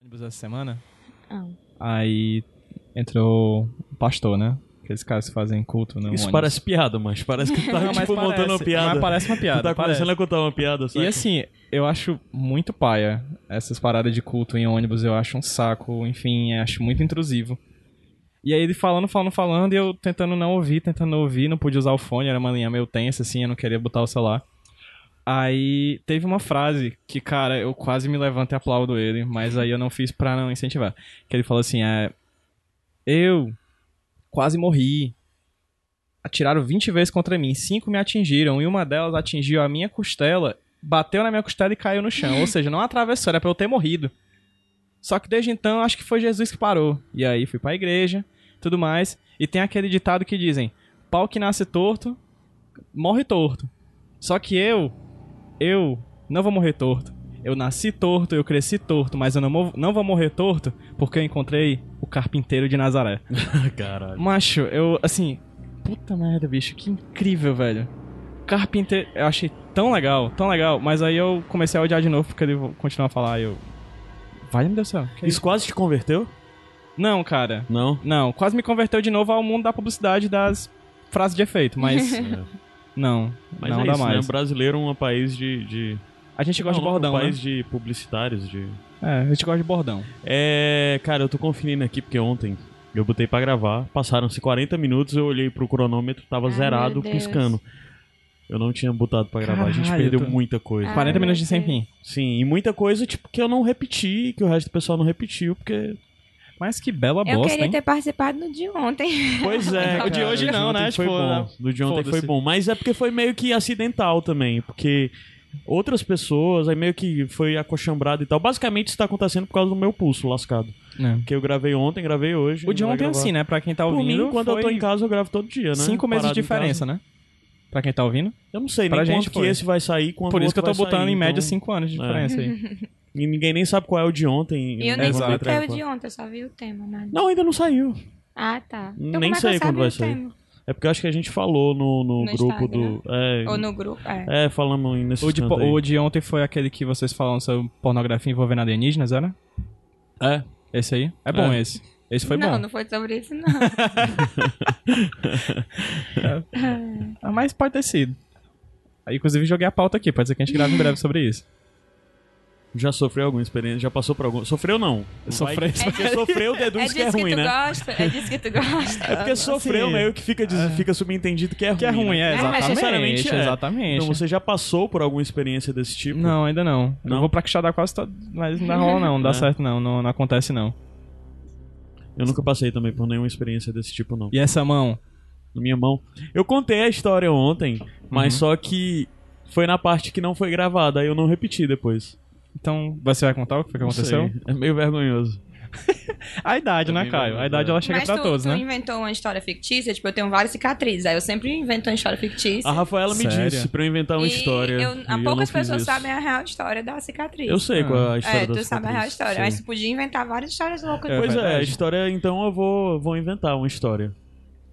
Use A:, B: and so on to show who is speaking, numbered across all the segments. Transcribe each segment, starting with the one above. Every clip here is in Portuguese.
A: ônibus essa semana,
B: Ah,
A: aí entrou o pastor, né? Aqueles caras que fazem culto, né?
C: Isso parece piada, mas parece que tu tá,
A: Não, mas
C: tipo, montando uma
A: parece,
C: piada.
A: mas parece uma piada,
C: Tu tá
A: parece.
C: começando a contar uma piada, saca?
A: E assim, eu acho muito paia essas paradas de culto em ônibus, eu acho um saco, enfim, acho muito intrusivo. E aí ele falando, falando, falando, e eu tentando não ouvir, tentando não ouvir, não pude usar o fone, era uma linha meio tensa, assim, eu não queria botar o celular. Aí teve uma frase que, cara, eu quase me levanto e aplaudo ele, mas aí eu não fiz pra não incentivar. Que ele falou assim, é... Eu quase morri. Atiraram 20 vezes contra mim, cinco me atingiram, e uma delas atingiu a minha costela bateu na minha costela e caiu no chão. Ou seja, não atravessou, era pra eu ter morrido. Só que desde então, acho que foi Jesus que parou. E aí fui pra igreja, tudo mais. E tem aquele ditado que dizem: pau que nasce torto, morre torto. Só que eu, eu não vou morrer torto. Eu nasci torto, eu cresci torto, mas eu não, mo- não vou morrer torto porque eu encontrei o carpinteiro de Nazaré.
C: Caralho.
A: Macho, eu, assim. Puta merda, bicho, que incrível, velho. Carpinteiro. Eu achei tão legal, tão legal, mas aí eu comecei a odiar de novo porque ele continua a falar e eu. Vai, meu Deus do céu. que é
C: Isso quase te converteu?
A: isso? Não, cara.
C: Não.
A: Não, quase me converteu de novo ao mundo da publicidade e das frases de efeito, mas. não,
C: Mas
A: não
C: é
A: dá
C: isso,
A: mais.
C: né? Brasileiro é um país de... de...
A: A gente gosta
C: Não,
A: de bordão,
C: Um
A: né?
C: país de publicitários, de...
A: É, a gente gosta de bordão.
C: É, cara, eu tô conferindo aqui porque ontem eu botei pra gravar, passaram-se 40 minutos, eu olhei pro cronômetro, tava
B: Ai,
C: zerado,
B: meu Deus.
C: piscando. Eu não tinha botado pra gravar, a gente
A: Caralho,
C: perdeu
A: eu tô-
C: muita coisa.
B: Ah,
A: 40
B: meu
A: minutos de sem
B: Deus.
A: fim.
C: Sim, e muita coisa tipo que eu não repeti, que o resto do pessoal não repetiu, porque
A: Mas que bela
B: Eu
A: bosta,
B: queria
A: hein?
B: ter participado no de ontem.
C: Pois é,
A: O de
C: cara,
A: hoje
C: o
A: não,
C: ontem
A: né?
C: Foi
A: Tipo,
C: bom. O de ontem
A: foda-se.
C: foi bom, mas é porque foi meio que acidental também, porque outras pessoas, aí meio que foi acochambrado e tal. Basicamente isso tá acontecendo por causa do meu pulso lascado,
A: Né?
C: que eu gravei ontem, gravei hoje.
A: O de
C: vai
A: ontem,
C: gravar.
A: assim, né? Pra quem tá
C: Por
A: ouvindo.
C: mim, quando eu tô
A: foi
C: em casa, eu gravo todo dia, né?
A: Cinco meses
C: Parado
A: de
C: em casa.
A: diferença, né? Pra quem tá ouvindo.
C: Eu não sei
A: Pra
C: nem
A: gente
C: quanto que
A: foi.
C: esse vai sair, quando
A: Por
C: o
A: isso que eu
C: outro
A: tô
C: vai
A: botando
C: sair,
A: em média assim.
C: então-
A: 5 anos de
C: É.
A: diferença aí.
C: E ninguém nem sabe qual é o de ontem.
B: E eu
C: né?
B: nem
A: Exato.
B: sei o que é o
C: Quando-
B: de ontem, eu só vi o tema, mas...
C: Não, ainda não saiu.
B: Ah, tá. Então
C: Nem
B: como é que eu
C: sei quando
B: sabia
C: vai
B: o
C: sair.
B: tema?
C: É porque eu acho que a gente falou no, no,
B: No
C: grupo
B: Instagram.
C: do. É,
B: Ou no grupo, é.
C: é falamos nesse
A: O de, po-
C: canto aí.
A: o de ontem foi aquele que vocês falaram sobre pornografia envolvendo alienígenas, era?
C: É.
A: Esse aí? É bom
C: É.
A: esse. Esse foi
B: não,
A: bom.
B: não foi sobre isso, não.
A: Ah, Mas pode ter sido. Aí, inclusive, joguei a pauta aqui. Pode ser que a gente grave em breve sobre isso.
C: Já sofreu alguma experiência? Já passou por algum. Sofreu não.
A: Sofreu.
C: Vai- Porque sofreu, deduz
B: é
C: que é
B: disso que,
C: ruim,
B: tu
C: né?
B: gosta, é disso que tu gosta.
C: É porque sofreu
A: Assim,
C: meio que fica, des- fica subentendido que é ruim.
A: Que é ruim,
C: né?
A: é,
B: Não, mas
A: exatamente.
C: necessariamente é.
A: Exatamente.
C: Então você já passou por alguma experiência desse tipo?
A: Não, ainda não. Eu
C: Não?
A: vou pra Quixadá quase todo. Mas não dá rola, não. Não dá
C: É.
A: certo, não. não. Não acontece, não.
C: Eu nunca passei também por nenhuma experiência desse tipo, não.
A: E essa mão?
C: na minha mão. Eu contei a história ontem, mas
A: Uhum.
C: só que foi na parte que não foi gravada, aí eu não repeti depois.
A: Então, você vai contar o que foi que
C: Não
A: aconteceu?
C: sei, É meio vergonhoso.
A: A idade, né,
C: Também
A: Caio?
C: vai,
A: A idade
C: é.
A: ela chega
B: Mas
A: pra
B: tu,
A: todos,
B: tu
A: né?
B: inventou uma história fictícia, tipo, eu tenho várias cicatrizes, aí eu sempre invento uma história fictícia.
C: A Rafaela me
A: Sério?
C: disse pra eu inventar Ah, uma
B: é- E
C: história.
B: eu-
C: e
B: há
C: eu
B: poucas
C: não fiz
B: pessoas
C: isso.
B: sabem a real história da cicatriz.
C: Eu sei qual é a história
B: É,
C: da
B: tu sabe a real
C: cicatriz,
B: história,
C: sei.
B: mas tu podia inventar várias histórias loucas.
A: É,
C: Pois é, a
A: verdade.
C: história, então eu vou, vou inventar uma história.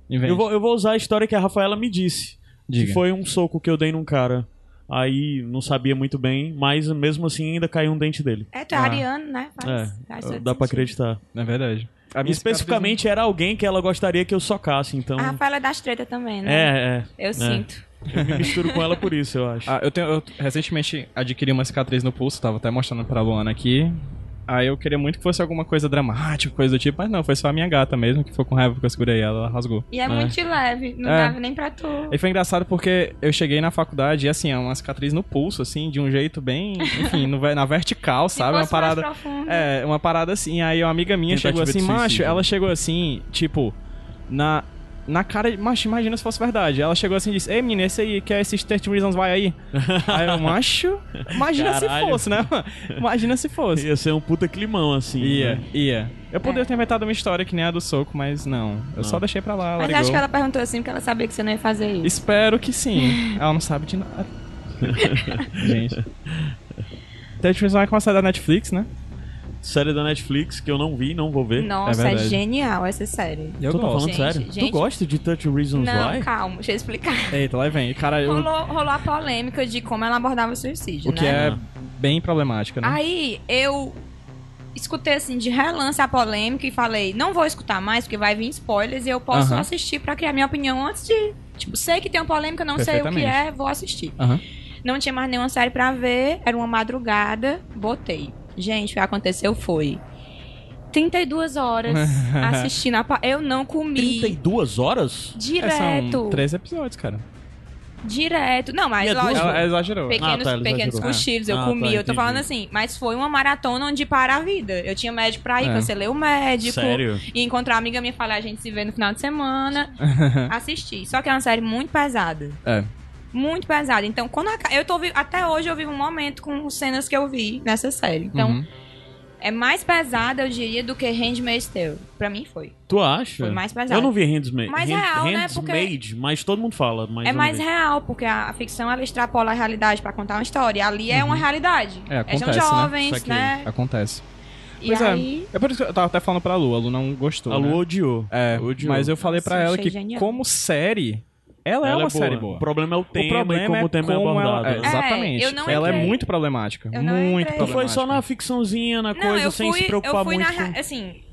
A: Invente.
C: Eu vou, eu vou usar a história que a Rafaela me disse.
A: Diga.
C: Que foi um soco que eu dei num cara. Aí não sabia muito bem, mas mesmo assim ainda caiu um dente dele.
B: É, tu é
A: Ah.
B: ariano, né? Faz- faz
C: É,
B: todo
C: dá pra
B: sentido.
C: acreditar.
A: É verdade. A minha
C: Especificamente era alguém que ela gostaria que eu socasse, então.
B: A Rafaela é das tretas também, né?
C: É, é.
B: Eu sinto.
C: Eu me misturo com ela por isso, eu acho.
A: Ah, eu, tenho, eu recentemente adquiri uma cicatriz no pulso, tava até mostrando pra Luana aqui. Aí eu queria muito que fosse alguma coisa dramática, coisa do tipo, mas não, foi só a minha gata mesmo, que foi com raiva porque eu segurei ela, ela rasgou.
B: E é, muito de leve, não
A: É.
B: dava nem pra tu.
A: E foi engraçado porque eu cheguei na faculdade e assim, é uma cicatriz no pulso, assim, de um jeito bem, enfim, no ve- na vertical,
B: Se
A: sabe? É Uma
B: fosse
A: parada.
B: Mais profundo,
A: É, uma parada assim. Aí uma amiga minha
C: Tentativa
A: chegou assim,
C: de
A: macho,
C: suicídio.
A: ela chegou assim, tipo, na. Na cara, de- macho, imagina se fosse verdade. Ela chegou assim e disse: Ei, menino, esse aí, que é esses 30 Reasons vai aí? aí eu, macho, imagina
C: Caralho.
A: se fosse, né? Imagina se fosse.
C: Ia ser um puta climão, assim.
A: Ia,
C: né?
A: ia.
B: É.
A: Eu poderia ter inventado uma história que nem a do soco, mas não. Eu só
C: Não.
A: deixei pra lá.
B: Mas
A: largou.
B: acho que ela perguntou assim porque ela sabia que você não ia fazer isso.
A: Espero que sim. Ela não sabe de nada. Gente. 30 Reasons vai começar da Netflix, né?
C: Série da Netflix que eu não vi, não vou ver.
A: É
B: Nossa, é,
A: verdade.
B: genial essa série.
A: Eu
C: tu tá falando
B: Gente,
C: sério? Tu
B: gente.
C: gosta de Touch Reasons
B: Não,
C: Why?
B: calma, deixa eu explicar.
A: Eita, lá vem. Cara, eu,
B: Rolou, rolou a
A: é
B: polêmica de como ela abordava o suicídio,
A: O que
B: né?
A: é bem problemática, né?
B: Aí eu escutei assim de relance a polêmica e falei, não vou escutar mais porque vai vir spoilers e eu posso
A: Aham.
B: assistir pra criar minha opinião antes de, tipo, sei que tem uma polêmica, não sei o que
A: Perfeitamente.
B: é, vou assistir.
A: Aham.
B: Não tinha mais nenhuma série pra ver, era uma madrugada, botei. Gente, o que aconteceu foi 32 horas assistindo a pa- eu não comi
C: 32 horas?
A: É,
B: direto,
A: são três episódios, cara.
B: direto. Não, mas
C: E é duas
B: lógico,
A: Ela, ela exagerou.
B: Pequenos,
C: Ah, tá, ele
B: pequenos
C: exagerou.
B: cochilos, eu
C: Ah,
B: comi.
C: tá,
B: eu tô
C: entendi.
B: falando assim, mas foi uma maratona onde parar a vida. Eu tinha médico pra ir,
A: É.
B: cancelei o médico.
C: Sério?
B: E encontrar uma amiga minha e falar, a gente se vê no final de semana. Assisti. Só que é uma série muito pesada.
A: É.
B: Muito pesada. Então, quando aca- eu tô vi- até hoje eu vivo um momento com cenas que eu vi nessa série. Então,
A: Uhum.
B: é mais pesada, eu diria, do que Handmaid's Tale. Pra mim foi.
C: Tu acha?
B: Foi mais pesado.
C: É. Eu não vi Handmaid.
B: Mas
C: Hand-
B: real, né? Porque-
C: Handmaid, mas todo mundo fala. Mas
B: é
C: eu não
B: mais
C: vi.
B: real, porque a, a ficção ela extrapola a realidade pra contar uma história. E ali é uma realidade.
A: É, acontece,
B: são
A: né?
B: jovens,
C: Saquei.
B: né?
A: Acontece.
B: E
A: Pois é.
B: aí.
A: É por isso que eu tava até falando pra Lu, a Lu não gostou.
C: A
A: né?
C: Lu odiou.
A: É,
C: odiou.
A: mas eu falei pra
B: Nossa,
A: ela
B: achei
A: que,
B: genial.
A: como série, ela, é uma série boa.
C: O problema é o tema e como o tema é
A: como
C: abordado.
A: ela-
C: né?
B: É,
A: exatamente.
B: eu não
A: ela é
B: entrei.
A: muito problemática.
B: Eu não
A: muito
B: entrei.
A: problemática.
B: Então
C: Então foi só na ficçãozinha, na
B: Não,
C: coisa,
B: eu
C: sem
B: fui,
C: se preocupar
B: eu fui
C: muito.
B: na. ra- Assim,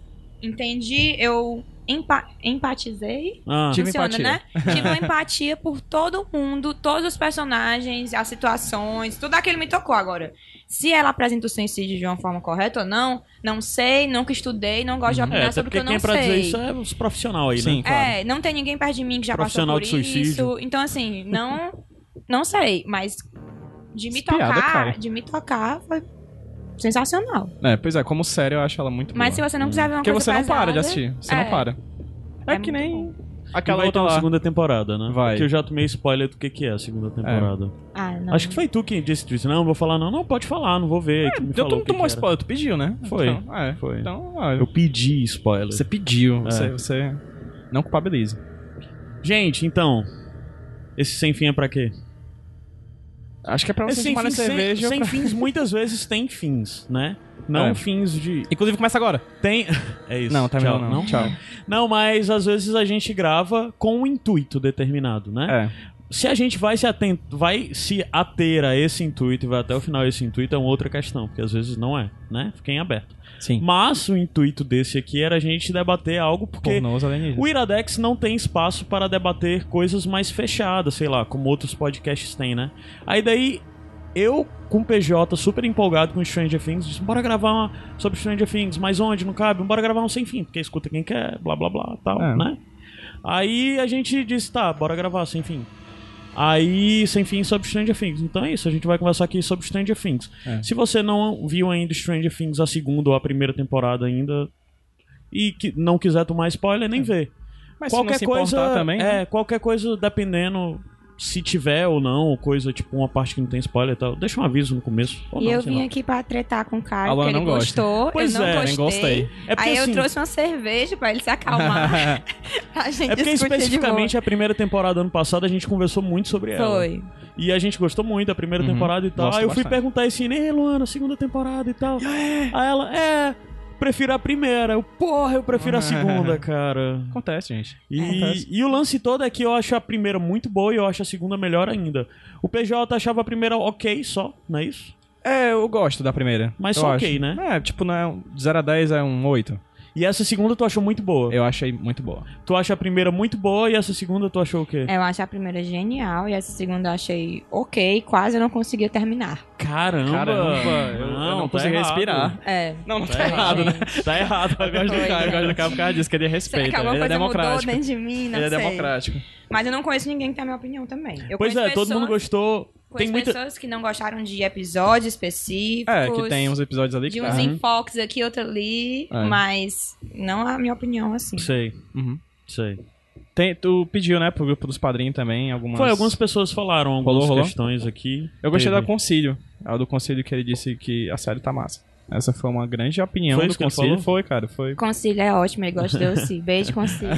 B: entendi, eu empa- empatizei.
C: com... Ah,
A: Tive
B: funciona,
A: empatia.
B: né? Tive uma empatia por todo mundo, todos os personagens, as situações, tudo aquilo me tocou agora. Se ela apresenta o suicídio de uma forma correta ou não, não sei, nunca estudei, não gosto de
C: é,
B: opinar
C: até
B: sobre o que
C: porque
B: eu
C: quem
B: não
C: pra dizer
B: sei.
C: isso é os profissionais aí,
A: Sim,
C: né?
A: claro.
B: É, não tem ninguém perto de mim que já
C: Profissional
B: passou
C: de
B: por
C: suicídio.
B: isso. Então, assim, não, não sei, mas de me
A: Espiada,
B: tocar,
A: cara.
B: de me tocar foi sensacional.
C: Tá
A: É, pois é, como série eu acho ela muito boa.
B: Mas se você não quiser ver uma
A: Porque
B: coisa
A: você não
B: pesada,
A: para de assistir. Você
B: É.
A: não para. É,
B: É
A: que
B: muito
A: nem
C: Que
A: aquela
C: vai ter
A: outra
C: uma
A: lá.
C: segunda temporada, né?
A: Vai.
C: Porque eu já tomei spoiler do que, que é a segunda temporada.
B: Ah, não.
C: Acho que foi tu que disse disso. Não, vou falar não. Não, pode falar, não vou ver. Aí
B: É,
C: tu me
A: Eu
C: falou
A: Então, tu não
C: o que
A: tomou
C: que era.
A: spoiler, tu pediu, né?
C: Foi.
A: Então, é.
C: Foi.
A: Então, ah,
C: Eu pedi spoiler.
A: você pediu.
C: É.
A: Você, você não culpabilize.
C: Gente, então... Esse sem fim é pra quê?
A: Acho que é pra
C: Esse
A: você
C: sem,
A: tomar na
C: fim, sem,
A: cerveja.
C: sem
A: pra-
C: fins muitas vezes tem fins, né? Não
A: É.
C: fins de...
A: Inclusive, começa agora.
C: Tem... É isso.
A: Não, tá
C: Tchau.
A: melhor não. Tchau.
C: Não, mas às vezes a gente grava com um intuito determinado, né?
A: É.
C: Se a gente vai se, aten- vai se ater a esse intuito e vai até o final esse intuito é uma outra questão, porque às vezes não é, né? Fiquem aberto.
A: Sim.
C: Mas o intuito desse aqui era a gente debater algo porque
A: Pornôs alienígenas.
C: o Iradex não tem espaço para debater coisas mais fechadas, sei lá, como outros podcasts têm, né? Aí daí eu com o PJ super empolgado com Stranger Things, disse: "Bora gravar uma sobre Stranger Things, mas onde não cabe? Bora gravar um sem fim, porque escuta quem quer, blá blá blá, tal,
A: É.
C: né?" Aí a gente disse: "Tá, bora gravar sem fim." Aí, sem fim, sobre Stranger Things. Então é isso, a gente vai conversar aqui sobre Stranger Things.
A: É.
C: Se você não viu ainda Stranger Things, a segunda ou a primeira temporada ainda, e que não quiser tomar spoiler,
A: É.
C: nem vê.
A: Mas se
C: qualquer
A: não se importar
C: coisa
A: também. né?
C: é qualquer coisa dependendo se tiver ou não ou coisa tipo uma parte que não tem spoiler e tal deixa um aviso no começo ou
B: E
C: não,
B: eu
C: sei
B: vim
C: lá.
B: aqui pra tretar com o
A: A
B: cara,
A: Luana
B: porque ele
A: não gosta.
B: gostou,
C: Pois
B: eu não
C: é,
A: nem
B: gostei.
A: gostei.
C: é porque,
B: aí eu
C: assim,
B: trouxe uma cerveja pra ele se acalmar, pra gente
C: é porque
B: discutir
C: especificamente a primeira temporada ano passado a gente conversou muito sobre
B: de
C: ela
B: boa. Foi.
C: e a gente gostou muito da primeira
A: Uhum.
C: temporada e tal
A: Gosto
C: aí eu fui
A: bastante. Ah,
C: perguntar assim ei Luana segunda temporada e tal aí ela é prefiro a primeira eu porra eu prefiro a
A: Ah.
C: segunda cara
A: Acontece, gente.
C: E,
A: Acontece.
C: e o lance todo é que eu acho a primeira muito boa e eu acho a segunda melhor ainda. O PJ achava a primeira ok só, não é isso?
A: É, eu gosto da primeira.
C: Mas
A: eu
C: só
A: acho.
C: ok, né?
A: É, tipo, não é um- de 0 a 10 é um 8.
C: E essa segunda tu achou muito boa.
A: Eu achei muito boa.
C: Tu acha a primeira muito boa e essa segunda tu achou o quê?
A: É.
B: Eu achei a primeira genial e essa segunda eu achei ok, quase eu não conseguia terminar.
C: Caramba!
A: Caramba, eu- eu não
C: tá
A: consegui
C: errado.
A: respirar.
B: É.
A: Não, não
C: Tá errado, né? Tá errado.
A: Eu gosto do
B: Foi,
A: cara, eu
B: gente.
A: gosto do cara por causa disso, que ele
B: Será que
A: respeita.
B: alguma
A: Ele é
B: coisa mudou né?
A: democrático.
B: dentro de mim? Não
A: Ele é
B: sei.
A: democrático.
B: Mas eu não conheço ninguém que tem a minha opinião também. Eu
C: Pois é,
B: conheço
C: todo mundo
B: pessoas-
C: gostou. Tem
B: Conheço
C: muita.
B: pessoas que não gostaram de episódios específicos.
A: É, que tem uns episódios ali que.
B: Tipo, De uns
C: tá,
A: Ah,
C: né?
B: enfoques aqui, outro ali.
A: É.
B: Mas não é a minha opinião, assim.
C: Sei,
A: uhum.
C: sei.
A: Tem- tu pediu, né, pro grupo dos padrinhos também algumas.
C: Foi, algumas pessoas falaram algumas
A: Rolou, rolou?
C: questões aqui.
A: Eu gostei
C: Teve.
A: da Conselho. A do Conselho que ele disse que a série tá massa. Essa foi uma grande opinião
C: Foi
A: do
C: isso que ele
A: Conselho.
C: falou?
A: Foi, cara, foi.
B: Concílio é ótimo, ele gosta de Elci. Beijo, Concílio.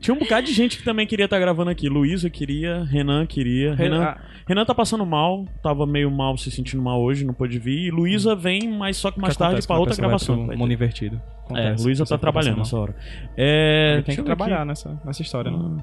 C: Tinha um bocado de gente que também queria estar gravando aqui. Luísa queria, Renan queria. Renan,
A: Ah,
C: Renan tá passando mal, tava meio mal, se sentindo mal hoje, não pôde vir. E Luísa vem, mas só que mais
A: que
C: tarde
A: acontece
C: pra
A: quando a
C: outra
A: pessoa vai pro
C: gravação. Vai ter.
A: Mundo invertido.
C: É,
A: Acontece. Pessoa
C: Luísa tá
A: que passa
C: trabalhando
A: mal.
C: nessa hora. É,
A: Tem
C: deixa
A: que
C: eu ver aqui.
A: trabalhar nessa, nessa história, né?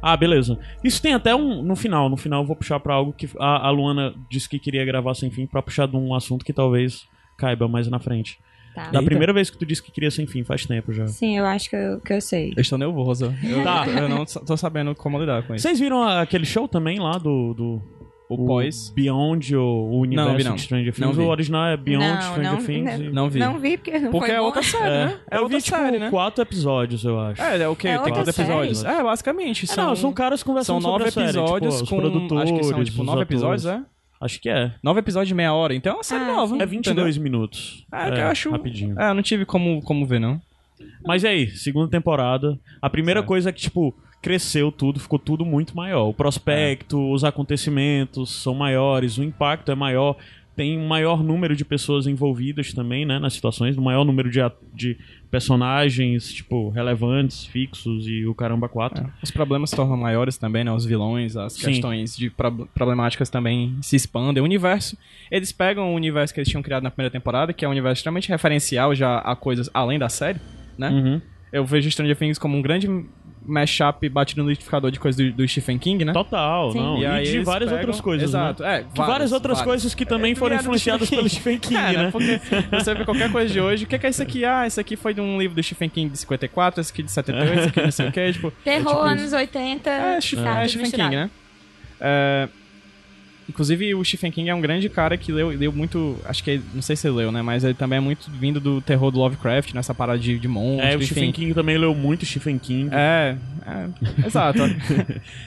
C: Ah, beleza. Isso tem até um. No final, no final eu vou puxar pra algo que a, a Luana disse que queria gravar sem fim pra puxar de um assunto que talvez caiba mais na frente.
B: Tá.
C: Da
A: Eita.
C: primeira vez que tu disse que queria sem fim, faz tempo já.
B: Sim, eu acho que eu, que eu sei.
A: Eu estou nervoso. Eu,
C: Tá.
A: eu não sa- tô sabendo como lidar com isso.
C: Vocês viram a- aquele show também lá do. do
A: O pós.
C: Beyond, ou o universo
A: vi, não.
C: de Stranger
A: Não
C: Things.
A: vi.
C: O original é Beyond
B: Não,
C: Stranger
B: não-
C: Things. e-
A: Não vi.
B: Não vi porque não
A: Porque
B: foi
A: é
B: bom.
A: outra série,
C: É,
A: né?
C: eu
A: outra
C: vi, tipo,
A: série, né?
C: quatro episódios, eu acho.
A: É, é o quê?
B: É
A: Tem
B: outra
A: quatro
B: série?
A: episódios? É, basicamente.
C: É,
A: São,
C: não, são caras
A: são
C: conversando
A: nove
C: um sobre a série,
A: episódios
C: tipo, os
A: com...
C: produtores,
A: acho que são, tipo,
C: os
A: nove
C: atores.
A: episódios, é?
C: Acho que é.
A: Nove episódios de meia hora. Então é uma série
B: Ah,
A: nova.
B: sim.
C: É 22 minutos.
A: É, que eu acho-
C: Rapidinho.
A: Entendeu? É, eu não tive como, como ver, não.
C: Mas e aí, segunda temporada. A primeira
A: Certo.
C: coisa é que, tipo, cresceu tudo, ficou tudo muito maior. O prospecto,
A: É.
C: os acontecimentos são maiores, o impacto é maior. Tem um maior número de pessoas envolvidas também, né, nas situações, um maior número de, a- de personagens, tipo, relevantes, fixos e o caramba quatro.
A: É, Os problemas se tornam maiores também, né? Os vilões, as
C: Sim.
A: questões de prob- problemáticas também se expandem. O universo, eles pegam o universo que eles tinham criado na primeira temporada, que é um universo extremamente referencial já a coisas além da série. É.
C: Uhum.
A: Eu vejo Stranger Things como um grande mashup batido no liquidificador de coisas do, do Stephen King, né?
C: Total,
B: Sim.
C: não. E,
A: aí
C: de
A: eles
C: várias
A: pegam-
C: outras coisas, né?
A: Exato, é.
C: Que Várias, outras coisas que também
A: É,
C: foram
A: criaram do
C: influenciadas
A: Stephen
C: pelo Stephen King,
A: É,
C: né?
A: né? Porque você vê qualquer coisa de hoje, o que, que é isso aqui? Ah, isso aqui foi de um livro do Stephen King de 54, esse aqui de 78, esse aqui não sei o que, tipo...
B: Terror,
A: tipo
B: anos 80.
A: É, Stephen,
B: tá,
A: é
B: tudo
A: Stephen
B: misturado.
A: King, né? É, inclusive, o Stephen King é um grande cara que leu, leu muito. Acho que. Não sei se ele leu, né? Mas ele também é muito vindo do terror do Lovecraft, nessa parada de, de monstro.
C: É, o
A: enfim.
C: Stephen King também leu muito Stephen King.
A: É, é, exato.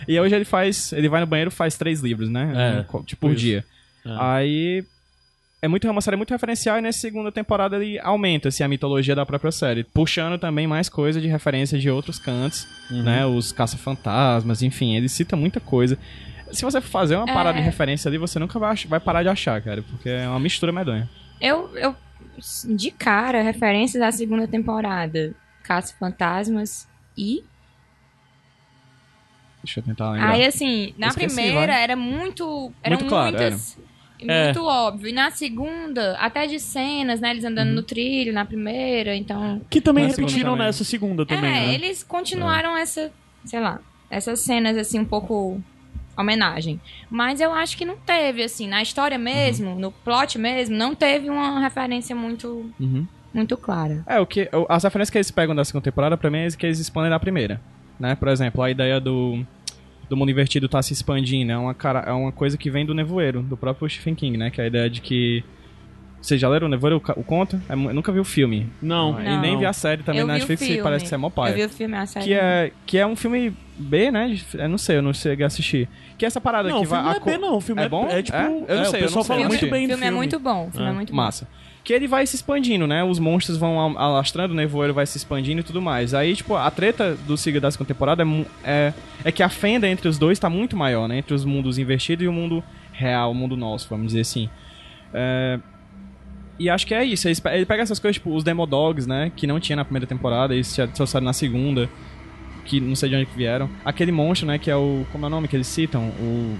A: e hoje ele faz. Ele vai no banheiro e faz três livros, né?
C: É,
A: Co- tipo,
C: isso.
A: por dia.
C: É.
A: Ah, Aí. É muito, é uma série muito referencial e nessa segunda temporada ele aumenta assim, a mitologia da própria série, puxando também mais coisa de referência de outros cantos
C: Uhum.
A: né? Os caça-fantasmas, enfim, ele cita muita coisa. Se você for fazer uma
B: É.
A: parada de referência ali, você nunca vai, ach- vai parar de achar, cara, porque é uma mistura medonha.
B: Eu, eu, de cara, referências à segunda temporada. Caça Fantasmas e...
A: Deixa eu tentar lembrar.
B: Aí, assim, na
A: Eu esqueci,
B: primeira
A: vai.
B: era muito... Eram
A: Muito claro,
B: muitas...
C: É.
B: Muito óbvio. E na segunda, até de cenas, né? Eles
A: Uhum.
B: andando no trilho, na primeira, então...
C: Que também
A: Na é segunda
C: repetiram
A: também. É.
C: nessa segunda também,
B: é,
C: né?
B: eles continuaram essa, sei lá, essas cenas assim um pouco homenagem. Mas eu acho que não teve assim, na história mesmo,
A: Uhum.
B: no plot mesmo, não teve uma referência muito
A: Uhum.
B: muito clara.
A: É, o que, o- as referências que eles pegam da segunda temporada, pra mim, é as que eles expandem na primeira. Né? Por exemplo, a ideia do, do mundo invertido tá se expandindo. É uma, cara, é uma coisa que vem do Nevoeiro, do próprio Stephen King, né? Que é a ideia de que. Vocês já leram o Nevoeiro, o, ca- o conto? É mu- eu nunca vi o filme.
C: Não,
A: E nem vi a série também
B: Eu
A: na
B: vi o
A: Netflix, que
B: filme.
A: parece ser mó paia.
B: Eu vi o filme a série.
A: que é, que é um filme B, né? de- Eu não sei, eu não cheguei a assistir. Que é essa parada
C: Não, o
A: que vai.
C: filme não
A: a
C: é
A: co-
C: bem, não. O filme
A: É
C: é,
A: bom?
C: É, tipo,
A: É? Eu não
C: é,
A: sei, eu
C: o pessoal
A: não sei,
C: fala
A: eu
C: muito
A: achei.
C: bem
B: o
C: do
B: filme
C: filme.
B: é muito bom, o filme é,
C: É.
B: muito bom.
A: Ah, Massa. Que ele vai se expandindo, né? Os monstros vão al- alastrando, né? o nevoeiro vai se expandindo e tudo mais. Aí, tipo, a treta do Siga da segunda temporada é, mu- é, é que a fenda entre os dois tá muito maior, né? Entre os mundos invertidos e o mundo real, o mundo nosso, vamos dizer assim. É, E acho que é isso. eles pe- Ele pega essas coisas, tipo, os Demodogs, né? Que não tinha na primeira temporada, eles já- só saíram na segunda. Que não sei de onde que vieram. Aquele monstro, né? Que é o. Como é o nome que eles citam? O.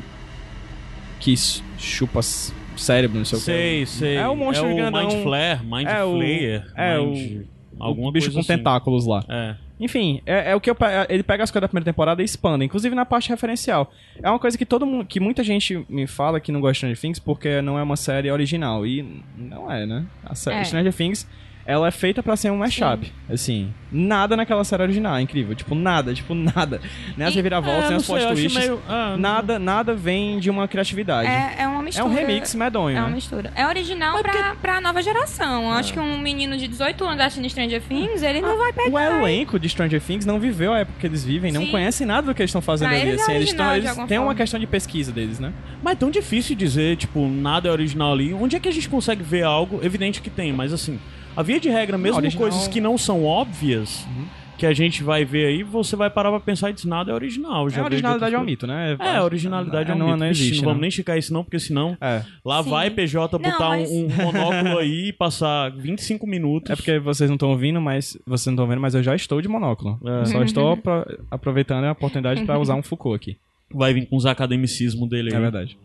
A: Que s- chupa s- cérebro, não sei o que.
C: Sei, sei.
A: É o monstro
C: é
A: grandão.
C: Mind Flare, Mind
A: É o-
C: Flayer.
A: é
C: Mind...
A: o
C: Alguma
A: bicho
C: coisa
A: com
C: assim.
A: tentáculos lá.
C: É.
A: Enfim, é, é o que eu pe- ele pega as coisas da primeira temporada e expande, inclusive na parte referencial. É uma coisa que todo mundo, que muita gente me fala que não gosta de Stranger Things porque não é uma série original e não é, né? A série
B: É.
A: Stranger Things ela é feita pra ser um mashup, assim. Nada naquela série original, é incrível, tipo nada, tipo nada. Nem as
B: E-
A: reviravoltas,
C: é,
A: nem
C: não
A: as
C: sei,
A: plot
C: eu acho
A: twists,
C: meio... ah,
A: nada, nada vem de uma criatividade. É,
B: É, é uma mistura.
A: um remix medonho.
B: É uma
A: né? É.
B: mistura. É original pra, pra nova geração. Eu Acho que um menino de 18 anos assistindo Stranger Things, ele não vai pegar.
A: O elenco de Stranger Things não viveu a época que eles vivem, não
B: Sim.
A: conhecem nada do que eles estão fazendo
B: Pra
A: ali.
B: eles é
A: assim, eles,
B: original,
A: tão,
B: de
A: eles
B: alguma
A: têm uma
B: forma.
A: questão de pesquisa deles, né?
C: Mas é tão difícil dizer, tipo, nada é original ali. Onde é que a gente consegue ver algo? Evidente que tem, mas assim, a via de regra, mesmo
A: original-
C: coisas que não são óbvias,
A: Uhum.
C: que a gente vai ver aí, você vai parar pra pensar e diz, nada é original. Já
A: É, a
C: vejo
A: originalidade é um
C: outras
A: mito, né?
C: coisas. É, a originalidade é um
A: não,
C: mito.
A: Não
C: Vixe,
A: existe, né?
C: não vamos nem esticar isso não, porque senão
A: É.
C: lá
B: Sim.
C: vai PJ
B: Não,
C: botar
B: mas-
C: um, um monóculo aí e passar 25 minutos.
A: É porque vocês não estão ouvindo, mas vocês não estão vendo, mas eu já estou de monóculo.
C: É.
A: Eu Só estou apro- aproveitando a oportunidade para usar um Foucault aqui.
C: Vai vir com os academicismo dele
A: É
C: aí.
A: verdade.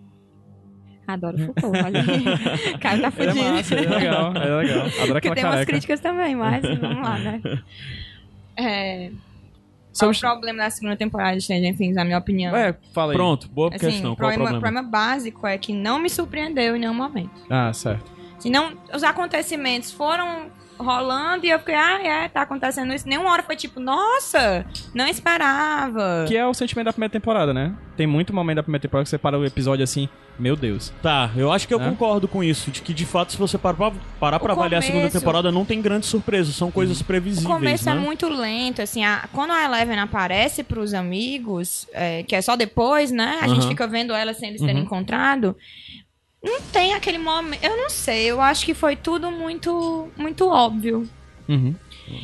B: Adoro Foucault. olha. O cara tá
A: Ele é
B: fudido.
A: massa, ele é legal, ele é legal. Adoro
B: Porque
A: aquela
B: tem umas
A: careca.
B: críticas também, mas vamos lá, né? É,
A: Sobre-
B: O problema da segunda temporada de Stranger Things, na minha opinião.
A: É, fala aí.
C: Pronto, boa
B: Assim,
C: questão.
B: o
C: Qual o
B: problema,
C: problema?
B: problema básico é que não me surpreendeu em nenhum momento.
A: Ah, certo.
B: Se não, os acontecimentos foram rolando e eu fiquei, ah, é, tá acontecendo isso. Nenhuma hora foi tipo, nossa, não esperava.
A: Que é o sentimento da primeira temporada, né? Tem muito momento da primeira temporada que você para o episódio assim, meu Deus.
C: Tá, eu acho que eu
A: Né?
C: concordo com isso, de que de fato, se você parar pra, parar
B: O
C: pra avaliar a segunda
B: começo-
C: temporada, não tem grandes surpresas, são coisas
B: O
C: previsíveis.
B: começo
C: né?
B: é muito lento, assim, a- quando a Eleven aparece pros amigos, é, que é só depois, né? A gente
C: Aham.
B: fica vendo ela sem eles terem
A: Uhum.
B: encontrado. Não tem aquele momento, eu não sei, eu acho que foi tudo muito, muito óbvio.
A: Uhum.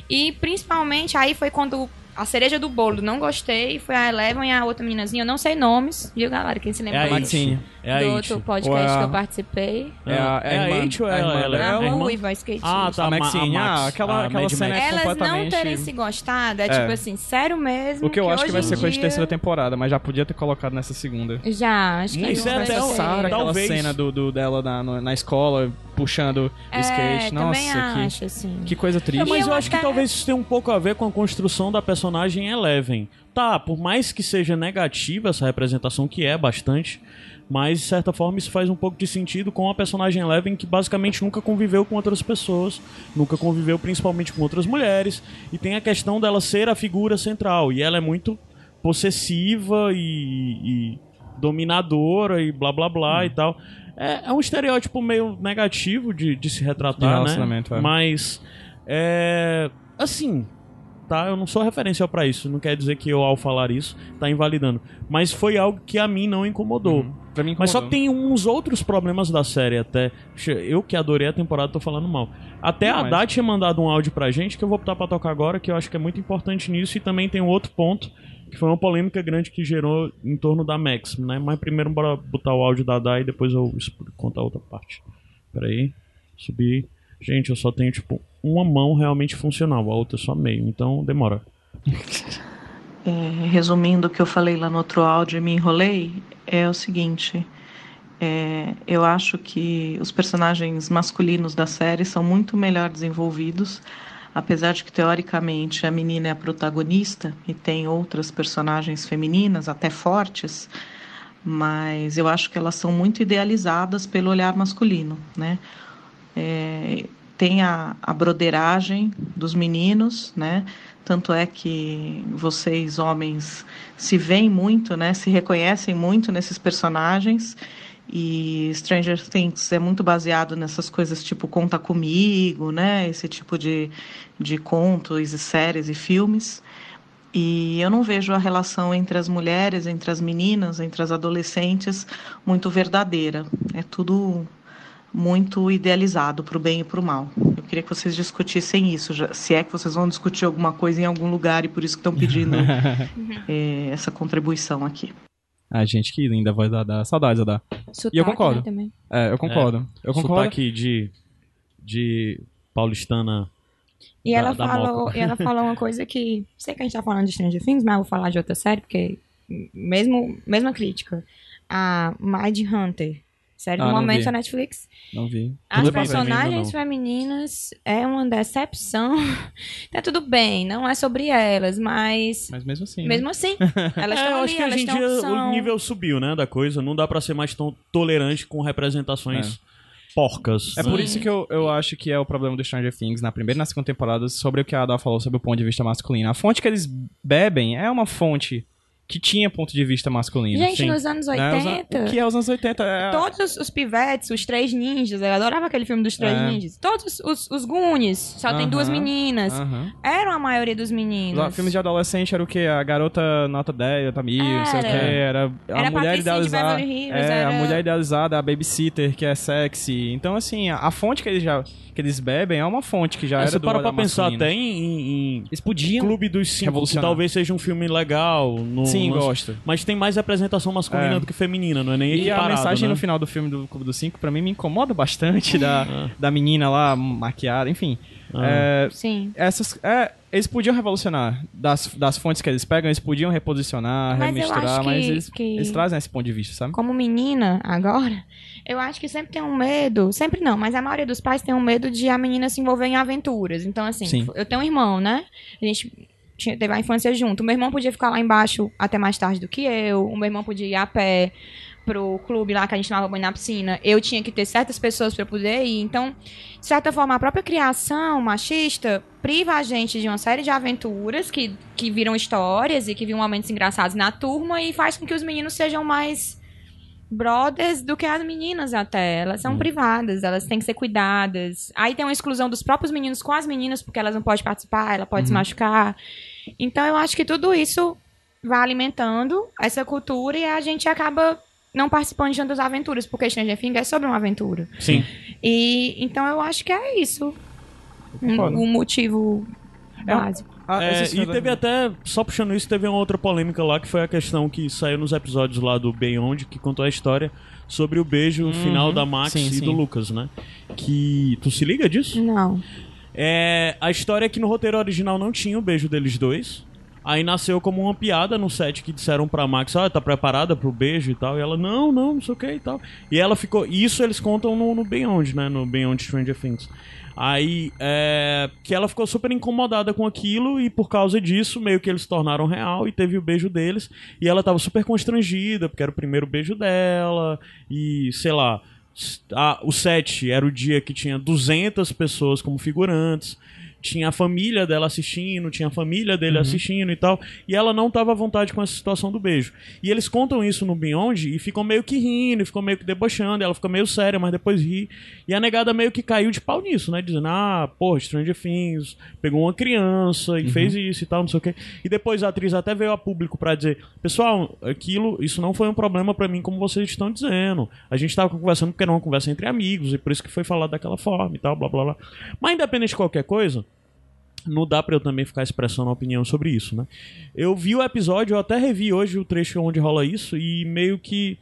B: E principalmente aí foi quando a cereja do bolo, não gostei, foi a Eleven e a outra meninazinha, eu não sei nomes, viu galera, quem se
C: É
B: lembra
C: a
B: mais
C: It. É a
B: do
C: It.
B: outro podcast
A: Ou a-
B: que eu participei.
A: É a- é a
C: é
A: irmã-
C: It ou
A: a
C: é
A: irmã
C: ela?
A: dela.
C: ela
B: Não,
C: é a
B: a
C: irmã?
B: ruiva, a skatista.
C: Ah, tá.
A: A Maxine,
C: Ma- a Max,
A: ah, aquela-
C: a
A: aquela
C: Mad
A: cena
C: Max.
A: é
B: Elas não
A: completamente-
B: terem se gostado, é,
A: É.
B: tipo assim, sério mesmo.
A: O que eu acho que vai
B: hoje
A: ser
B: em
A: coisa de
B: dia-
A: terceira temporada, mas já podia ter colocado nessa segunda.
B: Já, acho que
C: Isso é
B: vai
C: até
B: ser.
C: o-
A: Sarah, aquela
C: Talvez.
A: cena do, do- dela na, no- na escola, puxando o
B: É,
A: skate. Nossa,
B: também
A: que,
B: acho, assim.
A: que coisa triste.
C: É,
B: E
C: mas eu
B: eu
C: acho que
B: até-
C: talvez isso tenha um pouco a ver com a construção da personagem Eleven. Tá, por mais que seja negativa essa representação, que é bastante, mas de certa forma isso faz um pouco de sentido com a personagem Eleven que basicamente nunca conviveu com outras pessoas, nunca conviveu principalmente com outras mulheres, e tem a questão dela ser a figura central, e ela é muito possessiva e, e dominadora e blá blá blá e tal. É, é um estereótipo meio negativo de, de se retratar,
A: De
C: né?
A: relacionamento, é.
C: Mas é. Assim. Tá, eu não sou referencial pra isso, não quer dizer que eu, ao falar isso, tá invalidando. Mas foi algo que a mim não incomodou.
A: Pra mim,
C: Mas só
A: incomodou.
C: que tem uns outros problemas da série até. Puxa, Eu que adorei a temporada, tô falando mal. Até
A: Não,
C: a
A: mas-
C: Dá tinha mandado um áudio pra gente que eu vou optar pra tocar agora, que eu acho que é muito importante nisso. E também tem um outro ponto, que foi uma polêmica grande que gerou em torno da Max, né? Mas primeiro bora botar o áudio da Dá e depois eu explico- conto a outra parte. Peraí, subir. Gente, eu só tenho, tipo, uma mão realmente funcional, a outra só meio, então demora.
D: É, resumindo o que eu falei lá no outro áudio e me enrolei, é o seguinte: é, eu acho que os personagens masculinos da série são muito melhor desenvolvidos, apesar de que teoricamente a menina é a protagonista e tem outras personagens femininas, até fortes, mas eu acho que elas são muito idealizadas pelo olhar masculino, né? É, tem a, a broderagem dos meninos, né? Tanto é que vocês, homens, se veem muito, né? Se reconhecem muito nesses personagens. E Stranger Things é muito baseado nessas coisas tipo Conta Comigo, né? Esse tipo de, de contos e séries e filmes. E eu não vejo a relação entre as mulheres, entre as meninas, entre as adolescentes muito verdadeira. É tudo muito idealizado para o bem e para o mal. Eu queria que vocês discutissem isso, já- se é que vocês vão discutir alguma coisa em algum lugar e por isso que estão pedindo eh, essa contribuição aqui.
A: Ah, gente, que linda a voz da Dá. Saudades da Dá.
B: Sotaque,
A: E eu concordo.
B: né, também.
A: É, eu concordo. Eu concordo.
C: Sotaque de, de paulistana
B: E
C: Da-
B: ela,
C: da
B: falou, e ela falou uma coisa que. Sei que a gente tá falando de Stranger Things, mas eu vou falar de outra série, porque. m- Mesmo, mesma crítica. A Mind Hunter. Série do
A: Ah, não
B: momento
A: vi.
B: da Netflix.
A: Não vi.
B: As
C: Tudo bem,
B: personagens
C: não.
B: femininas é uma decepção. tá tudo bem, não é sobre elas, mas.
A: Mas mesmo assim. né?
B: Mesmo assim, elas
C: é,
B: estão
C: eu
B: ali,
C: acho que hoje
B: elas
C: em
B: tão
C: dia
B: são...
C: o nível subiu, né, da coisa. Não dá pra ser mais tão tolerante com representações porcas.
A: É
C: né?
A: por isso que eu, eu acho que é o problema do Stranger Things na primeira e na segunda temporada sobre o que a Ada falou sobre o ponto de vista masculino. A fonte que eles bebem é uma fonte que tinha ponto de vista masculino.
B: Gente,
A: sim.
B: nos anos
A: Né? Os an-
B: 80,
A: O que é os anos 80? É,
B: todos os, os pivetes, os três ninjas, eu adorava aquele filme dos três
A: É.
B: ninjas. Todos os, os, os Goonies, só tem
A: Aham.
B: duas meninas.
A: Aham.
B: Eram a maioria dos
A: Os
B: meninos.
A: filmes de adolescente era o quê? A garota nota 10, nota 1000, não sei o quê. Era a
B: Era
A: mulher
B: Patricinha de
A: idealizada.
B: Beverly Hills,
A: É,
B: era...
A: a mulher idealizada, a babysitter que é sexy. Então, assim, a, a fonte que eles, já, que eles bebem é uma fonte que já
C: É,
A: era
C: você
A: do
C: para
A: olhar
C: pra pensar
A: masculino.
C: até em, em-
A: Eles
C: em
A: podiam.
C: Clube dos Cinco, que
A: Revolucionar.
C: talvez seja um filme legal. No,
A: Sim,
C: mas,
A: gosto.
C: mas tem mais representação masculina
A: É.
C: do que feminina, não é nem
A: E a
C: equiparado,
A: mensagem
C: né?
A: no final do filme do Clube dos Cinco, pra mim, me incomoda bastante da,
C: Ah.
A: da menina lá maquiada, enfim.
C: Ah.
A: É,
B: Sim.
A: essas, é, eles podiam revolucionar. Das, das fontes que eles pegam, eles podiam reposicionar,
B: Mas eu acho
A: remisturar,
B: que-
A: mas eles,
B: que-
A: eles trazem esse ponto de vista, sabe?
B: Como menina, agora, eu acho que sempre tem um medo. Sempre não, mas a maioria dos pais tem um medo de a menina se envolver em aventuras. Então, assim,
A: Sim.
B: eu tenho um irmão, né? A gente tinha- teve a infância junto. O meu irmão podia ficar lá embaixo até mais tarde do que eu. O meu irmão podia ir a pé. pro clube lá que a gente tomava banho na piscina, eu tinha que ter certas pessoas para poder ir. Então, de certa forma, a própria criação machista priva a gente de uma série de aventuras que, que viram histórias e que viram momentos engraçados na turma e faz com que os meninos sejam mais brothers do que as meninas até. Elas
C: Uhum.
B: são privadas, elas têm que ser cuidadas. Aí tem uma exclusão dos próprios meninos com as meninas, porque elas não podem participar, ela
C: Uhum.
B: pode se machucar. Então eu acho que tudo isso vai alimentando essa cultura e a gente acaba não participando de tantas aventuras, porque Stranger Things é sobre uma aventura.
C: Sim.
B: E então eu acho que é isso. Um,
A: concordo.
B: um motivo básico.
A: Ah,
C: É,
A: esses
C: e
A: filmes-
C: teve até, só puxando isso, teve uma outra polêmica lá, que foi a questão que saiu nos episódios lá do Beyond, que contou a história sobre o beijo final da Max
A: Uhum. Sim,
C: e
A: sim.
C: do Lucas, né? Que. Tu se liga disso?
B: Não.
C: É, a história é que no roteiro original não tinha o beijo deles dois. Aí nasceu como uma piada no set que disseram pra Max, ah, tá preparada pro beijo e tal. E ela, não, não, não sei o que e tal. E ela ficou. e Isso eles contam no, no Beyond, né? No Beyond Stranger Things. Aí, é, que ela ficou super incomodada com aquilo e por causa disso, meio que eles tornaram real e teve o beijo deles. E ela tava super constrangida, porque era o primeiro beijo dela e, sei lá, a- Ah, o set era o dia que tinha 200 pessoas como figurantes, tinha a família dela assistindo, tinha a família dele assistindo e tal, e ela não tava à vontade com essa situação do beijo. E eles contam isso no Beyond e ficam meio que rindo, e ficam meio que debochando, e ela fica meio séria, mas depois ri. E a negada meio que caiu de pau nisso, né? Dizendo, ah, porra, Stranger Things pegou uma criança e fez isso e tal, não sei o quê. E depois a atriz até veio a público pra dizer, pessoal, aquilo, isso não foi um problema pra mim como vocês estão dizendo. A gente tava conversando porque era uma conversa entre amigos e por isso que foi falado daquela forma e tal, blá blá blá. Mas independente de qualquer coisa, não dá pra eu também ficar expressando opinião sobre isso, né? Eu vi o episódio, eu até revi hoje o trecho onde rola isso e meio que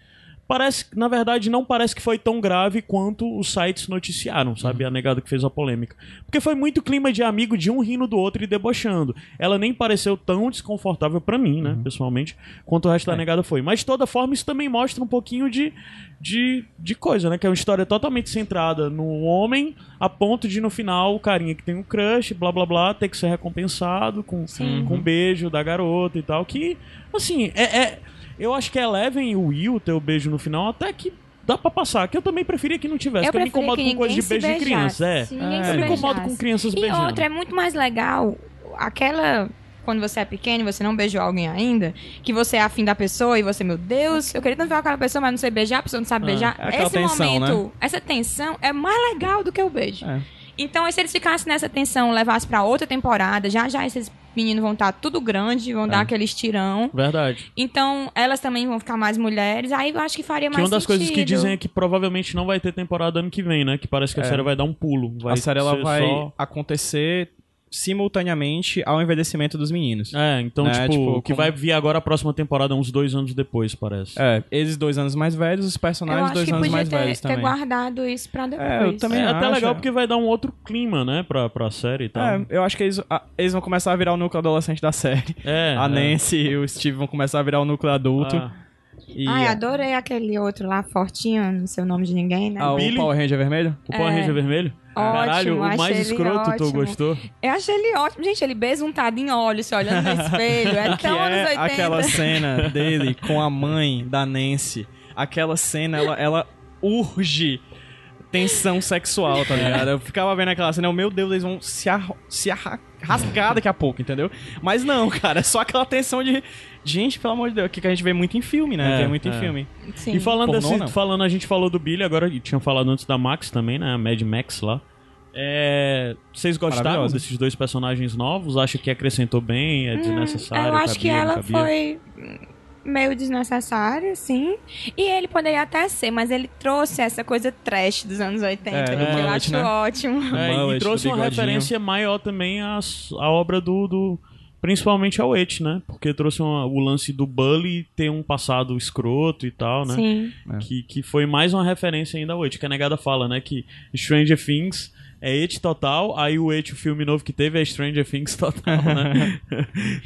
C: parece, na verdade, não parece que foi tão grave quanto os sites noticiaram, sabe? A negada que fez a polêmica. Porque foi muito clima de amigo de um rindo do outro e debochando. Ela nem pareceu tão desconfortável pra mim, né, pessoalmente, quanto o resto da negada foi. Mas de toda forma, isso também mostra um pouquinho de, de, de coisa, né? Que é uma história totalmente centrada no homem, a ponto de no final o carinha que tem um crush, blá blá blá, ter que ser recompensado com,
B: Sim.
C: com um beijo da garota e tal. Que, assim, é. é- eu acho que Eleven e o Will ter o beijo no final até que dá pra passar. Que eu também preferia que não tivesse,
B: Eu
C: que eu me
B: preferia
C: incomodo
B: que
C: com coisa de
B: ninguém se
C: beijo de criança. É.
B: beijasse, ninguém
A: É.
B: se
C: Eu me incomodo
B: beijasse.
C: com crianças
B: E
C: beijando.
B: outra, é muito mais legal aquela. Quando você é pequeno e você não beijou alguém ainda, que você é afim da pessoa e você, meu Deus, eu queria tanto ver aquela pessoa, mas não sei beijar, a pessoa não sabe
C: Ah,
B: beijar.
A: é aquela
B: Esse
A: tensão,
B: momento, essa tensão é mais legal do que o beijo.
A: É.
B: Então, e se eles ficassem nessa tensão, levassem pra outra temporada, já já esses meninos vão estar tudo grande,
A: É.
B: vão dar aquele estirão.
C: Verdade.
B: Então, elas também vão ficar mais mulheres, aí eu acho que faria
C: Que
B: mais
C: uma das coisas que
B: sentido.
C: dizem é que provavelmente não vai ter temporada ano que vem, né? Que parece que a
A: É.
C: série vai dar um pulo. Vai
A: a série ela
C: ser
A: vai
C: só-
A: acontecer simultaneamente ao envelhecimento dos meninos.
C: É, então,
A: Né,
C: tipo,
A: tipo,
C: o que
A: como-
C: vai vir agora a próxima temporada, uns dois anos depois, parece.
A: É, eles dois anos mais velhos, os
B: Eu
A: personagens
B: acho
A: dois
B: que
A: anos
B: podia
A: mais
B: ter,
A: velhos
B: ter
A: também.
B: guardado isso pra depois.
A: eu também
C: É até
A: acho,
C: legal
A: é.
C: porque vai dar um outro clima, né, pra, pra série e tal.
A: É, eu acho que eles, ah, eles vão começar a virar o núcleo adolescente da série.
C: É,
A: a
C: é.
A: Nancy e o Steve vão começar a virar o núcleo adulto.
C: Ah,
A: E
B: Ai, adorei aquele outro lá, fortinho, não sei o nome de ninguém, né?
A: ah, o
C: Billy-
A: Power Ranger vermelho?
C: o Power
B: É.
C: Ranger vermelho? Caralho, o
B: achei
C: mais
B: ele
C: escroto tu
B: ótimo.
C: gostou?
B: Eu achei ele ótimo. Gente, ele besuntado em óleo, se olhando no espelho. É
A: que
B: tão anos
A: é
B: 80.
A: aquela cena dele com a mãe da Nancy. Aquela cena, ela, ela urge tensão sexual, tá ligado? Eu ficava vendo aquela cena, eu, meu Deus, eles vão se, arro- se arra- rasgar daqui a pouco, entendeu? Mas não, cara, é só aquela tensão de. Gente, pelo amor de Deus, que que a gente vê muito em filme, né?
C: É,
A: vê muito em
C: é.
A: filme.
B: Sim.
C: E falando,
A: Pornô,
C: assim,
A: não.
C: falando, a gente falou do Billy agora, e tinha falado antes da Max também, né? A Mad Max lá. É, vocês gostaram
A: Maravilhosa.
C: desses dois personagens novos? Acha que acrescentou bem? É desnecessário?
B: Hum, Eu acho que
C: cabia, não
B: ela
C: cabia?
B: foi meio desnecessária, sim. E ele poderia até ser, mas ele trouxe essa coisa trash dos anos 80,
A: É,
B: que
A: do
B: eu
A: mullet,
B: acho
A: né?
B: ótimo.
C: É,
A: mullet, do
C: e trouxe uma
A: bigodinho.
C: referência maior também à, s- à obra do, do- Principalmente ao Et, né? Porque trouxe uma- o lance do Bully ter um passado escroto e tal, né?
B: Sim.
C: Que, que foi mais uma referência ainda ao It, que a negada fala, né? Que Stranger Things é It total, aí o It, o filme novo que teve, é Stranger Things total, né?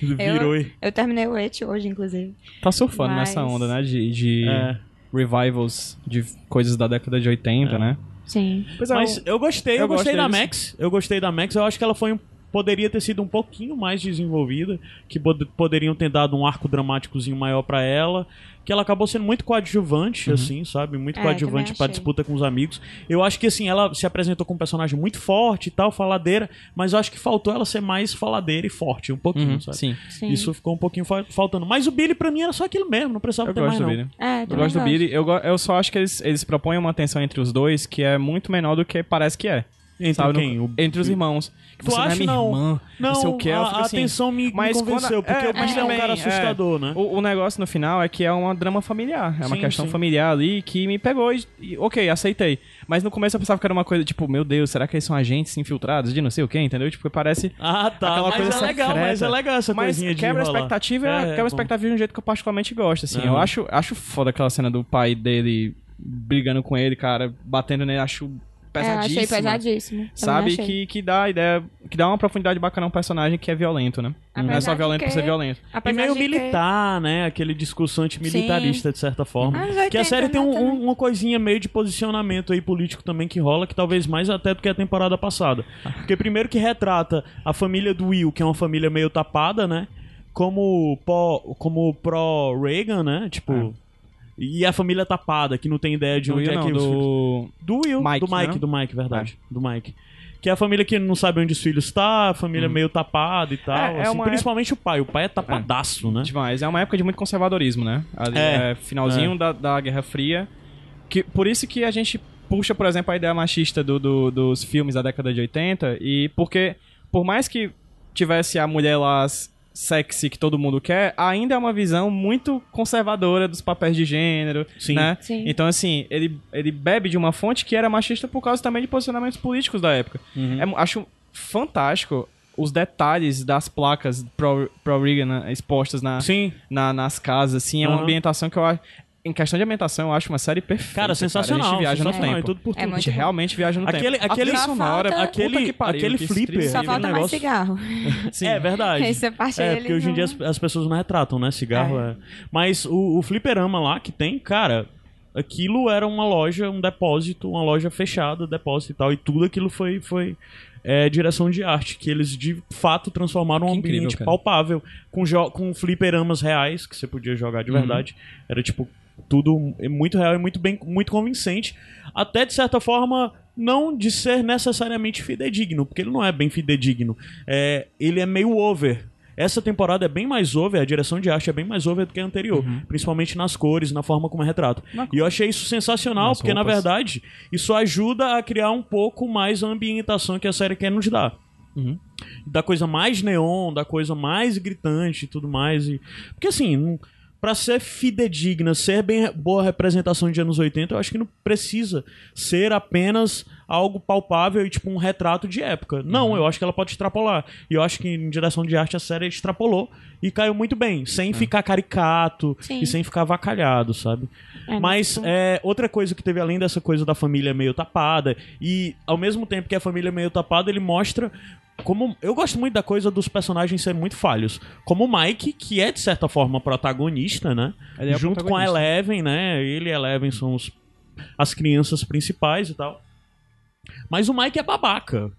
C: Virou. e-
B: Eu terminei o Et hoje, inclusive.
A: Tá surfando
B: Mas-
A: nessa onda, né? De, de
C: É.
A: revivals de coisas da década de 80, né?
B: Sim.
A: Pois
C: Mas eu gostei, eu,
A: um- eu
C: gostei
A: gosto
C: da
A: deles.
C: Max, eu gostei da Max, eu acho que ela foi um- poderia ter sido um pouquinho mais desenvolvida, que pod- poderiam ter dado um arco dramáticozinho maior pra ela, que ela acabou sendo muito coadjuvante,
A: Uhum.
C: assim, sabe? Muito
B: É,
C: coadjuvante
B: também
C: pra
B: achei.
C: disputa com os amigos. Eu acho que, assim, ela se apresentou como um personagem muito forte e tal, faladeira, mas eu acho que faltou ela ser mais faladeira e forte, um pouquinho,
A: Uhum,
C: sabe?
A: sim.
B: Sim.
C: Isso ficou um pouquinho fa- faltando. Mas o Billy, pra mim, era só aquilo mesmo, não precisava
A: Eu
C: ter
A: gosto
C: mais,
A: do
C: não.
A: Billy.
B: É,
A: Eu
B: também
A: gosto do Billy. Eu, go- eu só acho que eles, eles propõem uma tensão entre os dois que é muito menor do que parece que é.
C: Entre
A: sabe?
C: Então quem?
A: No-
C: O-
A: Entre os irmãos.
C: Tu
A: você
C: acha,
A: não é minha
C: não?
A: irmã, não sei o que.
C: a,
A: eu fico
C: a
A: assim,
C: atenção me, me
A: mas quando-
C: convenceu, porque
A: é,
C: o Billy
A: mas
C: é um
A: também,
C: cara
A: é.
C: assustador, né?
A: O, o negócio no final é que é uma drama familiar. É uma
C: Sim,
A: questão
C: sim.
A: familiar ali que me pegou e, e- ok, aceitei. Mas no começo eu pensava que era uma coisa tipo, meu Deus, será que eles são agentes infiltrados de não sei o que, entendeu? Tipo, parece.
C: Ah, tá.
A: Aquela
C: mas
A: coisa
C: é legal,
A: secreta.
C: mas é legal essa
A: mas
C: coisinha de
A: quebra a
C: enrolar.
A: expectativa,
C: É,
A: quebra
C: bom.
A: a expectativa de um jeito que eu particularmente gosto, assim. Eu
C: Aham.
A: acho, acho foda aquela cena do pai dele brigando com ele, cara, batendo nele, acho pesadíssimo.
B: É, achei pesadíssimo. Também
A: Sabe?
B: achei.
A: Que, que dá a ideia. Que dá uma profundidade bacana a um personagem que é violento, né? não é
B: Apesar
A: só
B: de
A: violento
B: Ah, que-
A: por ser violento.
C: E
B: Apesar
C: meio
B: de que-
A: tá.
C: militar, né? Aquele discurso antimilitarista, de certa forma.
B: Anos 80,
C: Que a série tem um-
B: né, também.
C: um- uma coisinha meio de posicionamento aí político também que rola, que talvez mais até do que a temporada passada. Porque primeiro que retrata a família do Will, que é uma família meio tapada, né? Como pó- como pró-Reagan, né? Tipo... E a família tapada, que não tem ideia de
A: Do
C: onde
A: Will,
C: é que
A: É. não,
C: os filhos-
A: do...
C: Do Will,
A: Mike,
C: do Mike,
A: né?
C: do Mike, verdade. Do Mike. Que é a família que não sabe onde os filhos tá, a
A: Hum.
C: família meio tapada e tal.
A: É, é
C: assim,
A: uma
C: principalmente o pai. O pai é tapadaço, né?
A: Demais. É uma época de muito conservadorismo, né? Ali,
C: É.
A: é, finalzinho Da, da Guerra Fria. Que, por isso que a gente puxa, por exemplo, a ideia machista do, do- dos filmes da década de 80. E porque, por mais que tivesse a mulher lá s- sexy que todo mundo quer, ainda é uma visão muito conservadora dos papéis de gênero,
C: Sim.
A: né?
B: Sim.
A: Então, assim, ele, ele bebe de uma fonte que era machista por causa também de posicionamentos políticos da época. É mu- acho fantástico os detalhes das placas pro, pro Reagan né, expostas na,
C: Sim.
A: na- nas casas, assim. É
C: Aham.
A: uma ambientação que eu acho... Em questão de ambientação, eu acho uma série perfeita.
C: Cara, sensacional.
A: A gente viaja no
C: sensacional,
A: tempo.
C: é tudo por
B: É
C: tudo.
A: A
B: muito
A: gente
B: bom.
A: realmente viaja no
C: Aquele-
A: tempo.
C: aquele-
A: a
B: Só
A: trilha sonora...
B: falta-
A: puta que pariu,
C: aquele
A: que
C: flipper.
A: trilha
B: Só
A: incrível,
B: falta
A: né?
B: mais
C: negócio-
B: cigarro.
A: Sim.
C: É verdade.
B: Essa parte né?
C: É,
B: aí
C: porque
B: eles
C: hoje em dia
B: não-
C: as, as pessoas não retratam, né? Cigarro é. Mas o, o fliperama lá que tem, cara, aquilo era uma loja, um depósito, uma loja fechada, depósito e tal. E tudo aquilo foi. foi é, direção de arte, que eles de fato transformaram um
A: Que incrível,
C: ambiente
A: cara.
C: palpável, com, jo- com fliperamas reais, que você podia jogar
A: Uhum.
C: de verdade. Era tipo tudo muito real e muito bem, muito convincente. Até de certa forma, não de ser necessariamente fidedigno, porque ele não é bem fidedigno. É, ele é meio over. Essa temporada é bem mais over, a direção de arte é bem mais over do que a anterior, principalmente nas cores, na forma como é retrato.
A: Uhum. Na-
C: E eu achei isso sensacional,
A: Nas
C: porque na
A: roupas.
C: verdade isso ajuda a criar um pouco mais a ambientação que a série quer nos dar da coisa mais neon, da coisa mais gritante e tudo mais. E... Porque assim, não- pra ser fidedigna, ser bem boa representação de anos 80, eu acho que não precisa ser apenas algo palpável e tipo um retrato de época. Não, eu acho que ela pode extrapolar. E eu acho que em direção de arte a série extrapolou e caiu muito bem, sem ficar caricato
B: Sim.
C: e sem ficar avacalhado, sabe?
B: É,
C: Mas
B: muito-
C: é, outra coisa que teve além dessa coisa da família meio tapada, e ao mesmo tempo que a família é meio tapada, ele mostra como. Eu gosto muito da coisa dos personagens serem muito falhos. Como o Mike, que é de certa forma protagonista, né?
A: Ele é o
C: Junto com a
A: protagonista.
C: Eleven, né? Ele e a Eleven são os- as crianças principais e tal. Mas o Mike é babaca.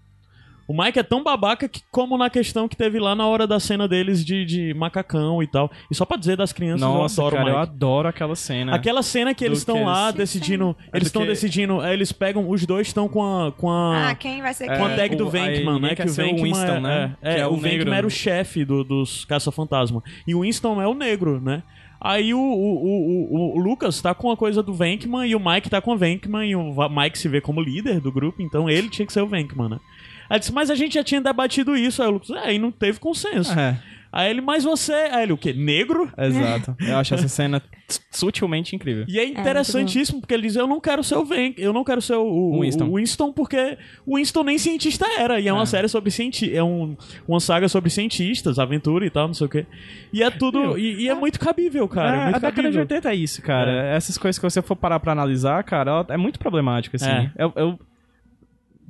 C: O Mike é tão babaca que, como na questão que teve lá na hora da cena deles de, de macacão e tal. E só pra dizer das crianças,
A: Nossa,
C: eu adoro
A: cara,
C: o
A: eu
C: Mike.
A: adoro aquela cena.
C: Aquela cena que
A: Né? Do
C: eles
A: que
C: estão
A: eles-
C: lá
A: Sim,
C: decidindo.
A: É
C: Eles
A: do
C: estão
A: que-
C: decidindo. aí Eles pegam. Os dois estão com a. Com a
B: Ah, quem vai ser
A: É,
B: quem?
C: com a tag do
A: o- aí
C: Venkman, né?
A: ninguém
C: Que
A: quer
C: o
A: ser o
C: Venkman
A: Winston,
C: é,
A: né?
C: é,
A: Que é
C: o,
A: o
C: Venkman
A: negro,
C: era o
A: né?
C: chefe do- dos caça-fantasma. E o Winston é o negro, né? Aí o, o, o, o- o Lucas tá com a coisa do Venkman e o Mike tá com a Venkman e o Va- Mike se vê como líder do grupo, então ele tinha que ser o Venkman, né? Aí disse, mas a gente já tinha debatido isso. Aí o Lucas, é, e não teve consenso.
A: É,
C: Aí ele, mas você. Aí ele, o quê? Negro?
A: exato. Eu acho essa cena sutilmente incrível.
C: E é interessantíssimo, porque ele diz, eu não quero ser o Ven, eu não quero ser o, o- o Winston.
A: Winston.
C: porque o Winston nem cientista era, e é uma
A: É.
C: série sobre cientistas, é um, uma saga sobre cientistas, aventura e tal, não sei o quê. E é tudo,
A: Meu.
C: e, e é muito cabível, cara, é,
A: É,
C: muito
A: a década de
C: cabível.
A: 80 é isso, cara. Essas coisas que você for parar pra analisar, cara, ela é muito problemática, assim.
C: É.
A: Eu, eu-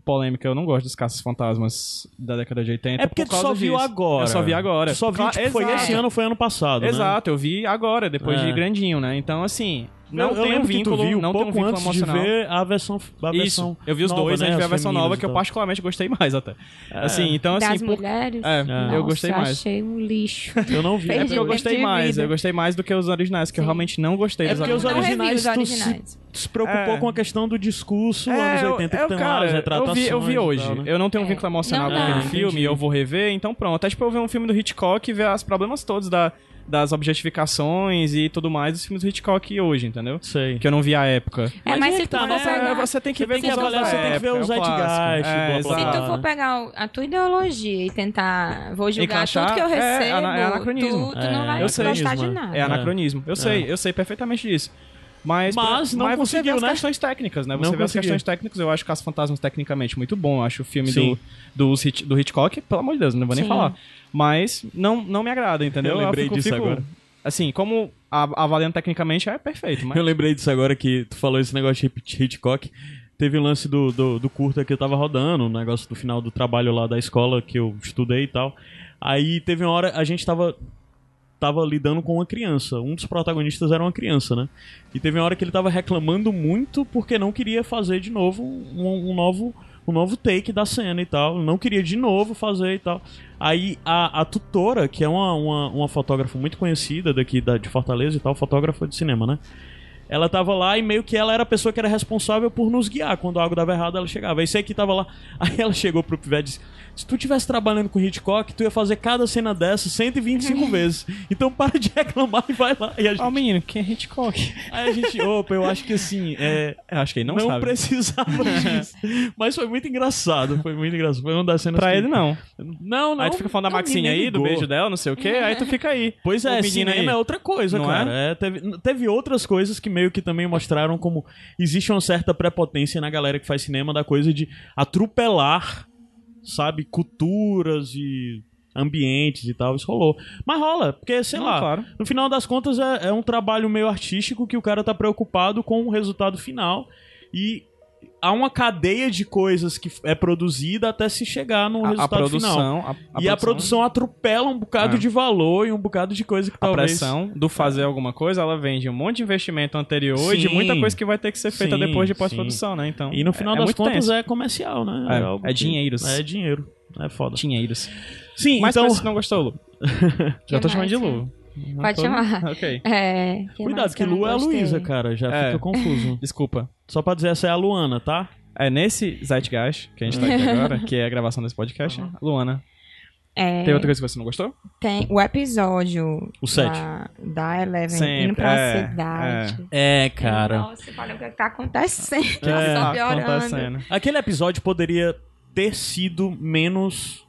A: Polêmica, eu não gosto dos caças fantasmas da década de 80.
C: É porque
A: por
C: tu só
A: causa
C: viu
A: disso.
C: agora.
A: Eu só vi agora.
C: Tu só viu,
A: Claro,
C: tipo, foi
A: exato.
C: esse ano ou foi ano passado, né?
A: Exato, eu vi agora, depois
C: É.
A: de grandinho, né? Então, assim, Não
C: eu
A: tem
C: lembro
A: um
C: que
A: vínculo,
C: tu viu
A: não tem
C: pouco
A: um vínculo
C: antes
A: emocional.
C: de ver a versão a versão
A: Isso, eu vi os
C: nova,
A: dois,
C: né,
A: a gente
C: as
A: viu a versão
C: femininas
A: nova,
C: e
A: que eu
C: tal. É.
A: particularmente gostei mais até. Assim, então assim...
E: das
A: por-
E: mulheres.
A: É, eu
E: Nossa,
A: gostei mais.
E: achei um lixo.
C: Eu não vi.
A: É porque eu
E: Perdi
A: gostei
E: de
A: mais,
E: vida.
A: eu gostei mais do que os originais, que eu
E: Sim.
A: realmente não gostei
C: É
A: dos
C: porque os
A: originais.
B: Não revi
C: originais,
B: os
C: tu
B: originais.
C: se preocupou
A: É.
C: com a questão do discurso
A: É,
C: anos
A: eu-
C: 80
A: eu,
C: que tem lá,
A: cara,
C: as
A: eu
C: retratações.
A: vi, eu vi
C: e
A: hoje.
C: tal, né?
A: Eu não tenho um
E: É.
A: vínculo emocional
E: Não
A: com aquele
E: dá.
A: filme,
C: Entendi.
A: eu vou rever, então pronto. É tipo eu ver um filme do Hitchcock e ver os problemas todos da- das objetificações e tudo mais dos filmes do Hitchcock hoje, entendeu?
C: Sei.
A: Que eu não vi à época.
E: É,
C: Mas
E: mas
C: aí
E: se
C: que
E: tu
C: tá,
E: for
C: né?
A: É,
E: pegar-
A: você tem que
C: Você
A: ver
C: tem que
A: com os
C: avaliar,
A: outros
C: você tem que
A: da
C: ver
A: época,
C: os
A: é o clássico.
C: zeitgeist,
A: É,
C: blá, blá,
A: exato.
C: blá.
B: Se tu for pegar o- a tua ideologia e tentar, vou julgar
A: Encaixar,
B: tudo que eu
A: é,
B: recebo,
A: ana- é anacronismo.
B: Tu, tu não
C: É,
B: vai
A: eu sei
B: gostar de
C: mesmo, é.
B: nada.
A: É anacronismo. Eu sei, eu sei perfeitamente disso. Mas,
C: Mas não
A: você vê
C: conseguiu,
A: as
C: né?
A: questões técnicas, né? Você
C: Não
A: vê as
C: conseguiu.
A: questões técnicas, eu acho Caso Fantasmas tecnicamente muito bom. Eu acho o filme do,
C: Sim.
A: dos Hit- do, Hitchcock, pelo amor de Deus, não vou nem
E: Sim.
A: falar. Mas não, não me agrada, entendeu?
C: Eu lembrei disso agora.
A: Assim, como a- avaliando tecnicamente é perfeito, mas.
C: Eu lembrei disso agora que tu falou esse negócio de Hit- Hitchcock. Teve o lance do, do, do curta que eu tava rodando, o negócio do final do trabalho lá da escola que eu estudei e tal. Aí teve uma hora, a gente tava, tava lidando com uma criança. Um dos protagonistas era uma criança, né? E teve uma hora que ele tava reclamando muito porque não queria fazer de novo um, um novo um novo take da cena e tal. Não queria de novo fazer e tal. Aí a, a tutora, que é uma, uma, uma fotógrafa muito conhecida daqui da, de Fortaleza e tal, fotógrafa de cinema, né? Ela tava lá e meio que ela era a pessoa que era responsável por nos guiar. Quando algo dava errado, ela chegava. Esse aqui tava lá. Aí ela chegou pro Pivete e disse: Se tu tivesse trabalhando com Hitchcock, tu ia fazer cada cena dessa 125 vezes. Então para de reclamar e vai lá. E a
A: Ó,
C: gente,
A: menino, quem é Hitchcock?
C: aí a gente, opa, eu acho que assim, é,
A: Eu acho que ele não,
C: não,
A: sabe.
C: precisava disso. Mas foi muito engraçado. Foi muito engraçado. Foi uma das cenas.
A: Pra
C: que-
A: ele, não.
C: Não, não. é um
A: Aí tu fica falando da
C: não,
A: Maxine
C: ninguém
A: aí, do
C: ligou.
A: beijo dela, não sei o quê, aí tu fica aí.
C: Pois
A: O
C: é,
A: menino
C: cinema
A: aí.
C: é outra coisa,
A: Não
C: cara. É, teve, teve outras coisas que meio que também mostraram como existe uma certa prepotência na galera que faz cinema da coisa de atropelar, sabe, culturas e ambientes e tal. Isso rolou. Mas rola, porque, sei
A: Não,
C: lá,
A: claro.
C: no final das contas é, é um trabalho meio artístico que o cara tá preocupado com o resultado final e há uma cadeia de coisas que é produzida até se chegar no
A: A, a
C: resultado final.
A: produção. A,
C: e a produção atropela um bocado
A: É.
C: de valor e um bocado de coisa que
A: A
C: talvez...
A: pressão do fazer alguma coisa, ela vem de um monte de investimento anterior e de
C: Sim.
A: muita coisa que vai ter que ser feita
C: Sim,
A: depois de pós-produção, né? Então,
C: E no final
A: é, é
C: das
A: muito
C: contas
A: tenso.
C: é comercial, né?
A: É,
C: algo
A: é
C: que-
A: dinheiros.
C: É dinheiro. É foda.
A: Dinheiros.
C: Sim,
A: Mas
C: então...
A: então... se não gostou, Lu. Já tô
E: Que
A: chamando de
E: mais,
A: Lu. Já
E: Pode
A: tô-
E: chamar.
A: Ok.
E: É, que mais
C: Cuidado, que
E: eu não
C: Lu é a
E: gostei?
C: Luísa, cara. Já
A: É.
C: fica confuso.
A: Desculpa.
C: Só pra dizer, essa é a Luana, tá?
A: É nesse Zeitgeist que a gente tá aqui agora, que é a gravação desse podcast. Luana,
B: É,
A: tem outra coisa que você não gostou?
B: tem o episódio
C: O 7.
B: da, da Eleven
A: Sempre,
B: indo pra
A: é,
B: cidade.
C: É,
B: Nossa, olha o que tá acontecendo.
C: É,
B: só
A: Tá
B: piorando.
A: acontecendo.
C: Aquele episódio poderia ter sido menos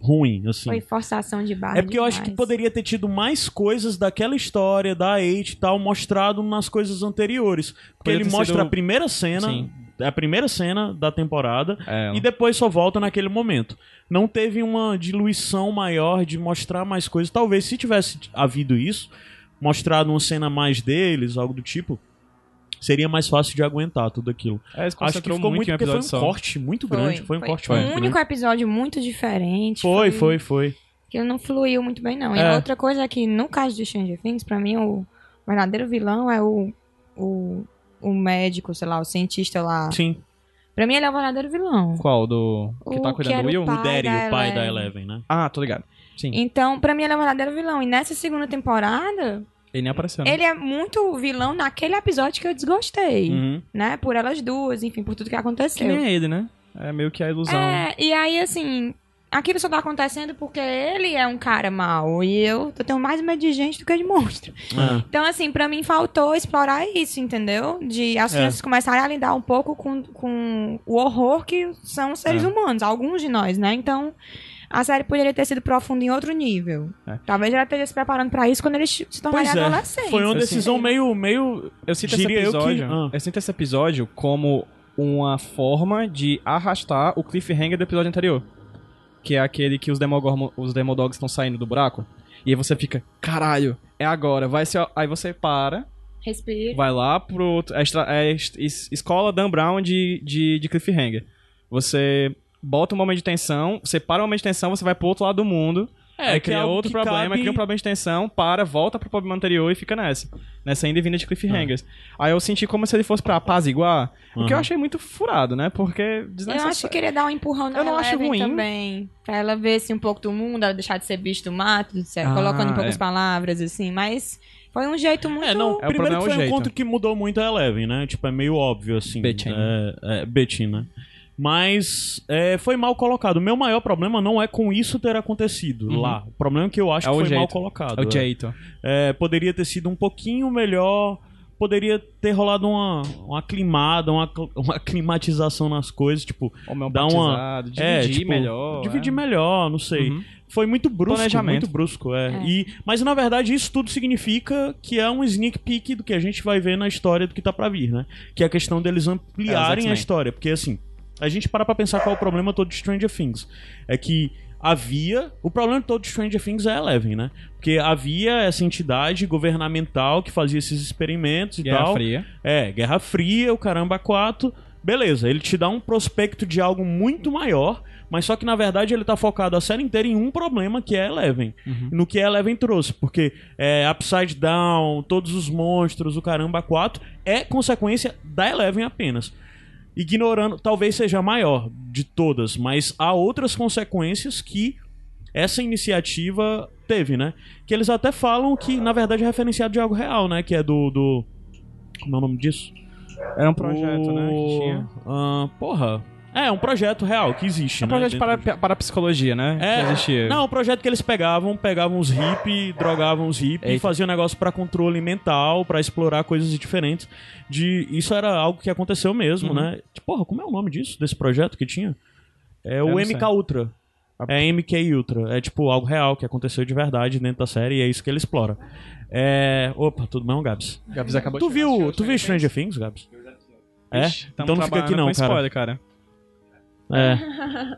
C: ruim, assim.
B: Foi forçação de barra
C: É porque eu acho que
B: demais.
C: poderia ter tido mais coisas daquela história da Eight e tal mostrado nas coisas anteriores. Porque
A: Poderia
C: ele
A: ter
C: mostra
A: sido-
C: a primeira cena,
A: Sim.
C: a primeira cena da temporada
A: É,
C: e depois só volta naquele momento. Não teve uma diluição maior de mostrar mais coisas. Talvez se tivesse havido isso, mostrado uma cena a mais deles, algo do tipo, seria mais fácil de aguentar tudo aquilo.
A: é, eles
C: Acho que
A: concentrou
C: ficou muito,
A: em um
C: porque foi um
A: episódio só.
C: corte muito
B: Foi,
C: grande, foi um corte
A: foi.
C: muito
B: Um
C: grande.
B: único episódio muito diferente.
C: Foi, foi, foi.
B: Que não fluiu muito bem, não. E
C: É.
B: a outra coisa é que, no caso de Stranger Things, pra mim, o verdadeiro vilão é o, o, o médico, sei lá, o cientista lá.
C: Sim,
B: Pra mim, ele é o verdadeiro vilão.
A: Qual? Do. Que
B: O
A: tá
B: que
A: cuidando
B: era
A: do
B: o
A: Will?
B: pai.
C: o Derry,
B: da
C: o pai da
B: Eleven.
C: Eleven, né?
A: Ah, tô ligado. Sim.
B: Então, pra mim, ele é o verdadeiro vilão. E nessa segunda temporada,
C: Hum.
A: Ele nem apareceu, né?
B: ele é muito vilão naquele episódio que eu desgostei.
C: Uhum.
B: Né? Por elas duas, enfim, por tudo que
A: Que
B: aconteceu.
A: nem é ele, né? É meio que a ilusão.
B: É, e aí, assim, aquilo só tá acontecendo porque ele é um cara mau. E eu, eu tenho mais medo de gente do que de monstro.
C: Ah.
B: Então, assim, pra mim faltou explorar isso, entendeu? De as
C: É.
B: crianças começarem a lidar um pouco com, com o horror que são os seres
A: É.
B: humanos, alguns de nós, né? Então, a série poderia ter sido profunda em outro nível.
A: É.
B: Talvez ela esteja se preparando pra isso quando eles se tornarem
C: Pois é,
B: adolescentes.
C: Foi uma
A: Assim.
C: decisão meio, meio.
A: Eu sinto
C: Diria
A: esse
C: eu que-
A: episódio. Eu,
C: ah.
A: sinto esse episódio como uma forma de arrastar o cliffhanger do episódio anterior. Que é aquele que os, Demogorgon, os Demodogs estão saindo do buraco. E aí você fica, caralho, é agora, vai ser. a-" Aí você para,
E: Respira.
A: vai lá pro. outro- É, estra- é es- es- escola Dan Brown de, de, de cliffhanger. Você bota um momento de tensão, você para o momento de tensão, você vai pro outro lado do mundo. Aí
C: É, que é
A: cria
C: algo
A: outro
C: que
A: problema,
C: cabe-
A: cria um problema de tensão, para, volta pro problema anterior e fica nessa. Nessa ainda e vinda de cliffhangers. Aí eu senti como se ele fosse pra apaziguar, o que eu
C: Ah. Aham.
A: achei muito furado, né? Porque
B: Eu acho que
A: desnecessário.
B: queria dar um empurrão na
A: Eu não acho
B: Eleven
A: ruim.
B: também. Pra ela ver assim, um pouco do mundo, ela deixar de ser bicho do mato, certo?
A: Ah,
B: colocando em poucas
A: é.
B: palavras, assim, mas foi um jeito muito.
C: É, não,
A: o
C: primeiro
A: problema é o
C: que foi um
A: jeito.
C: conto que mudou muito a Eleven, né? Tipo, é meio óbvio, assim.
A: Betin.
C: É, é, Betin, né? Mas é, foi mal colocado. O meu maior problema não é com isso ter acontecido
A: Uhum.
C: lá. O problema é que eu acho
A: É
C: que
A: o
C: foi mal
A: jeito.
C: colocado.
A: É
C: é.
A: o jeito.
C: É, poderia ter sido um pouquinho melhor, poderia ter rolado uma, uma climada, uma, cl- uma climatização nas coisas, tipo, Dá uma-
A: Homeopatizado,
C: é,
A: dividir
C: tipo,
A: melhor.
C: dividir
A: é.
C: melhor, não sei.
A: Uhum.
C: Foi muito brusco,
A: Planejamento.
C: muito brusco, é. E, mas na verdade isso tudo significa que é um sneak peek do que a gente vai ver na história do que tá pra vir, né? Que é a questão deles
A: É, os
C: ampliarem
A: X-Men.
C: a história, porque assim, a gente para pra pensar qual é o problema todo de Stranger Things. É que havia, o problema todo de Stranger Things é a Eleven, né? Porque havia essa entidade governamental que fazia esses experimentos e
A: Guerra
C: tal.
A: Fria.
C: É, Guerra Fria, o caramba 4. Beleza, ele te dá um prospecto de algo muito maior, mas só que na verdade ele tá focado a série inteira em um problema que é Eleven.
A: Uhum.
C: No que Eleven trouxe, porque é, Upside Down, todos os monstros, o caramba 4 é consequência da Eleven apenas. Ignorando, talvez seja a maior de todas, mas há outras consequências que essa iniciativa teve, né? Que eles até falam que na verdade é referenciado de algo real, né? Que é do- do como é o nome disso?
A: Era um projeto, né? Que tinha.
C: Ah, porra. É, um projeto real que existe.
A: É um
C: né,
A: projeto
C: dentro
A: para,
C: de-
A: para a psicologia, né?
C: É,
A: Que existia.
C: Não, um projeto que eles pegavam, pegavam os hippies, drogavam os hippies e
A: Eita.
C: faziam negócio pra controle mental, pra explorar coisas diferentes. De Isso era algo que aconteceu mesmo,
A: Uhum.
C: né? Porra, como é o nome disso, desse projeto que tinha? É
A: não
C: o
A: sei.
C: MK Ultra. É MK Ultra. É tipo algo real que aconteceu de verdade dentro da série e é isso que ele explora. É... Opa, tudo bem, Gabs?
A: Gabs acabou
C: Tu viu, tu viu Stranger Things, Gabs? É? Então não fica aqui não, cara.
A: spoiler, cara.
C: É.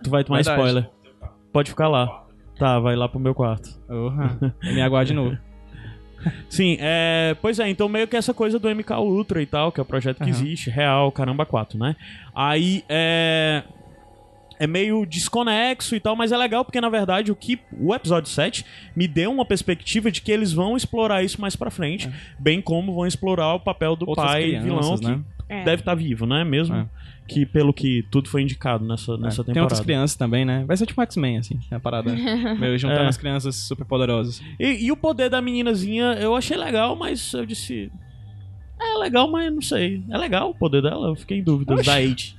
C: Tu vai tomar
A: Verdade.
C: spoiler. Pode ficar lá. Tá, vai lá pro meu quarto.
A: Porra. Me aguarde de novo.
C: Sim, é. Pois é, então meio que essa coisa do MK Ultra e tal, que é o projeto
A: Aham.
C: que existe, real, caramba 4, né? Aí é. É meio desconexo e tal, mas é legal porque, na verdade, o que o episódio 7 me deu uma perspectiva de que eles vão explorar isso mais pra frente, bem como vão explorar o papel do
A: Outras
C: pai vilão,
A: crianças,
C: que
A: né?
B: É.
C: deve estar vivo, né? Mesmo
A: É.
C: que, pelo que tudo foi indicado nessa, nessa
A: É, Tem outras
C: temporada.
A: crianças também, né? Vai ser tipo um X-Men, assim, a parada. Meio juntando
C: É.
A: as crianças super poderosas.
C: E, e o poder da meninazinha eu achei legal, mas eu disse. É legal, mas não sei. É legal o poder dela? Eu fiquei em dúvida.
A: Oxi.
C: Da Age.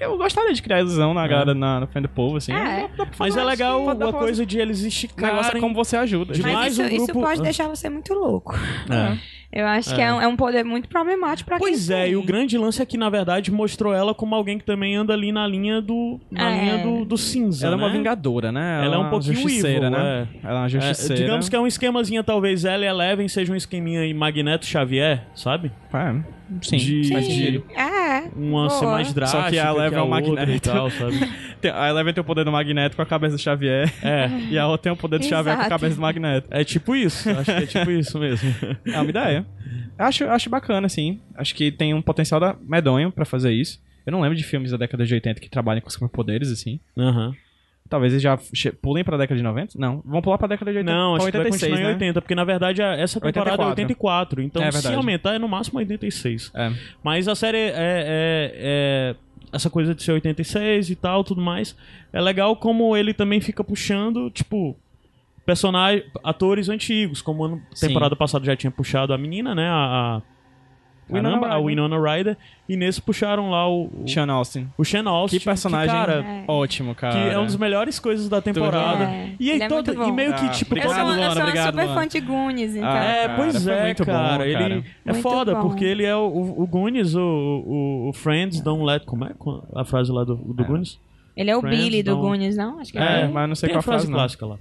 A: Eu gostaria de criar ilusão na,
C: É.
A: galera, na, na frente do povo, assim.
E: É.
C: Mas é legal
A: Dá pra
C: uma
A: fazer-
C: coisa de eles
A: O negócio é
C: esticarem.
A: como você ajuda.
C: de
A: gente.
C: mais
B: Mas isso,
C: um
B: isso
C: grupo-
B: pode deixar você muito louco.
C: É.
B: Eu acho que é um, é um poder muito problemático pra
C: Pois
B: quem
C: é,
B: tem.
C: e o grande lance é que, na verdade, mostrou ela como alguém que também anda ali na linha do. Na
B: É.
C: linha do, do cinza.
A: Ela é uma
C: né?
A: vingadora, né?
C: Ela, é um pouquinho
A: justiceira,
C: evil,
A: né?
C: é.
A: Ela é uma
C: É,
A: justiceira.
C: digamos que é um esquemazinha, talvez ela e Eleven seja um esqueminha em Magneto Xavier, sabe?
A: É, sim,
C: De-
A: faz
C: Sim.
A: sentido.
B: É.
C: Uma ser
B: Boa.
C: mais drástica.
A: Só que a Eleven é um
C: outra e
A: Magneto.
C: tal, sabe?
A: Tem- A Eleven tem o poder do Magneto com a cabeça do Xavier.
C: É,
A: E a outra tem o poder do Xavier com a
B: Exato.
A: cabeça do Magneto.
C: é tipo isso. Acho que é tipo isso mesmo.
A: É uma ideia. Acho, acho bacana, assim. Acho que tem um potencial da medonho pra fazer isso. Eu não lembro de filmes da década de 80 que trabalhem com superpoderes, assim.
C: Aham.
A: Talvez eles já che- pulem pra década de 90? Não, vão pular pra década de 80.
C: Não,
A: pra
C: acho que vai
A: 86,
C: continuar em
A: né?
C: 80, porque na verdade a- essa temporada
A: 84.
C: é 84. Então
A: É
C: se
A: verdade.
C: aumentar é no máximo 86.
A: É.
C: Mas a série é, é- é- Essa coisa de ser 86 e tal, tudo mais. É legal como ele também fica puxando, tipo. Personagem, atores antigos, como ano,
A: Sim.
C: temporada passada já tinha puxado a menina, né? A, a,
A: Winona
C: caramba, a
A: Ryder.
C: Winona Ryder. E nesse puxaram lá o, o,
A: Sean Austin.
C: o Sean Austin.
A: Que personagem
C: cara,
B: É.
A: ótimo, cara.
C: que é um dos melhores coisas da temporada.
B: É.
C: E aí
B: Ele é
C: todo,
B: muito bom.
C: e meio que
A: Ah,
C: tipo
B: Eu sou,
A: Obrigado,
B: eu sou
A: Luana, obrigado,
B: super
A: Luana.
B: fã de Goonies, então.
A: Ah,
C: É,
A: cara,
C: pois
A: foi
C: é,
A: muito bom,
C: cara. Ele
A: cara.
C: é
B: Muito
C: foda,
B: bom.
C: porque ele é o, o, o Goonies, o, o, o Friends Don't Let. Como é a frase lá do, do
A: É.
C: Goonies?
B: Ele é o
C: Friends,
B: Billy do
C: não.
B: Goonies, não? Acho que
A: É,
B: é.
A: mas eu não sei
C: Tem
A: qual
C: a frase
A: não.
C: clássica lá.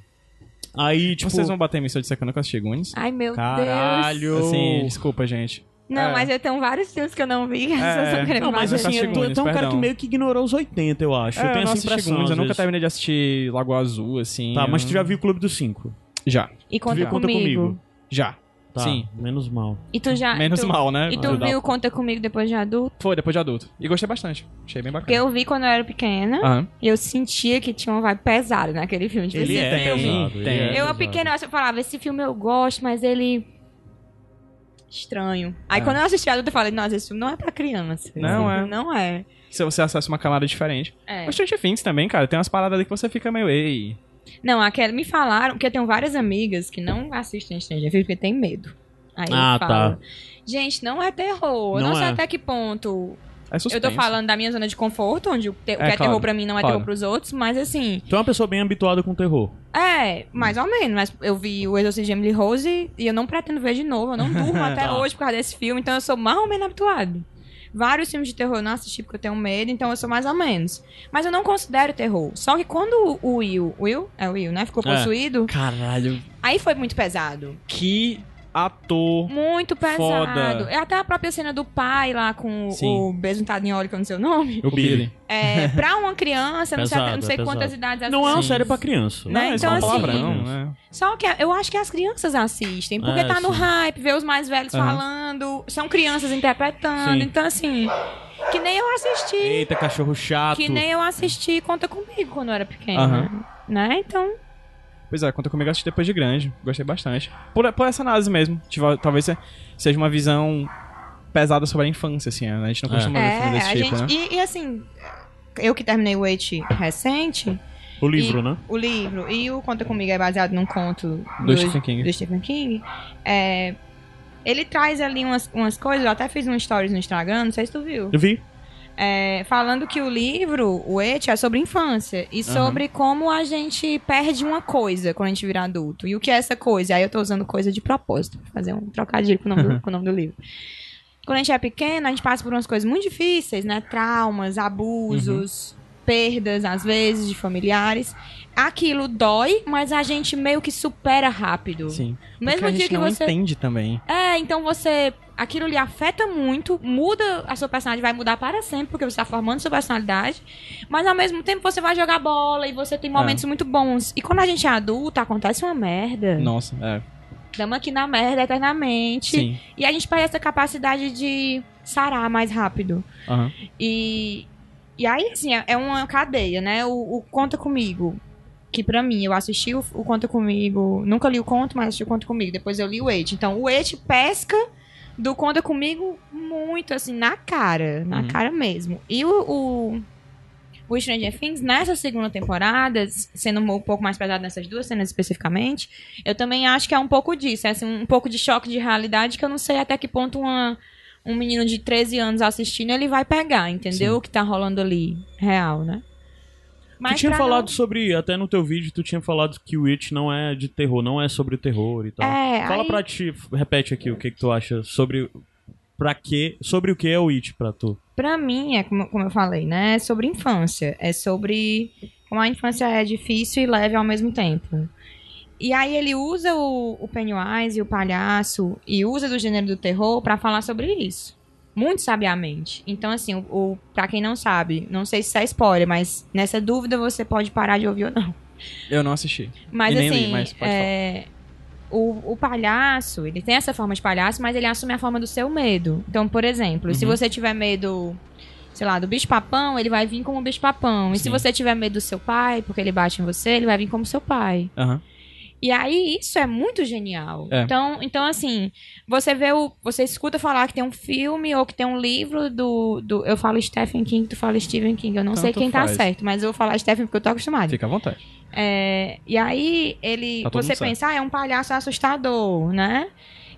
C: Aí, tipo.
A: Vocês vão bater em mim se eu disser que eu nunca assisti Goonies?
B: Ai, meu Deus.
C: Caralho.
A: Assim, desculpa, gente.
B: Não,
A: É.
B: mas eu tenho vários filmes que eu não vi.
A: É.
B: só querendo
C: Não, mas
A: eu
B: falar.
A: só
C: assim, é,
A: assisti
C: tu,
A: Goonies,
C: tu é um cara
A: perdão.
C: que meio que ignorou os 80, eu acho. eu
A: É,
C: tenho
A: eu não
C: essa
A: assisti
C: impressão.
A: Goonies, eu
C: às
A: nunca
C: vezes.
A: terminei de assistir Lago Azul, assim.
C: Tá,
A: eu
C: mas tu
A: não-
C: já viu o Clube dos Cinco.
A: Já,
B: E
C: Tu
B: conta
C: viu Conta
B: comigo.
C: Comigo.
A: já.
C: Tá,
A: Sim.
C: Menos mal.
B: E tu já.
A: Menos
B: tu-
A: mal, né?
B: Ah, então- E tu
A: Ajudar.
B: viu Conta Comigo depois de adulto?
A: Foi, depois de adulto. E gostei bastante. Achei bem
B: Porque
A: bacana.
B: eu vi quando eu era pequena.
A: Aham.
B: E eu sentia que tinha uma vibe pesada naquele filme. Tipo,
C: Ele
B: esse
C: é
B: filme.
C: pesado, ele
A: tem. Eu,
C: é
B: eu, a
C: pesado.
B: pequena, eu falava, esse filme eu gosto, mas ele. Estranho. Aí
A: É.
B: quando eu assisti adulto, eu falei, nossa, esse filme não é pra criança. Esse
A: Não
B: filme
A: é.
B: Não é.
A: Se você acessa uma camada diferente.
B: É.
A: Os Stranger Things também, cara. Tem umas paradas ali que você fica meio, ei.
B: Não, aquela me falaram, porque eu tenho várias amigas que não assistem Stranger Things porque tem medo. Aí
C: Ah,
B: eu falo, gente, não é terror. Eu
C: Não
B: não, sei
C: é.
B: até que ponto.
A: É suspense.
B: Eu tô falando da minha zona de conforto, onde o, te- o que é
A: claro,
B: terror pra mim não é
A: claro.
B: terror pros outros, mas assim,
C: Tu é uma pessoa bem habituada com terror.
B: é, mais ou menos. Mas eu vi o Exorcista de Emily Rose e eu não pretendo ver de novo. Eu não durmo até
C: Tá.
B: hoje por causa desse filme, então eu sou mais ou menos habituado. Vários filmes de terror eu não assisti porque eu tenho medo, então eu sou mais ou menos. Mas eu não considero terror. Só que quando o Will, Will? É o Will, né? Ficou
C: É.
B: possuído,
A: Caralho.
B: aí foi muito pesado.
A: Que ator.
B: Muito pesado.
A: Foda.
B: É até a própria cena do pai lá com o-
A: Sim.
B: o besuntado em óleo, que eu não sei o nome.
C: O Billy.
B: É, pra uma criança, não sei, até- não sei
C: Pesado, é
B: quantas
C: pesado.
B: idades ela
C: Não é uma
B: tem.
C: série pra criança.
B: Né?
C: É, isso
B: Então,
C: é
A: Não um
C: uma
B: assim,
A: palavra,
C: série pra
A: não.
C: criança.
A: É.
B: Só que eu acho que as crianças assistem, porque
C: É,
B: tá no
C: sim.
B: hype, vê os mais velhos
A: Aham.
B: falando, são crianças interpretando,
C: Sim.
B: então assim, que nem eu assisti,
C: Eita, cachorro chato.
B: que nem eu assisti Conta Comigo quando eu era pequena, né, então...
A: Pois é, conta comigo eu assisti depois de grande. Gostei bastante. Por, por essa análise mesmo. Tipo, talvez se- seja uma visão pesada sobre a infância, assim. né? A gente não
C: É.
A: costuma ver filme
B: É,
A: desse
B: a
A: tipo,
B: gente,
A: né?
B: e, e, assim, eu que terminei o Wait recente,
C: O livro, né?
B: o livro, e o Conta Comigo é baseado num conto
A: Do Stephen King.
B: do Stephen King, é, ele traz ali umas, umas coisas, eu até fiz um stories no Instagram, não sei se tu viu.
C: Eu vi.
B: É, falando que o livro, o Et, é sobre infância e sobre como a gente perde uma coisa quando a gente vira adulto. E o que é essa coisa? Aí eu tô usando coisa de propósito, pra fazer um trocadilho com o nome do, com o nome do livro. Quando a gente é pequeno, a gente passa por umas coisas muito difíceis, né? Traumas, abusos,
A: Uhum.
B: perdas, às vezes, de familiares. Aquilo dói, mas a gente meio que supera rápido.
A: Sim.
B: Mesmo
A: Porque a
B: dia
A: gente
B: que
A: não
B: você.
A: entende também.
B: É, então você. Aquilo lhe afeta muito, muda a sua personalidade, vai mudar para sempre, porque você está formando sua personalidade. Mas ao mesmo tempo você vai jogar bola e você tem momentos muito bons. E quando a gente é adulta, acontece uma merda.
A: Nossa, é.
B: Estamos aqui na merda eternamente.
A: Sim.
B: E a gente perde essa capacidade de sarar mais rápido.
A: Aham.
B: E, e aí, assim, é- é uma cadeia, né? O, o Conta Comigo, que pra mim, eu assisti o, o Conta Comigo, nunca li o conto, mas assisti o Conta Comigo, depois eu li o Ed. Então, o Ed pesca do Conta Comigo muito, assim, na cara, na
A: Uhum.
B: cara mesmo. E o... o o Stranger Things, nessa segunda temporada, s- sendo um pouco mais pesado nessas duas cenas especificamente, eu também acho que é um pouco disso, é assim, um pouco de choque de realidade que eu não sei até que ponto uma, um menino de 13 anos assistindo, ele vai pegar, entendeu? O que tá rolando ali, real, né?
C: tu tinha
B: pra
C: falado sobre, até no teu vídeo, tu tinha falado que o It não é de terror, não é sobre terror e
B: não...
C: tal.
B: É,
C: Fala
B: aí,
C: pra ti, repete aqui o que, que tu acha sobre. Pra quê? Sobre o que é o It pra tu?
B: pra mim, é como, como eu falei, né? É sobre infância. É sobre como a infância é difícil e leve ao mesmo tempo. E aí ele usa o, o Pennywise e o palhaço e usa do gênero do terror pra falar sobre isso. Muito sabiamente. Então, assim, o, o, pra quem não sabe, não sei se é spoiler, mas nessa dúvida você pode parar de ouvir ou não.
A: Eu não assisti.
B: Mas
A: E nem
B: assim,
A: li, mas pode
B: é, o, o palhaço, ele tem essa forma de palhaço, mas ele assume a forma do seu medo. Então, por exemplo, se
A: Uhum.
B: você tiver medo, sei lá, do bicho-papão, ele vai vir como bicho-papão. E se
A: Sim.
B: você tiver medo do seu pai, porque ele bate em você, ele vai vir como seu pai.
A: Aham.
B: E aí, isso é muito genial.
A: É.
B: Então, então, assim, você vê o. Você escuta falar que tem um filme ou que tem um livro do. do eu falo Stephen King, tu fala Stephen King. Eu não sei
A: Tanto
B: quem
A: Então faz.
B: tá certo, mas eu vou falar Stephen porque eu tô acostumada.
A: Fica à vontade.
B: É, e aí ele
A: Tá todo
B: você
A: mundo certo.
B: pensa, ah, é um palhaço assustador, né?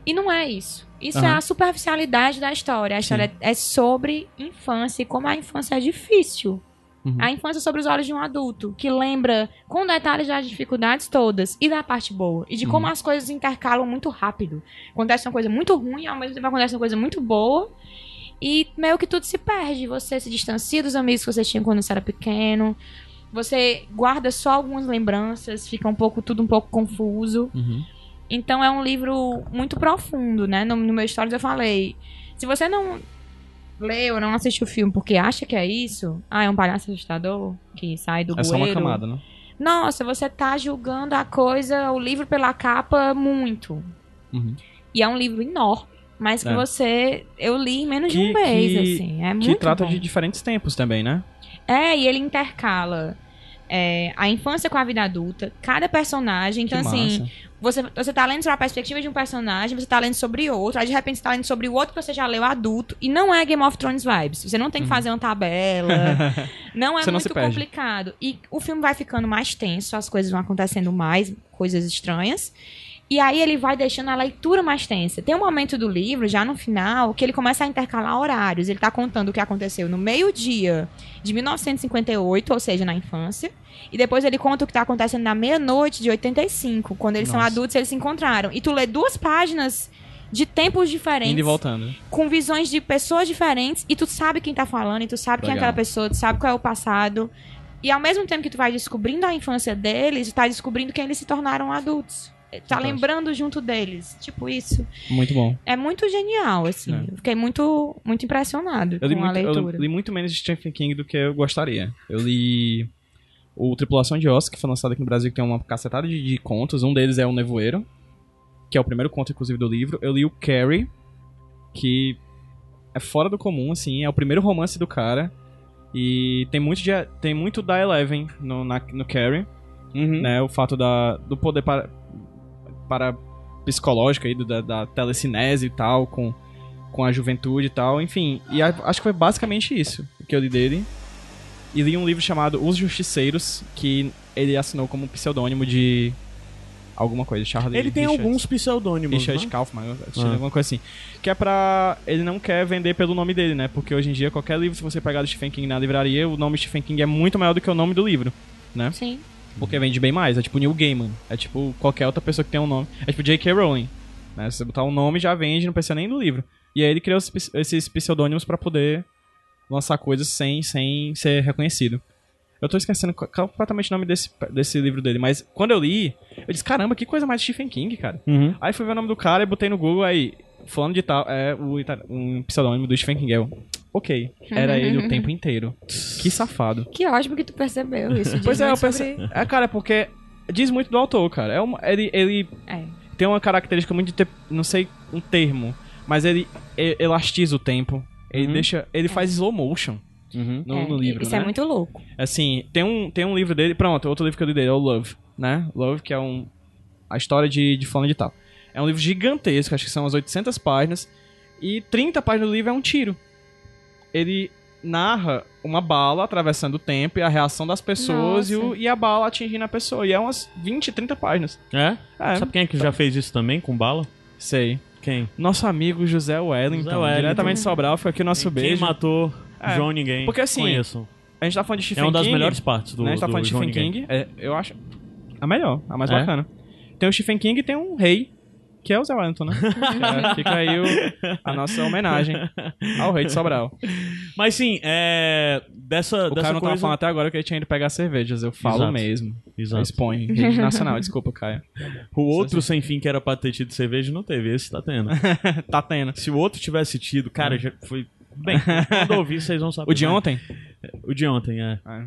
B: E não é isso. Isso é
A: Aham.
B: a superficialidade da história. A história é sobre infância e como a infância é difícil.
A: Uhum.
B: A infância sobre os olhos de um adulto, que lembra com detalhes das dificuldades todas e da parte boa. E de como as coisas intercalam muito rápido. Acontece uma coisa muito ruim, ao mesmo tempo acontece uma coisa muito boa. E meio que tudo se perde. Você se distancia dos amigos que você tinha quando você era pequeno. Você guarda só algumas lembranças, fica um pouco tudo um pouco confuso.
A: Uhum.
B: Então é um livro muito profundo, né? No, no meu stories eu falei, se você não leu, não assiste o filme porque acha que é isso, ah, é um palhaço assustador que sai do
A: É só uma
B: bueiro.
A: camada, né?
B: Nossa, você tá julgando a coisa, o livro pela capa muito.
A: Uhum.
B: E é um livro enorme, mas que
A: É.
B: você. Eu li em menos de
A: Que-
B: um mês,
A: que-
B: assim. É
A: Que
B: muito
A: trata
B: bom.
A: de diferentes tempos também, né?
B: É, e ele intercala é, a infância com a vida adulta, cada personagem. Então,
A: que
B: assim,
A: massa.
B: você, você tá lendo sobre a perspectiva de um personagem, você tá lendo sobre outro, aí de repente você tá lendo sobre o outro que você já leu adulto, e não é Game of Thrones vibes. Você não tem que
A: Uhum.
B: fazer uma tabela, não é
A: Você não se
B: muito
A: perde.
B: complicado. E o filme vai ficando mais tenso, as coisas vão acontecendo mais, coisas estranhas. E aí ele vai deixando a leitura mais tensa. Tem um momento do livro, já no final, que ele começa a intercalar horários. Ele tá contando o que aconteceu no meio-dia de 1958, ou seja, na infância. E depois ele conta o que tá acontecendo na meia-noite de 85, quando eles são
A: Nossa.
B: adultos, eles se encontraram. E tu lê duas páginas de tempos diferentes
A: Indo e voltando.
B: com visões de pessoas diferentes e tu sabe quem tá falando, e tu sabe quem é
A: Legal.
B: aquela pessoa, tu sabe qual é o passado. E ao mesmo tempo que tu vai descobrindo a infância deles, tu tá descobrindo quem eles se tornaram adultos. Tá
A: Fantástico.
B: lembrando junto deles. Tipo isso.
A: Muito bom.
B: É muito genial, assim.
A: É.
B: Eu fiquei muito, muito impressionado
A: Eu li,
B: com a
A: muito, eu
B: leitura.
A: li muito menos de Stephen King do que eu gostaria. Eu li o Tripulação de Osso, que foi lançado aqui no Brasil, que tem uma cacetada de, de contos. Um deles é O Nevoeiro, que é o primeiro conto, inclusive, do livro. Eu li o Carrie, que é fora do comum, assim. É o primeiro romance do cara. E tem muito, de, tem muito da Eleven no, na- no Carrie,
C: Uhum.
A: né? O fato da, do poder para, para psicológico aí, do- da, da telecinese e tal, com com a juventude e tal, enfim. E a- acho que foi basicamente isso que eu li dele. E li um livro chamado Os Justiceiros, que ele assinou como um pseudônimo de alguma coisa, Charlie
C: Ele tem
A: Richards.
C: alguns pseudônimos,
A: Richard
C: né?
A: Kaufman, eu acho que
C: Ah.
A: é alguma coisa assim. Que é pra. Ele não quer vender pelo nome dele, né? Porque hoje em dia, qualquer livro, se você pegar do Stephen King na livraria, o nome Stephen King é muito maior do que o nome do livro. né?
B: Sim.
A: Porque vende bem mais. É tipo Neil Gaiman. É tipo qualquer outra pessoa que tem um nome. É tipo J.K. Rowling. Né? Se você botar um nome, já vende, não precisa nem do livro. E aí ele criou esses pse- esses pseudônimos pra poder lançar coisas sem, sem ser reconhecido. Eu tô esquecendo co- completamente o nome desse, desse livro dele, mas quando eu li, eu disse, caramba, que coisa mais Stephen King, cara.
C: Uhum.
A: Aí fui ver o nome do cara e botei no Google, aí, fulano de tal, é o, ita- um pseudônimo do Stephen King. Eu, ok, era ele o tempo inteiro. Que safado.
E: Que ótimo que tu percebeu isso. diz
A: Pois é, eu
E: muito
A: pensei.
E: sobre-
A: É, cara, é porque diz muito do autor, cara. É uma, ele, ele
B: É.
A: tem uma característica muito de ter, não sei um termo, mas ele e- elastiza o tempo. Ele
C: Uhum.
A: deixa, ele faz slow motion
C: Uhum.
A: no,
B: É,
A: no livro,
B: Isso
A: né?
B: é muito louco.
A: Assim, tem um, tem um livro dele, pronto, outro livro que eu li dele é o Love, né? Love, que é um a história de, de fulano de tal. É um livro gigantesco, acho que são umas 800 páginas, e 30 páginas do livro é um tiro. Ele narra uma bala atravessando o tempo e a reação das pessoas e, o-
E: Nossa.
A: e a bala atingindo a pessoa. E é umas 20, 30 páginas.
C: É?
A: É,
C: Sabe quem é que já fez isso também com bala?
A: sei.
C: Quem?
A: Nosso amigo José Wellington,
C: José Wellington.
A: diretamente de Sobral, foi aqui o nosso
C: Quem
A: beijo.
C: matou
A: É,
C: João Ninguém?
A: porque assim,
C: Conheço.
A: A gente tá falando de Stephen
C: É uma das
A: King,
C: melhores partes do,
A: né? A gente tá
C: do
A: falando de
C: João
A: Stephen
C: Ninguém.
A: King. é, eu acho a melhor, a mais
C: É?
A: bacana. Tem o Stephen King e tem um rei, que é o Zé Wellington, né? É, fica aí o- a nossa homenagem ao rei de Sobral.
C: Mas sim, é... dessa,
A: O
C: dessa
A: cara não tava
C: coisa...
A: falando até agora que ele tinha ido pegar cervejas. Eu falo
C: Exato.
A: mesmo. Eu
C: Exato.
A: exponho. Rede nacional, desculpa, Caio.
C: O outro sem fim que era pra ter tido cerveja não teve, esse tá tendo.
A: Tá tendo.
C: Se o outro tivesse tido, cara, já foi... Bem, quando ouvir vocês vão saber.
A: O de
C: né?
A: ontem?
C: O de ontem, é.
A: É.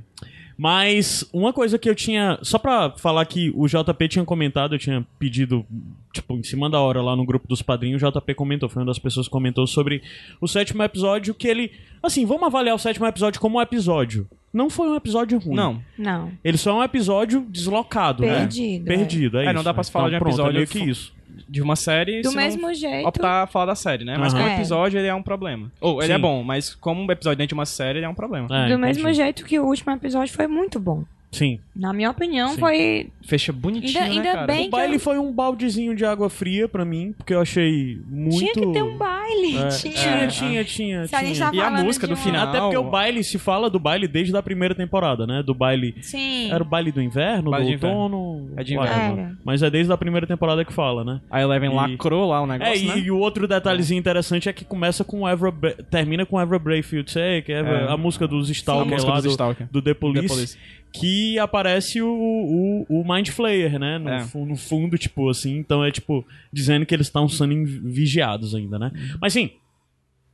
C: Mas uma coisa que eu tinha. Só pra falar que o JP tinha comentado, eu tinha pedido, tipo, em cima da hora lá no grupo dos padrinhos, o JP comentou, foi uma das pessoas que comentou sobre o sétimo episódio, que ele. Assim, vamos avaliar o sétimo episódio como um episódio. Não foi um episódio ruim.
A: Não.
B: Não.
C: Ele só é um episódio deslocado, né?
B: Perdido. é.
C: Perdido, é,
A: É,
C: isso.
A: não dá pra se falar de um
C: pronto,
A: episódio
C: É meio que isso.
A: De uma série.
B: Do
A: se não
B: mesmo jeito.
A: Optar a falar da série, né? Mas
C: Aham.
A: como
B: É.
A: episódio ele é um problema. Ou ele é
C: Sim.
A: bom, mas como um episódio dentro de uma série ele é um problema.
C: É,
B: do
C: entendi.
B: mesmo jeito que o último episódio foi muito bom.
C: Sim.
B: Na minha opinião,
C: Sim.
B: foi
A: Fecha bonitinho,
B: Ainda-
A: né,
B: ainda
A: cara?
B: bem
C: O baile foi um baldezinho de água fria pra mim, porque eu achei muito.
B: Tinha que ter um baile.
C: É.
B: Tinha.
C: Tinha, tinha, tinha.
B: Se a gente
C: tinha.
B: tá
A: E a
B: falando
A: música
B: de
A: do
B: um-
A: final.
C: Até porque o baile se fala do baile desde a primeira temporada, né? Do baile.
B: Sim.
C: Era o baile do inverno,
A: Baile
C: do
A: de inverno.
C: outono.
A: É de
C: whatever.
B: inverno.
C: Mas é desde a primeira temporada que fala, né?
A: A Eleven
C: E-
A: lacrou lá o negócio,
C: é, e,
A: né?
C: e o outro detalhezinho interessante é que começa com Ever Bra- termina com Ever Brave You Take, Ever-
A: É.
C: a música dos
A: a
C: Stalker
A: música
C: lá
A: dos
C: do,
A: Stalker.
C: do The Police,
A: The Police.
C: que aparece o, o, o Mind Flayer, né? No,
A: É.
C: fu- no fundo, tipo assim. Então é tipo, dizendo que eles estão sendo in- vigiados ainda, né? Mas sim,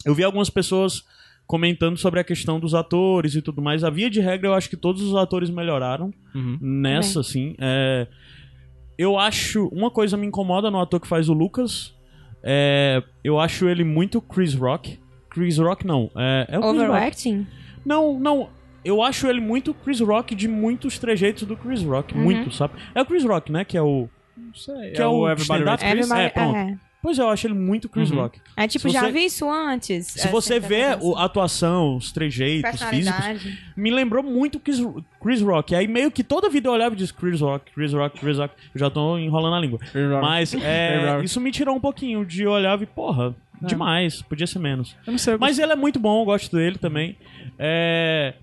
C: eu vi algumas pessoas comentando sobre a questão dos atores e tudo mais. A via de regra, eu acho que todos os atores melhoraram
A: Uhum.
C: nessa, assim. É, eu acho. Uma coisa me incomoda no ator que faz o Lucas. É, eu acho ele muito Chris Rock. Chris Rock não. É, é o Chris Rock.
E: Overacting?
C: Não, não. Eu acho ele muito Chris Rock de muitos trejeitos do Chris Rock.
B: Uhum.
C: Muito, sabe? É o Chris Rock, né? Que é o.
A: Não sei.
C: Que é o stand-up
A: Chris?
C: Chris? É, pronto. Pois é, eu acho ele muito Chris
A: Uhum.
C: Rock.
B: É tipo,
C: Se
B: já
C: você-
B: vi isso antes.
C: Se você vê o- a atuação, os trejeitos físicos,
B: é Personalidade.
C: me lembrou muito Chris, Chris Rock. Aí meio que toda vida eu olhava e disse Chris Rock, Chris Rock, Chris Rock. Eu já tô enrolando a língua.
A: Chris Rock.
C: Mas é,
A: Chris Rock. É.
C: isso me tirou um pouquinho de olhar e, porra, demais, podia ser menos.
A: Eu não sei. eu
C: Mas ele é muito bom, eu gosto dele também. É.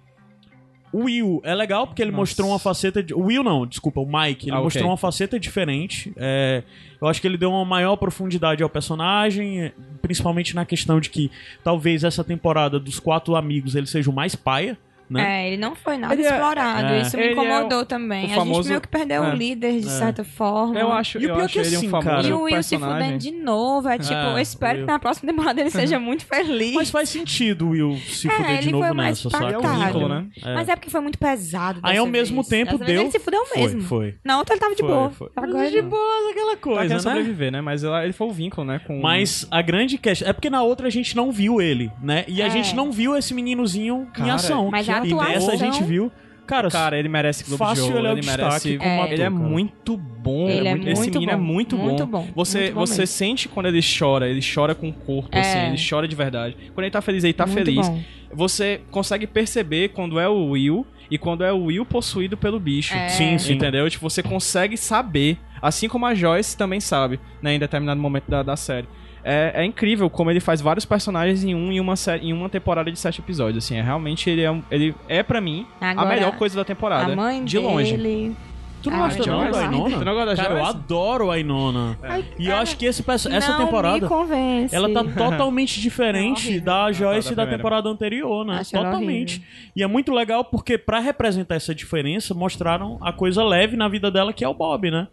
C: O Will é legal porque ele
A: Nossa.
C: mostrou uma faceta. De... O Will não, desculpa, o Mike. Ele
A: Ah, ok.
C: mostrou uma faceta diferente. É, Eu acho que ele deu uma maior profundidade ao personagem, principalmente na questão de que talvez essa temporada dos quatro amigos ele seja o mais paia, né?
B: É, ele não foi nada
A: Ele é-
B: explorado.
C: É.
B: Isso me
A: Ele é
B: incomodou também.
A: o
B: A
A: famoso-
B: gente meio que perdeu
A: É.
B: o líder, de
C: É.
B: certa forma.
A: Eu acho,
C: E o
A: eu
C: pior
A: acho
C: que
A: ele
C: assim,
A: um famoso
C: cara,
B: E o Will se
A: personagem.
B: fudendo de novo. É tipo,
C: É,
B: eu espero
C: o Will.
B: que na próxima temporada ele seja muito feliz.
C: Mas faz sentido o Will se
B: É,
C: fuder de
B: ele
C: novo
B: foi mais
C: nessa, saca?
A: É
B: Cara,
A: o vínculo, né?
C: É.
B: Mas é porque foi muito pesado.
C: Aí,
B: dessa
C: ao mesmo
B: vez.
C: tempo,
B: Dessa vez
C: deu-
B: Ele se fudeu
C: Foi,
B: mesmo.
C: foi.
B: Na outra ele tava de
C: Foi,
B: boa.
C: foi.
B: Agora
C: de
B: ele-
C: boa aquela
A: Tá querendo
C: coisa, né?
A: sobreviver, né? Mas ela- ele foi o vínculo, né? Com...
C: Mas a grande questão. É porque na outra a gente não viu ele, né? E a
B: É.
C: gente não viu esse meninozinho em
A: Cara,
C: ação.
B: Mas a
C: e nessa a
B: atuação-
C: gente viu. Cara,
A: Cara, ele merece Globo
C: fácil
A: de Ouro,
C: ele é o
A: ele
C: destaque
A: merece...
C: como
B: É.
C: ator,
A: Ele é
C: cara.
A: muito bom.
B: Ele é
A: Esse
B: muito
A: menino é
B: bom,
A: muito bom.
B: muito bom,
A: Você,
B: muito bom
A: você
B: mesmo.
A: sente quando ele chora, ele chora com o corpo,
B: É.
A: assim, ele chora de verdade. Quando ele tá feliz, ele tá
B: Muito
A: feliz.
B: bom.
A: Você consegue perceber quando é o Will e quando é o Will possuído pelo bicho.
B: É.
C: Sim, sim.
A: Entendeu? Tipo, você consegue saber. Assim como a Joyce também sabe, né? Em determinado momento da, da série. É, é incrível como ele faz vários personagens em um em uma, série, em uma temporada de sete episódios. Assim, é, realmente ele é, um- ele é para mim
B: Agora,
A: a melhor coisa da temporada.
B: a mãe
A: de longe.
B: dele-
C: Tu não
B: Ah,
C: gosta
B: Joyce.
C: não da
A: Tu
C: Inona?
A: não gosta da
C: Cara, eu
A: Joyce?
C: adoro a Inona. E eu acho que esse, perso- essa
B: não
C: temporada.
B: Me convence. É
C: Ela tá totalmente diferente
A: tá
C: da Joyce
A: da
C: da,
A: primeira.
C: temporada anterior, né?
B: Acho ela
C: totalmente. E é muito legal porque, pra representar essa diferença, mostraram a coisa leve na vida dela, que é o Bob, né?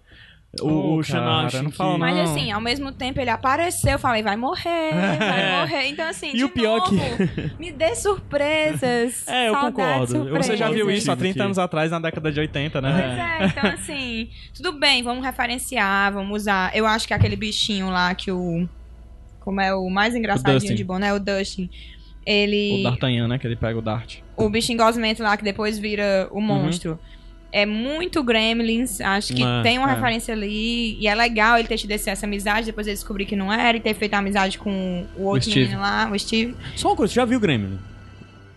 A: Oh,
C: O, o
A: cara,
C: Shanashi.
A: não
C: que-
A: fala
B: Mas
A: Não.
B: assim, ao mesmo tempo ele apareceu, eu falei, vai morrer, vai morrer. Então assim,
C: É. E
B: de
C: o pior
B: novo, me dê surpresas.
C: É, eu
B: saudades,
C: concordo. Eu-
B: surpresas.
A: Você já viu
C: Surpresa.
A: isso há 30 anos atrás, na década de 80,
B: Pois
A: né?
B: é, então assim, tudo bem, vamos referenciar, vamos usar. Eu acho que aquele bichinho lá que o. Como é o mais engraçadinho
A: Dustin.
B: de boné, o Dustin.
A: O
B: Ele.
A: D'Artagnan, né? Que ele pega o Dart.
B: o bichinho gosmento lá que depois vira o monstro. É muito Gremlins, acho que
C: É,
B: tem uma
A: é.
B: referência ali. E é legal ele ter tido esse- essa amizade, depois ele descobrir que não era, e ter feito a amizade com o outro
A: Steve.
B: menino lá, o Steve.
C: Só uma coisa, já viu o Gremlin?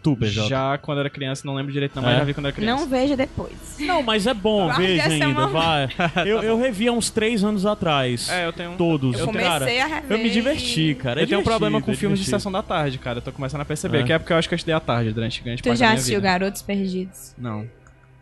C: Tu, PJ.
A: Já quando era criança, não lembro direito, não, mas
C: É?
A: já vi quando era
B: Não
A: criança.
B: veja depois.
C: Não, mas é bom,
B: Guarde
C: veja
B: essa
C: ainda,
B: mamãe.
C: vai. Eu, eu revi há uns três anos atrás.
A: É, eu tenho um.
C: Todos.
B: Eu, comecei
C: cara,
B: a rever.
C: eu me diverti,
B: e-
C: cara. é
A: eu tenho um problema com filmes de
C: sessão.
A: sessão da tarde, cara. Eu tô começando a perceber.
C: É.
A: Que é porque eu acho que eu estudei à tarde durante grande
B: Tu
A: parte
B: já
A: da minha
B: assistiu
A: vida.
B: Garotos Perdidos?
A: Não.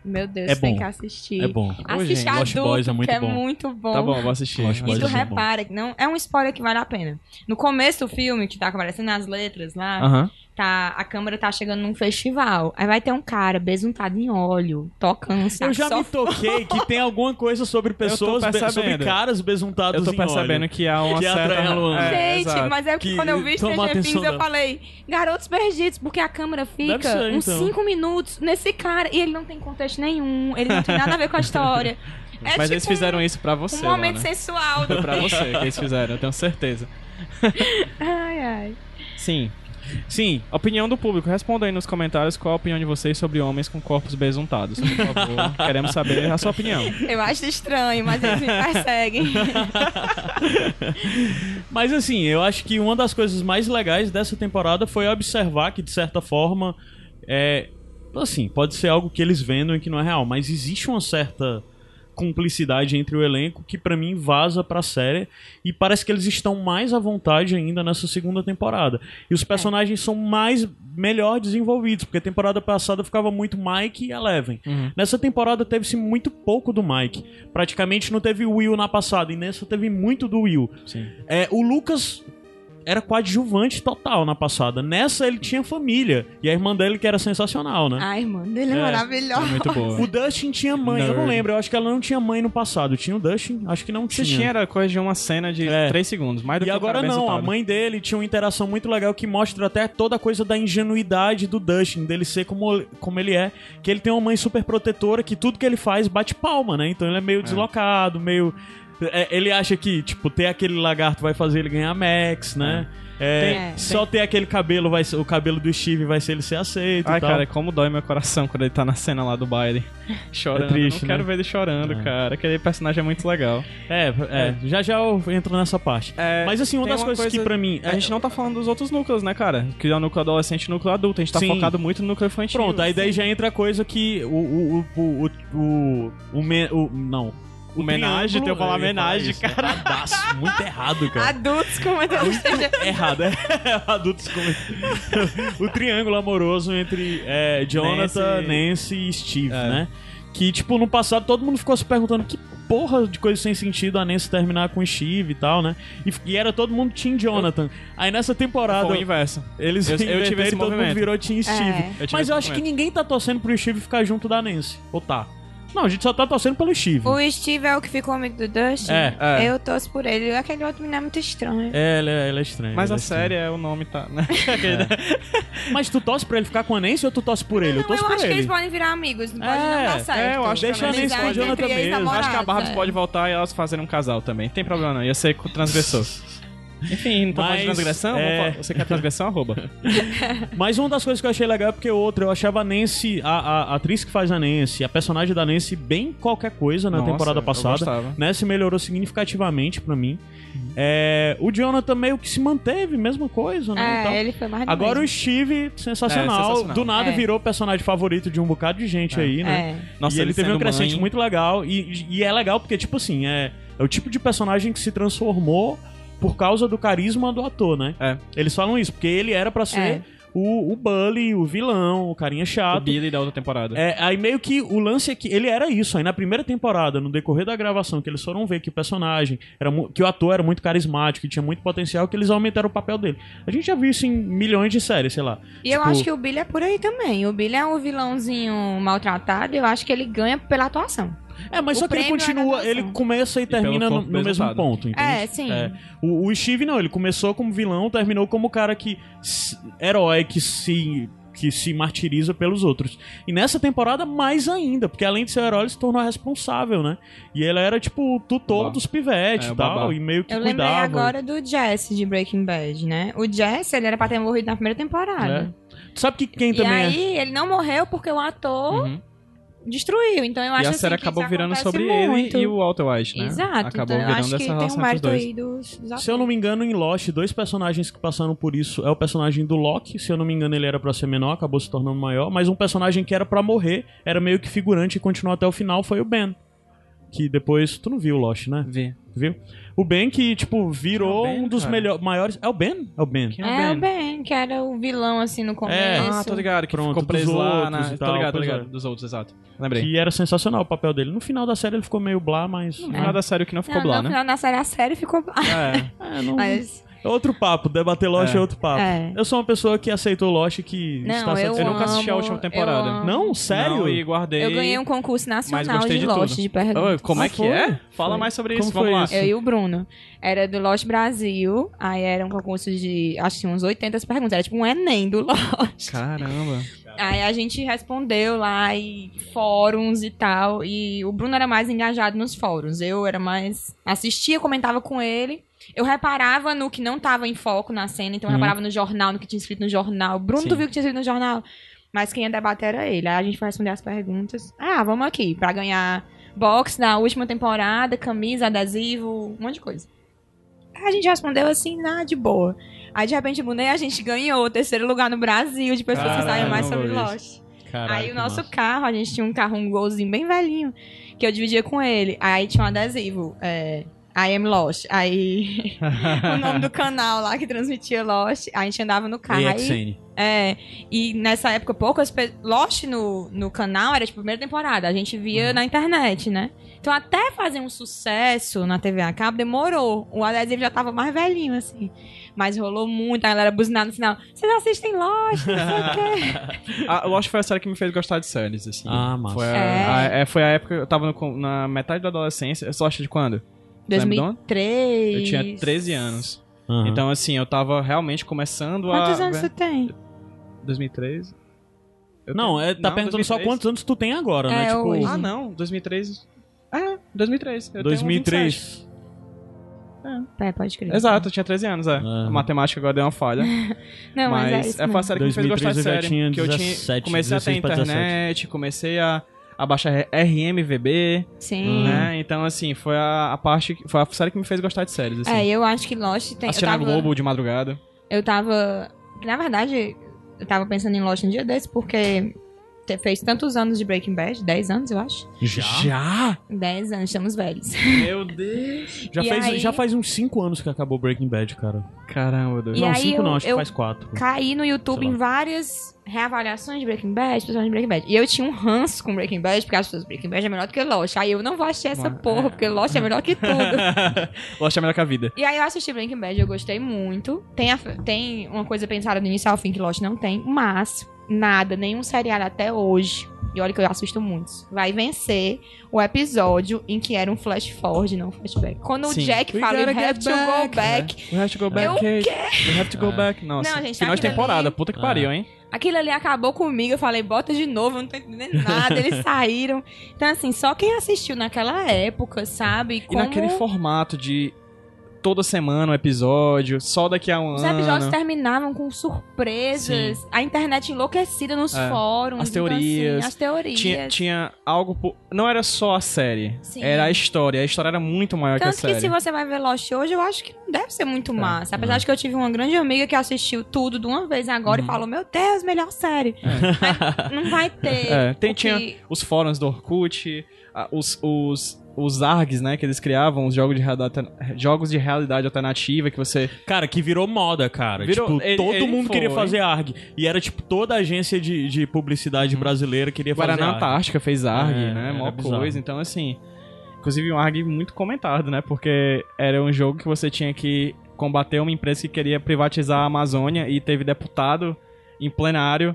B: Meu Deus,
C: É
B: tem
C: bom.
B: que assistir.
C: É bom.
A: Ô, gente,
B: Assiste
C: Lost
B: adulto,
C: Boys é muito
B: que
C: bom.
B: é muito bom.
A: Tá bom, vou assistir.
C: Lost
A: Vou
C: Boys
B: E tu
A: assistir.
C: é bom.
B: repara que não é um spoiler que vale a pena. No começo do filme, que tá aparecendo as letras lá,
C: Ah.
A: Aham.
B: tá, a câmera tá chegando num festival. Aí vai ter um cara besuntado em óleo, tocando um saco.
C: Eu já
B: só
C: me toquei que tem alguma coisa sobre pessoas, be- sobre
A: percebendo.
C: caras besuntados
A: Eu tô
C: em óleo.
A: percebendo que há uma
C: Que atrai
A: certa...
C: a Luana.
A: É,
B: Gente,
A: exato.
B: mas é porque
C: Que
B: quando eu vi
C: toma a
B: Stranger Things,
C: atenção
B: eu
C: da-
B: falei, garotos perdidos, porque a câmera fica
C: Deve ser,
B: uns
C: então.
B: 5 minutos nesse cara e ele não tem contexto nenhum, ele não tem nada a ver com a história. É
A: Mas
B: tipo
A: eles fizeram isso pra
B: um, um
A: você,
B: momento
C: né?
A: Luana.
B: sensual.
A: Foi pra você que eles fizeram, eu tenho certeza.
B: Ai, ai.
A: Sim. Sim. Opinião do público. Responda aí nos comentários qual a opinião de vocês sobre homens com corpos besuntados. Por favor, queremos saber a sua opinião.
B: Eu acho estranho, mas eles me perseguem.
C: Mas assim, eu acho que uma das coisas mais legais dessa temporada foi observar que, de certa forma, é. Assim, pode ser algo que eles vendam e que não é real, mas existe uma certa cumplicidade entre o elenco que pra mim vaza pra série e parece que eles estão mais à vontade ainda nessa segunda temporada. E os personagens são mais melhor desenvolvidos, porque a temporada passada ficava muito Mike e Eleven.
A: Uhum.
C: Nessa temporada teve-se muito pouco do Mike. Praticamente não teve Will na passada e nessa teve muito do Will.
A: Sim.
C: É, o Lucas era coadjuvante total na passada. Nessa ele tinha família. E a irmã dele que era sensacional, né?
B: Ai, mano, ele é,
C: É,
A: É
B: maravilhoso.
A: muito boa.
C: O Dustin tinha mãe, eu não
A: Nerd.
C: lembro. Eu acho que ela não tinha mãe no passado. Tinha o Dustin? Acho que não
A: Se
C: tinha.
A: tinha era coisa de uma cena de
C: É.
A: 3 segundos, mais do
C: E
A: que um
C: agora
A: cara
C: não, a
A: besuntado.
C: mãe dele tinha uma interação muito legal que mostra até toda a coisa da ingenuidade do Dustin, dele ser como, como ele é.
A: É.
C: Que ele tem uma mãe super protetora que tudo que ele faz bate palma, né? Então ele é meio deslocado, meio. É, ele acha que, tipo, ter aquele lagarto vai fazer ele ganhar Max, né? É,
B: Tem-
C: só ter aquele cabelo, vai ser, o cabelo do Steve vai ser ele ser aceito
A: Ai,
C: e tal.
A: cara, como dói meu coração quando ele tá na cena lá do baile. Chorando.
C: É triste,
A: não
C: né?
A: quero ver ele chorando,
C: É.
A: cara. Aquele personagem é muito legal.
C: É, é, já já eu entro nessa parte.
A: É,
C: Mas assim, uma
A: tem
C: das
A: uma
C: coisas que
A: coisa-
C: pra mim... é
A: A gente não tá falando dos outros núcleos, né, cara? Que é o núcleo adolescente e o núcleo adulto. A gente tá
C: Sim.
A: focado muito no núcleo infantil.
C: Pronto, aí daí já entra a coisa que o. O. O. O. o, o, o, me- o- não. O
A: Homenagem,
C: triângulo- É,
A: tem que falar
C: eu ia
A: homenagem,
C: isso, né? Erradaço, muito errado, cara.
B: Adultos comentando.
C: Errado, é. Adultos com. o triângulo amoroso entre é, Jonathan,
A: Nancy-
C: Nancy, e Steve,
A: É.
C: né? Que, tipo, no passado todo mundo ficou se perguntando que porra de coisa sem sentido a Nancy terminar com o Steve e tal, né? E, e era todo mundo Team Jonathan. Aí nessa temporada.
A: Foi o inverso.
C: Eles
A: Eu- eu tive
C: inverteram
A: esse
C: e todo mundo
A: movimento.
C: virou Team Steve.
B: É.
A: Eu tive
C: Mas
A: esse
C: eu acho que
A: movimento.
C: ninguém tá torcendo pro Steve ficar junto da Nancy. Ou tá? Não, a gente só tá torcendo pelo Steve.
B: O Steve é o que ficou amigo do Dustin.
C: É,
A: é.
B: Eu torço por ele. Aquele outro menino é muito estranho.
C: É, ele é, ele é estranho.
A: Mas
C: ele é
A: a
C: estranho.
A: série é o nome, tá? né?
C: É. Mas tu torce pra ele ficar com a Nancy ou tu torce por ele? eu
B: Não,
C: torço
B: eu
C: por
B: acho que
C: ele.
B: eles podem virar amigos. Pode
C: É,
B: não dar certo.
A: é, eu acho que
B: Deixa
A: a Nancy
B: amizade
C: com o Jonathan
B: entre
C: mesmo.
A: Eu
B: ex-namorados,
A: acho que a Barbie
B: é.
A: pode voltar e elas fazerem um casal também. Não tem problema não, ia ser com transgressor. Enfim, não tá falando de
C: Mas,
A: transgressão?
C: é.
A: Vamos falar- Você quer transgressão? Arroba.
C: Mas uma das coisas que eu achei legal é porque outra, eu achava a Nancy, a, a- a atriz que faz a Nancy, a personagem da Nancy, bem qualquer coisa na
A: Nossa,
C: temporada
A: eu
C: passada.
A: gostava. Uhum.
C: né, se melhorou significativamente pra mim. É, o Jonathan meio que se manteve, mesma coisa, né? e tal.
B: É, ele foi mais do
C: Agora
B: mesmo.
C: o Steve, sensacional.
A: É, sensacional.
C: Do nada
B: É.
C: virou o personagem favorito de um bocado de gente aí, né?
B: É.
A: Nossa,
C: e ele teve
A: sendo
C: um crescente
A: mãe,
C: muito legal. E, e é legal porque, tipo assim, é, é o tipo de personagem que se transformou por causa do carisma do ator, né?
A: É.
C: Eles falam isso, porque ele era pra ser
B: É.
C: o, o Bully, o vilão, o carinha
A: O
C: chato.
A: Billy da outra temporada.
C: É, aí meio que o lance é que ele era isso. Aí na primeira temporada, no decorrer da gravação, que eles foram ver que o personagem, era mu- que o ator era muito carismático, que tinha muito potencial, que eles aumentaram o papel dele. A gente já viu isso em milhões de séries, sei lá.
B: E eu
C: Tipo-
B: acho que o Billy é por aí também. O Billy é um vilãozinho maltratado e eu acho que ele ganha pela atuação.
C: É, mas
B: O
C: só que ele
B: prêmio é
C: continua,
B: graduação.
C: ele começa e
A: pelo
C: termina no,
A: corpo
C: no mesmo
A: resultado.
C: ponto, entende?
B: É, sim.
C: É. O, o Steve não, ele começou como vilão, terminou como o cara que. s- herói que se. que se martiriza pelos outros. E nessa temporada, mais ainda, porque além de ser um herói, ele se tornou responsável, né? E ele era, tipo, o tutor
A: Babá.
C: dos pivetes
A: É,
C: e
A: o
C: tal,
A: babá.
C: e meio que
B: Eu lembrei
C: cuidava.
B: agora do Jesse de Breaking Bad, né? O Jesse, ele era pra ter morrido na primeira temporada.
A: Né?
C: Tu Sabe que quem
B: E
C: também é.
B: aí, ele não morreu porque o ator
A: Uhum.
B: destruiu. Então eu
A: E
B: acho
A: a
B: assim,
A: série
B: que
A: acabou
B: isso
A: virando
B: acontece
A: sobre
B: muito.
A: ele e o Walter White, né?
B: Exato.
A: Acabou
B: então eu acho
A: virando
B: que
A: essa
B: tem um
A: relação entre os
B: mérito
A: dois.
B: aí dos, dos
C: Se eu não me engano, em Lost, dois personagens que passaram por isso é o personagem do Loki. Se eu não me engano, ele era pra ser menor, acabou se tornando maior. Mas um personagem que era pra morrer, era meio que figurante e continuou até o final, foi o Ben. Que depois. Tu não viu o Lost, né?
A: Vi.
C: Viu? O Ben que, tipo, virou
A: É o Ben,
C: um dos
A: cara.
C: melhores. maiores. É o Ben? É o Ben.
A: Quem
B: É o Ben, que era o vilão assim no começo.
A: Ah, tô ligado, que
C: Pronto,
A: ficou preso
C: dos
A: lá
C: outros
A: na...
C: e
A: Tô
C: tal,
A: ligado, tô
C: pois
A: ligado.
C: é.
A: Dos outros, exato. Lembrei.
C: Que era sensacional o papel dele. No final da série ele ficou meio blá, mas.
A: No final da série o que não ficou
B: É. não,
A: blá,
B: no
A: né?
B: final da série, a série ficou blá.
A: É.
C: É, não-
B: Mas
C: é outro papo, debater Lost é,
A: É.
C: outro papo.
B: É.
C: Eu sou uma pessoa que aceitou Lost e que está
B: não, eu
C: satisfeita.
A: tá Eu nunca assisti a
B: amo,
A: última
B: eu
A: temporada.
B: amo.
C: Não, sério?
A: Não, e guardei...
B: Eu ganhei um concurso
A: Mas
B: nacional
A: gostei de
B: de, Lost
A: tudo.
B: de perguntas.
A: Oi, como é que é? Fala
C: Foi.
A: mais sobre
C: Como
A: isso,
C: foi
A: vamos lá.
C: isso?
B: Eu e o Bruno. Era do Lost Brasil. Aí era um concurso de, acho que uns 80 perguntas. Era tipo um Enem do Lost.
A: Caramba.
B: Aí a gente respondeu lá e fóruns e tal. E o Bruno era mais engajado nos fóruns. Eu era mais. Assistia, comentava com ele. Eu reparava no que não tava em foco na cena, então eu
A: Uhum.
B: reparava no jornal, no que tinha escrito no jornal. Bruno,
A: Sim.
B: tu viu o que tinha escrito no jornal? Mas quem ia debater era ele. Aí a gente foi responder as perguntas. Ah, vamos aqui, pra ganhar box da última temporada, camisa, adesivo, um monte de coisa. Aí a gente respondeu assim, na de boa. Aí de repente, Bruno, a gente ganhou o terceiro lugar no Brasil de pessoas que sabem mais
A: Caralho,
B: sobre
A: Maurício.
B: Lost. Aí o nosso carro, a gente tinha um carro, um golzinho bem velhinho, que eu dividia com ele. Aí tinha um adesivo, é, I am Lost. Aí o nome do canal lá que transmitia Lost, a gente andava no carro. Aí, é, e nessa época, poucas pe- Lost no, no canal era tipo primeira temporada, a gente via na internet, né? Então até fazer um sucesso na TV a cabo demorou. O adesivo já tava mais velhinho, assim. Mas rolou muito, a galera buzinava no final. Vocês assistem Lost, não sei o quê.
A: A Lost foi a série Ah, que me fez gostar de séries, assim.
C: Ah, massa.
A: Foi a,
B: É.
A: a- é, foi a época que eu tava no com- na metade da adolescência. Você acha de quando? Lembra de onde?
B: 2003.
A: Eu tinha 13 anos.
C: Aham.
A: Então, assim, eu tava realmente começando a...
B: Quantos anos você tem?
A: 2013? Eu
C: não,
A: tenho-
C: é, tá perguntando só
A: 2003?
C: quantos anos tu tem agora, né?
B: É,
C: Tipo,
B: hoje.
A: Ah, não. 2013... É, 2003. Eu tenho 27.
C: 2003.
E: É, pode crer.
A: Exato, eu tinha 13 anos, é.
C: Ah.
A: A matemática agora deu uma falha.
E: Não, mas, é
A: mas
E: isso
A: é, foi a
E: mesmo.
A: série que me fez gostar de
C: 2003 eu já
A: série.
C: tinha
A: que eu tinha,
C: 17,
A: comecei a ter
C: 16 pra 17.
A: internet, comecei a, a baixar RMVB,
B: Sim.
C: Hum.
A: né? Então, assim, foi a, a parte. que- Foi a série que me fez gostar de séries. Assim.
B: É, eu acho que Lost tem. Eu
A: Assistir na
B: tava,
A: Globo de madrugada.
B: eu tava. Na verdade, eu tava pensando em Lost um dia desse, porque te- fez tantos anos de Breaking Bad 10 anos, eu acho.
A: Já?
B: 10 anos, estamos velhos.
A: Meu Deus!
C: Já,
B: E
C: fez,
B: aí-
C: já faz uns 5 anos que acabou Breaking Bad, cara.
A: Caramba, Deus.
B: E
C: não,
B: aí
C: 5 não,
B: eu-
C: acho
B: eu-
C: que faz 4.
B: Caí no YouTube
C: Sei lá.
B: em várias reavaliações de Breaking Bad, pessoas de Breaking Bad. E eu tinha um ranço com Breaking Bad, porque as pessoas Breaking Bad é melhor do que Lost. Aí eu não vou assistir essa
A: Mas-
B: porra, porque Lost é melhor que tudo.
A: Lost é melhor que a vida.
B: E aí eu assisti Breaking Bad, eu gostei muito. Tem, a- tem uma coisa pensada do início ao fim que Lost não tem, mas nada, nenhum seriado até hoje. E olha que eu assisto muitos. Vai vencer o episódio em que era um flash forward, não um flashback. Quando
A: Sim.
B: o Jack
A: We
B: fala
A: gotta
B: you have
A: get
B: to go
A: back,
B: back,
A: We have to go back,
B: Eu
A: Kate. We have to go
C: É.
A: back. Nossa,
B: Não, gente,
A: final de
B: aquilo
A: temporada.
B: ali-
A: Puta que
C: É.
A: pariu, hein?
B: aquilo ali acabou comigo. Eu falei, bota de novo, eu não tô entendendo nada. Eles saíram. Então, assim, só quem assistiu naquela época, sabe?
A: E
B: Como
A: naquele formato de toda semana um episódio, só daqui a um
B: os
A: ano.
B: episódios tá terminavam com surpresas. A internet enlouquecida nos
A: É.
B: fóruns.
A: As
B: então, assim,
A: teorias.
B: as teorias.
A: Tinha, tinha algo. po- Não era só a série.
B: Sim.
A: Era a história. A história era muito maior que a
B: Tanto que,
A: série.
B: se você vai ver Lost hoje, eu acho que não deve ser muito
A: É,
B: massa. Apesar de que eu tive uma grande amiga que assistiu tudo de uma vez agora
A: Uhum.
B: e falou: Meu Deus, melhor série. Mas não vai ter.
A: É, tem-
B: o que-
A: tinha- Os fóruns do Orkut, a- os. os os ARGs, né, que eles criavam, os jogos de, realidade- jogos de realidade alternativa que você...
C: Cara, que virou moda, cara.
A: Virou-
C: Tipo,
A: ele-
C: todo
A: ele
C: mundo
A: foi.
C: queria fazer ARG. E era, tipo, toda agência de, de publicidade brasileira queria fazer
A: Uhum. Guaraná tá
C: ARG.
A: Antártica fez ARG,
C: É,
A: né,
C: era
A: mó
C: bizarro.
A: coisa. Então, assim, inclusive um ARG muito comentado, né, porque era um jogo que você tinha que combater uma empresa que queria privatizar a Amazônia e teve deputado em plenário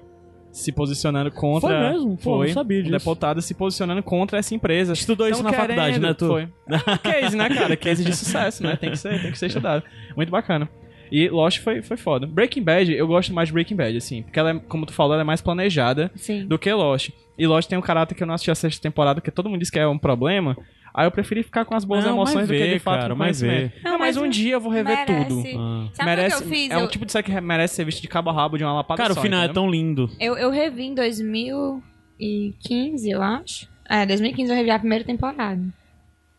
A: se posicionando contra...
C: Foi mesmo? Pô,
A: Foi.
C: não sabia
A: Um
C: disso.
A: deputado se posicionando contra essa empresa. Então,
C: Estudou isso
A: Tão
C: na faculdade,
A: querendo-
C: né, tu?
A: Foi. É um case, né, cara? Case de sucesso, né? Tem que ser, tem que ser estudado. Muito bacana. E Lost foi, foi foda. Breaking Bad, eu gosto mais de Breaking Bad, assim. Porque ela é, como tu falou, ela é mais planejada
B: Sim.
A: do que Lost. E Lost tem um caráter que eu não assisti a sexta temporada, que todo mundo diz que é um problema. Aí eu preferi ficar com as boas
C: Não, mas
A: emoções do que
C: vê,
A: de fato
C: cara,
A: com
C: mas vê.
A: conhecimento.
B: Não,
A: Não, mas
B: mas
A: um dia eu vou rever
B: merece.
A: tudo.
C: Ah.
B: Sabe
A: merece,
B: o que eu fiz?
A: É um
B: Eu-
A: tipo de série que merece ser visto de cabo a rabo de uma lapada
C: Cara,
A: só,
C: o final é
A: entendeu?
C: tão lindo.
B: Eu, eu revi em 2015, eu acho. É, 2015 eu revi a primeira temporada.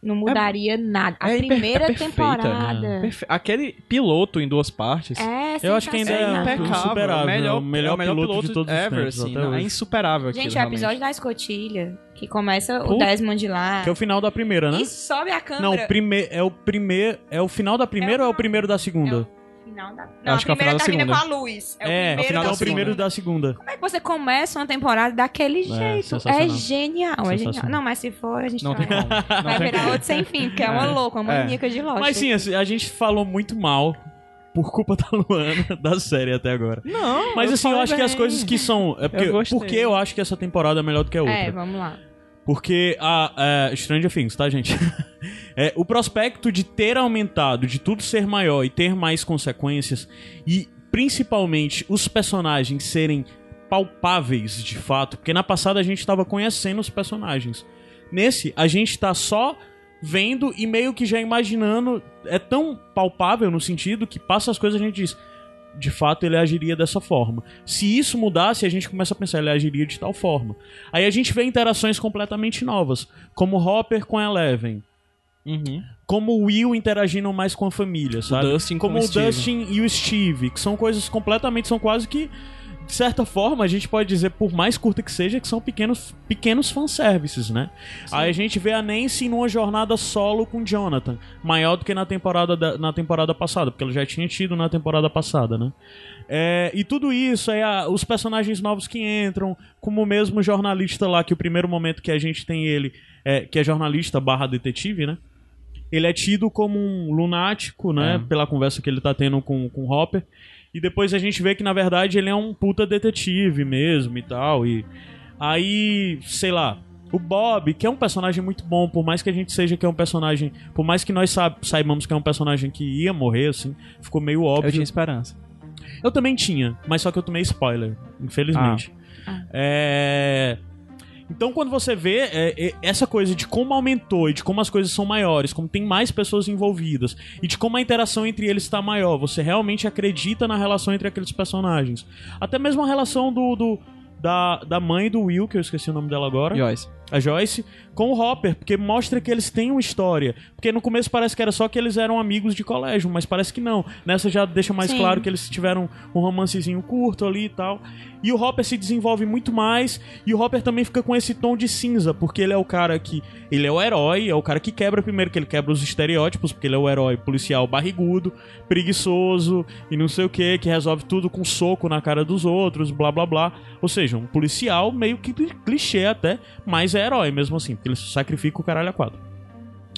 B: Não mudaria nada. A
A: É hiper- é
B: primeira
A: perfeita,
B: temporada.
A: É. Perfe- Aquele piloto em duas partes...
B: É,
C: Eu acho que ainda um
A: É
B: sensacional.
A: impecável.
C: insuperável,
A: o melhor,
C: é o melhor
A: é o melhor
C: piloto de
A: piloto,
C: todos os
A: ever,
C: tempos,
A: assim,
C: até
A: não, É
C: hoje.
A: insuperável aquilo,
B: Gente, é o
A: realmente.
B: episódio da escotilha, que começa o
C: Puta.
B: Desmond lá.
C: Que é o final da primeira, né?
B: E sobe a câmera.
C: Não, o prime... é o primeiro. É o final da primeira
B: É o
C: ou é o primeiro da segunda?
B: Final da... Não,
A: Acho que é o final
B: a primeira
A: da
B: termina
A: segunda.
B: com a luz. É, o
C: é
B: primeiro
A: final
B: da
C: é
A: da
C: o primeiro
B: segunda.
C: da segunda.
B: Como é que você começa uma temporada daquele jeito? É,
C: sensacional.
B: genial, é genial.
C: Sensacional.
B: Não, mas se for, a gente
A: Não
B: vai,
A: tem como. Não
B: é vai
A: tem
B: virar
A: como.
B: outro sem fim, porque é uma
A: É.
B: louca, uma
A: É.
B: maníaca de Lost.
C: Mas sim, assim, a gente falou muito mal por culpa da Luana da série até agora.
A: Não,
C: Mas
A: eu
C: assim, eu
A: falei
C: acho que as
A: bem.
C: coisas que são. É porque,
A: Eu
C: eu
A: gostei.
C: porque eu acho que essa temporada é melhor do que a outra.
B: É, vamos lá.
C: Porque a, a Stranger Things, tá, gente? É, o prospecto de ter aumentado, de tudo ser maior e ter mais consequências, e principalmente os personagens serem palpáveis de fato, porque na passada a gente tava conhecendo os personagens. Nesse, a gente tá só vendo e meio que já imaginando. É tão palpável no sentido que passa as coisas e a gente diz. De fato, ele agiria dessa forma. Se isso mudasse, a gente começa a pensar, ele agiria de tal forma. Aí a gente vê interações completamente novas, como Hopper com Eleven,
A: Uhum.
C: como o Will interagindo mais com a família, sabe?
A: Dustin
C: como
A: com
C: o
A: o Steven.
C: Dustin e o Steve, que são coisas completamente, são quase que de certa forma, a gente pode dizer, por mais curta que seja, que são pequenos, pequenos fanservices, né? Aí a gente vê a Nancy numa jornada solo com Jonathan, maior do que na temporada, da- na temporada passada, porque ela já tinha tido na temporada passada, né? É, e tudo isso, aí a- os personagens novos que entram, como o mesmo jornalista lá, que o primeiro momento que a gente tem ele, é, que é jornalista barra detetive, né? Ele é tido como um lunático, né?
A: É.
C: Pela conversa que ele tá tendo com, com o Hopper. E depois a gente vê que, na verdade, ele é um puta detetive mesmo e tal. E aí, sei lá, o Bob, que é um personagem muito bom, por mais que a gente seja que é um personagem. Por mais que nós sa- saibamos que é um personagem que ia morrer, assim, ficou meio
A: Eu
C: óbvio.
A: tinha esperança.
C: Eu também tinha, mas só que eu tomei spoiler, infelizmente.
B: Ah.
C: É. Então, quando você vê é, é, essa coisa de como aumentou e de como as coisas são maiores, como tem mais pessoas envolvidas e de como a interação entre eles está maior, você realmente acredita na relação entre aqueles personagens. Até mesmo a relação do, do- da, da mãe do Will, que eu esqueci o nome dela agora
A: Joyce.
C: a Joyce, com o Hopper, porque mostra que eles têm uma história. Porque no começo parece que era só que eles eram amigos de colégio, mas parece que não. Nessa já deixa mais
B: Sim.
C: claro que eles tiveram um romancezinho curto ali e tal. E o Hopper se desenvolve muito mais, e o Hopper também fica com esse tom de cinza, porque ele é o cara que. Ele é o herói, é o cara que quebra primeiro, que ele quebra os estereótipos, porque ele é o herói policial barrigudo, preguiçoso e não sei o que, que resolve tudo com soco na cara dos outros, blá blá blá. Ou seja, um policial meio que cli- clichê até, mas é herói mesmo assim, porque ele sacrifica o caralho a quatro.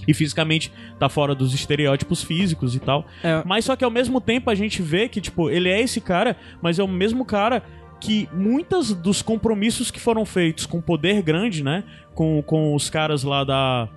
C: E fisicamente tá fora dos estereótipos físicos e tal.
A: É.
C: Mas só que ao mesmo tempo a gente vê que, tipo, ele é esse cara, mas é o mesmo cara que muitos dos compromissos que foram feitos com o poder grande, né? Com, com os caras lá da.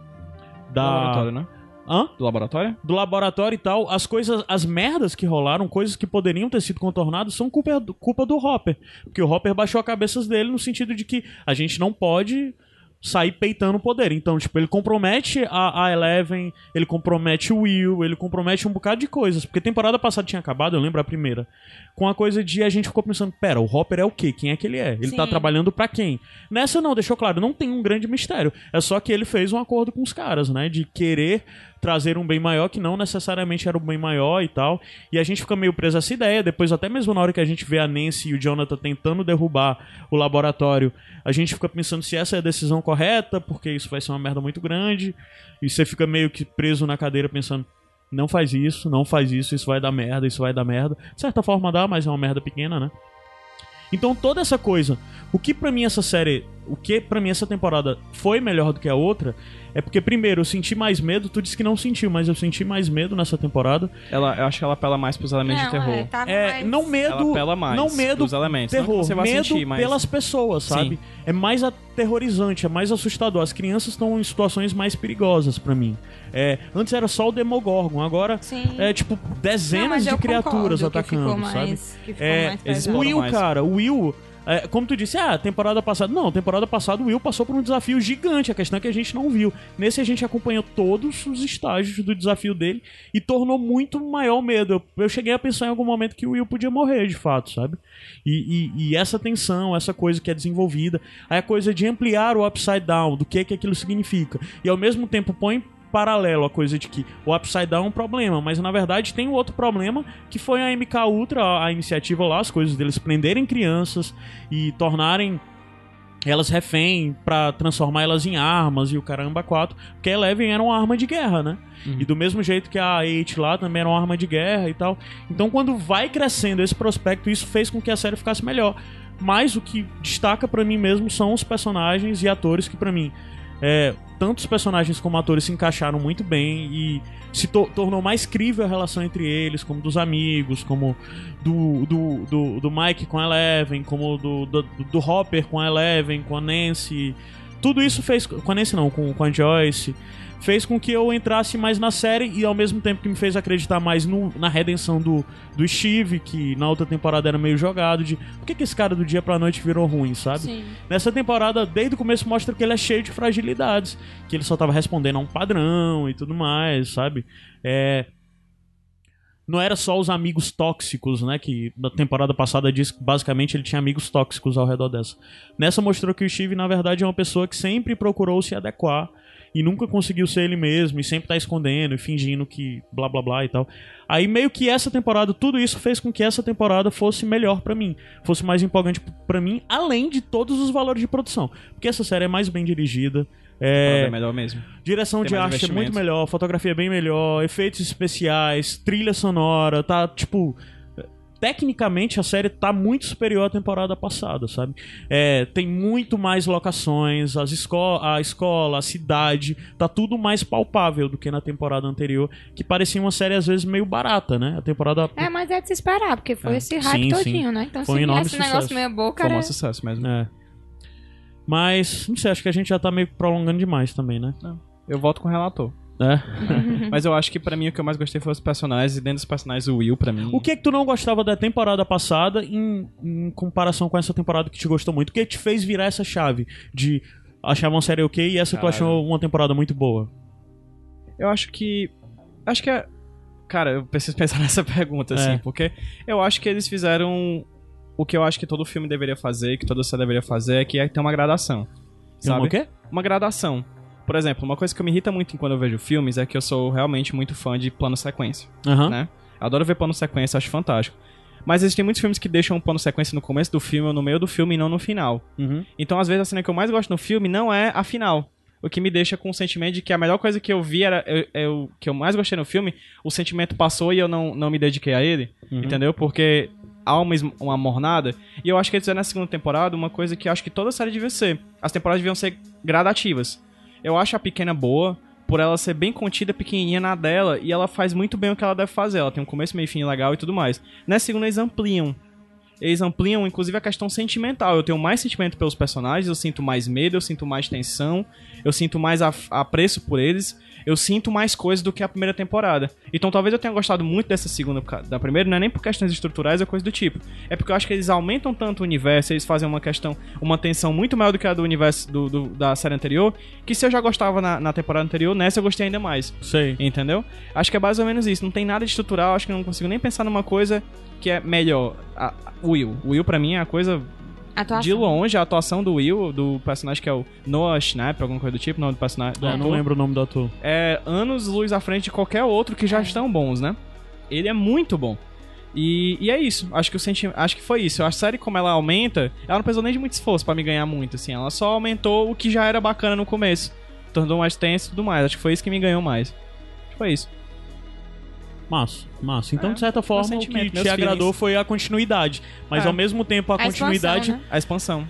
A: Do
C: Da.
A: laboratório, né?
C: Hã?
A: Do laboratório?
C: do laboratório e tal, as coisas, as merdas que rolaram, coisas que poderiam ter sido contornadas, são culpa, do- culpa do Hopper. Porque o Hopper baixou a cabeça dele no sentido de que a gente não pode sair peitando o poder. Então, tipo, ele compromete a, a Eleven, ele compromete o Will, ele compromete um bocado de coisas. Porque temporada passada tinha acabado, eu lembro a primeira, com a coisa de a gente ficou pensando, pera, o Hopper é o quê? Quem é que ele é? Ele tá
B: Sim.
C: trabalhando pra quem? Nessa não, deixou claro, não tem um grande mistério. É só que ele fez um acordo com os caras, né? De querer trazer um bem maior que não necessariamente era o bem maior e tal. E a gente fica meio preso a essa ideia. Depois, até mesmo na hora que a gente vê a Nancy e o Jonathan tentando derrubar o laboratório, a gente fica pensando se essa é a decisão correta, porque isso vai ser uma merda muito grande. E você fica meio que preso na cadeira pensando. Não faz isso, não faz isso, isso vai dar merda, isso vai dar merda. De certa forma dá, mas é uma merda pequena, né? Então toda essa coisa, o que pra mim essa série, o que pra mim essa temporada foi melhor do que a outra, é porque primeiro eu senti mais medo, tu disse que não sentiu, mas eu senti mais medo nessa temporada.
A: Ela, eu acho que ela apela mais pros elementos de terror.
B: é, tava
C: É,
B: mais-
C: não
A: Ela
C: medo,
A: apela mais
C: não medo
A: dos elementos. Não que
C: terror,
A: você vai
C: medo
A: sentir, mas...
C: pelas pessoas, sabe?
A: Sim.
C: É mais aterrorizante, é mais assustador. As crianças estão em situações mais perigosas pra mim. É, antes era só o Demogorgon, agora
B: Sim.
C: é tipo
B: Não, mas
C: dezenas
B: eu
C: de criaturas
B: concordo que
C: atacando,
B: ficou
C: sabe?
B: mais- que ficou
C: É,
B: mais
A: eles
C: o
B: pesado.
A: foram
C: Will,
A: mais.
C: cara, o Will. é, como tu disse, ah, temporada passada. Não, temporada passada o Will passou por um desafio gigante. A questão é que a gente não viu. Nesse a gente acompanhou todos os estágios do desafio dele e tornou muito maior o medo. Eu, eu cheguei a pensar em algum momento que o Will podia morrer, de fato, sabe? E, e- e essa tensão, essa coisa que é desenvolvida, aí a coisa de ampliar o upside down, do que, que aquilo significa. E ao mesmo tempo põe em paralelo a coisa de que o upside down é um problema, mas na verdade tem um outro problema que foi a MK Ultra, a a iniciativa lá, as coisas deles prenderem crianças e tornarem elas refém pra transformar elas em armas e o caramba quatro, porque a Eleven era uma arma de guerra, né?
A: Uhum.
C: E do mesmo jeito que a Eight lá também era uma arma de guerra e tal. Então quando vai crescendo esse prospecto, isso fez com que a série ficasse melhor. Mas o que destaca pra mim mesmo são os personagens e atores que pra mim é, tanto os personagens como atores se encaixaram muito bem e se to- tornou mais crível a relação entre eles, como dos amigos, como do, do, do, do Mike com a Eleven, como do, do, do Hopper com a Eleven, com a Nancy. Tudo isso fez. Com a Nancy não, com, com a Joyce. Fez com que eu entrasse mais na série e ao mesmo tempo que me fez acreditar mais no- na redenção do, do Steve, que na outra temporada era meio jogado, de por que, que esse cara do dia pra noite virou ruim, sabe?
B: Sim.
C: Nessa temporada, desde o começo, mostra que ele é cheio de fragilidades, que ele só tava respondendo a um padrão e tudo mais, sabe? É. Não era só os amigos tóxicos, né? Que na temporada passada diz que basicamente ele tinha amigos tóxicos ao redor dessa. Nessa mostrou que o Steve, na verdade, é uma pessoa que sempre procurou se adequar e nunca conseguiu ser ele mesmo, e sempre tá escondendo e fingindo que blá blá blá e tal. Aí meio que essa temporada, tudo isso fez com que essa temporada fosse melhor pra mim, fosse mais empolgante p- pra mim, além de todos os valores de produção. Porque essa série é mais bem dirigida,
A: É
C: é,
A: melhor mesmo.
C: direção
A: Tem
C: de
A: mais
C: arte é muito
A: investimento.
C: melhor, fotografia é bem melhor, efeitos especiais, trilha sonora, tá tipo. Tecnicamente a série tá muito superior à temporada passada, sabe? É, tem muito mais locações, as esco a escola, a cidade, tá tudo mais palpável do que na temporada anterior, que parecia uma série às vezes meio barata, né? A temporada
E: É, mas é de se esperar, porque foi
C: É.
E: esse hype
C: Sim, sim.
E: todinho, né? Então,
C: Foi um
E: se
C: enorme
E: viesse esse negócio
C: sucesso.
E: meia boca,
A: Foi um
E: era...
A: maior sucesso mesmo.
C: É. Mas, não sei, acho que a gente já tá meio prolongando demais também, né?
A: Eu volto com o relator.
C: É.
A: Mas eu acho que pra mim o que eu mais gostei foi os personagens, e dentro dos personagens o Will, pra mim.
C: O que é que tu não gostava da temporada é passada em, em comparação com essa temporada que te gostou muito? O que te fez virar essa chave de achava uma série ok e essa tu
A: Caralho.
C: achou uma temporada muito boa?
A: Eu acho que. Acho que é. Cara, eu preciso pensar nessa pergunta, assim,
C: É.
A: porque eu acho que eles fizeram o que eu acho que todo filme deveria fazer, que toda série deveria fazer, que é ter uma gradação.
C: Tem uma
A: Sabe?
C: o quê?
A: Uma gradação. Por exemplo, uma coisa que me irrita muito quando eu vejo filmes é que eu sou realmente muito fã de plano sequência.
C: Aham.
A: Né? Adoro ver plano sequência, acho fantástico. Mas existem muitos filmes que deixam o plano sequência no começo do filme ou no meio do filme e não no final.
C: Uhum.
A: Então, às vezes, a cena que eu mais gosto no filme não é a final. O que me deixa com o sentimento de que a melhor coisa que eu vi era. Eu, eu- que eu mais gostei no filme, o sentimento passou e eu não, não me dediquei a ele.
C: Uhum.
A: Entendeu? Porque há uma, esmo- uma mornada. E eu acho que eles fizeram na segunda temporada uma coisa que eu acho que toda série devia ser. As temporadas deviam ser gradativas. Eu acho a pequena boa, por ela ser bem contida, pequenininha na dela, e ela faz muito bem o que ela deve fazer. Ela tem um começo, meio e fim legal e tudo mais. Na segunda, eles ampliam eles ampliam inclusive a questão sentimental. Eu tenho mais sentimento pelos personagens, eu sinto mais medo, eu sinto mais tensão, eu sinto mais af- apreço por eles, eu sinto mais coisas do que a primeira temporada. Então talvez eu tenha gostado muito dessa segunda por ca- da primeira, não é nem por questões estruturais ou coisa do tipo. É porque eu acho que eles aumentam tanto o universo, eles fazem uma questão, uma tensão muito maior do que a do universo do- do- da série anterior, que se eu já gostava na- na temporada anterior, nessa eu gostei ainda mais.
C: Sei.
A: Entendeu? Acho que é mais ou menos isso. Não tem nada de estrutural, acho que eu não consigo nem pensar numa coisa que é melhor. A, a- o Will. O Will, pra mim, é a coisa
B: né? Atuação.
A: de longe, a atuação do Will, do personagem que é o Noah Schnapp, alguma coisa do tipo, nome do personagem. do
C: Eu É, não
A: ator,
C: lembro o nome do ator.
A: É anos luz à frente de qualquer outro que já estão bons, né? Ele é muito bom. E, e é isso. Acho que o senti acho que foi isso. A série, como ela aumenta, ela não precisou nem de muito esforço pra me ganhar muito, assim. Ela só aumentou o que já era bacana no começo. Tornou mais tenso e tudo mais. Acho que foi isso que me ganhou mais. Acho que Foi isso.
C: Massa, massa. Então,
A: É,
C: de certa forma, o que te
A: sentimento, meus
C: agradou
A: feelings.
C: foi a continuidade. Mas
A: É.
C: ao mesmo tempo, a,
B: A expansão,
C: continuidade.
B: né?
A: A expansão.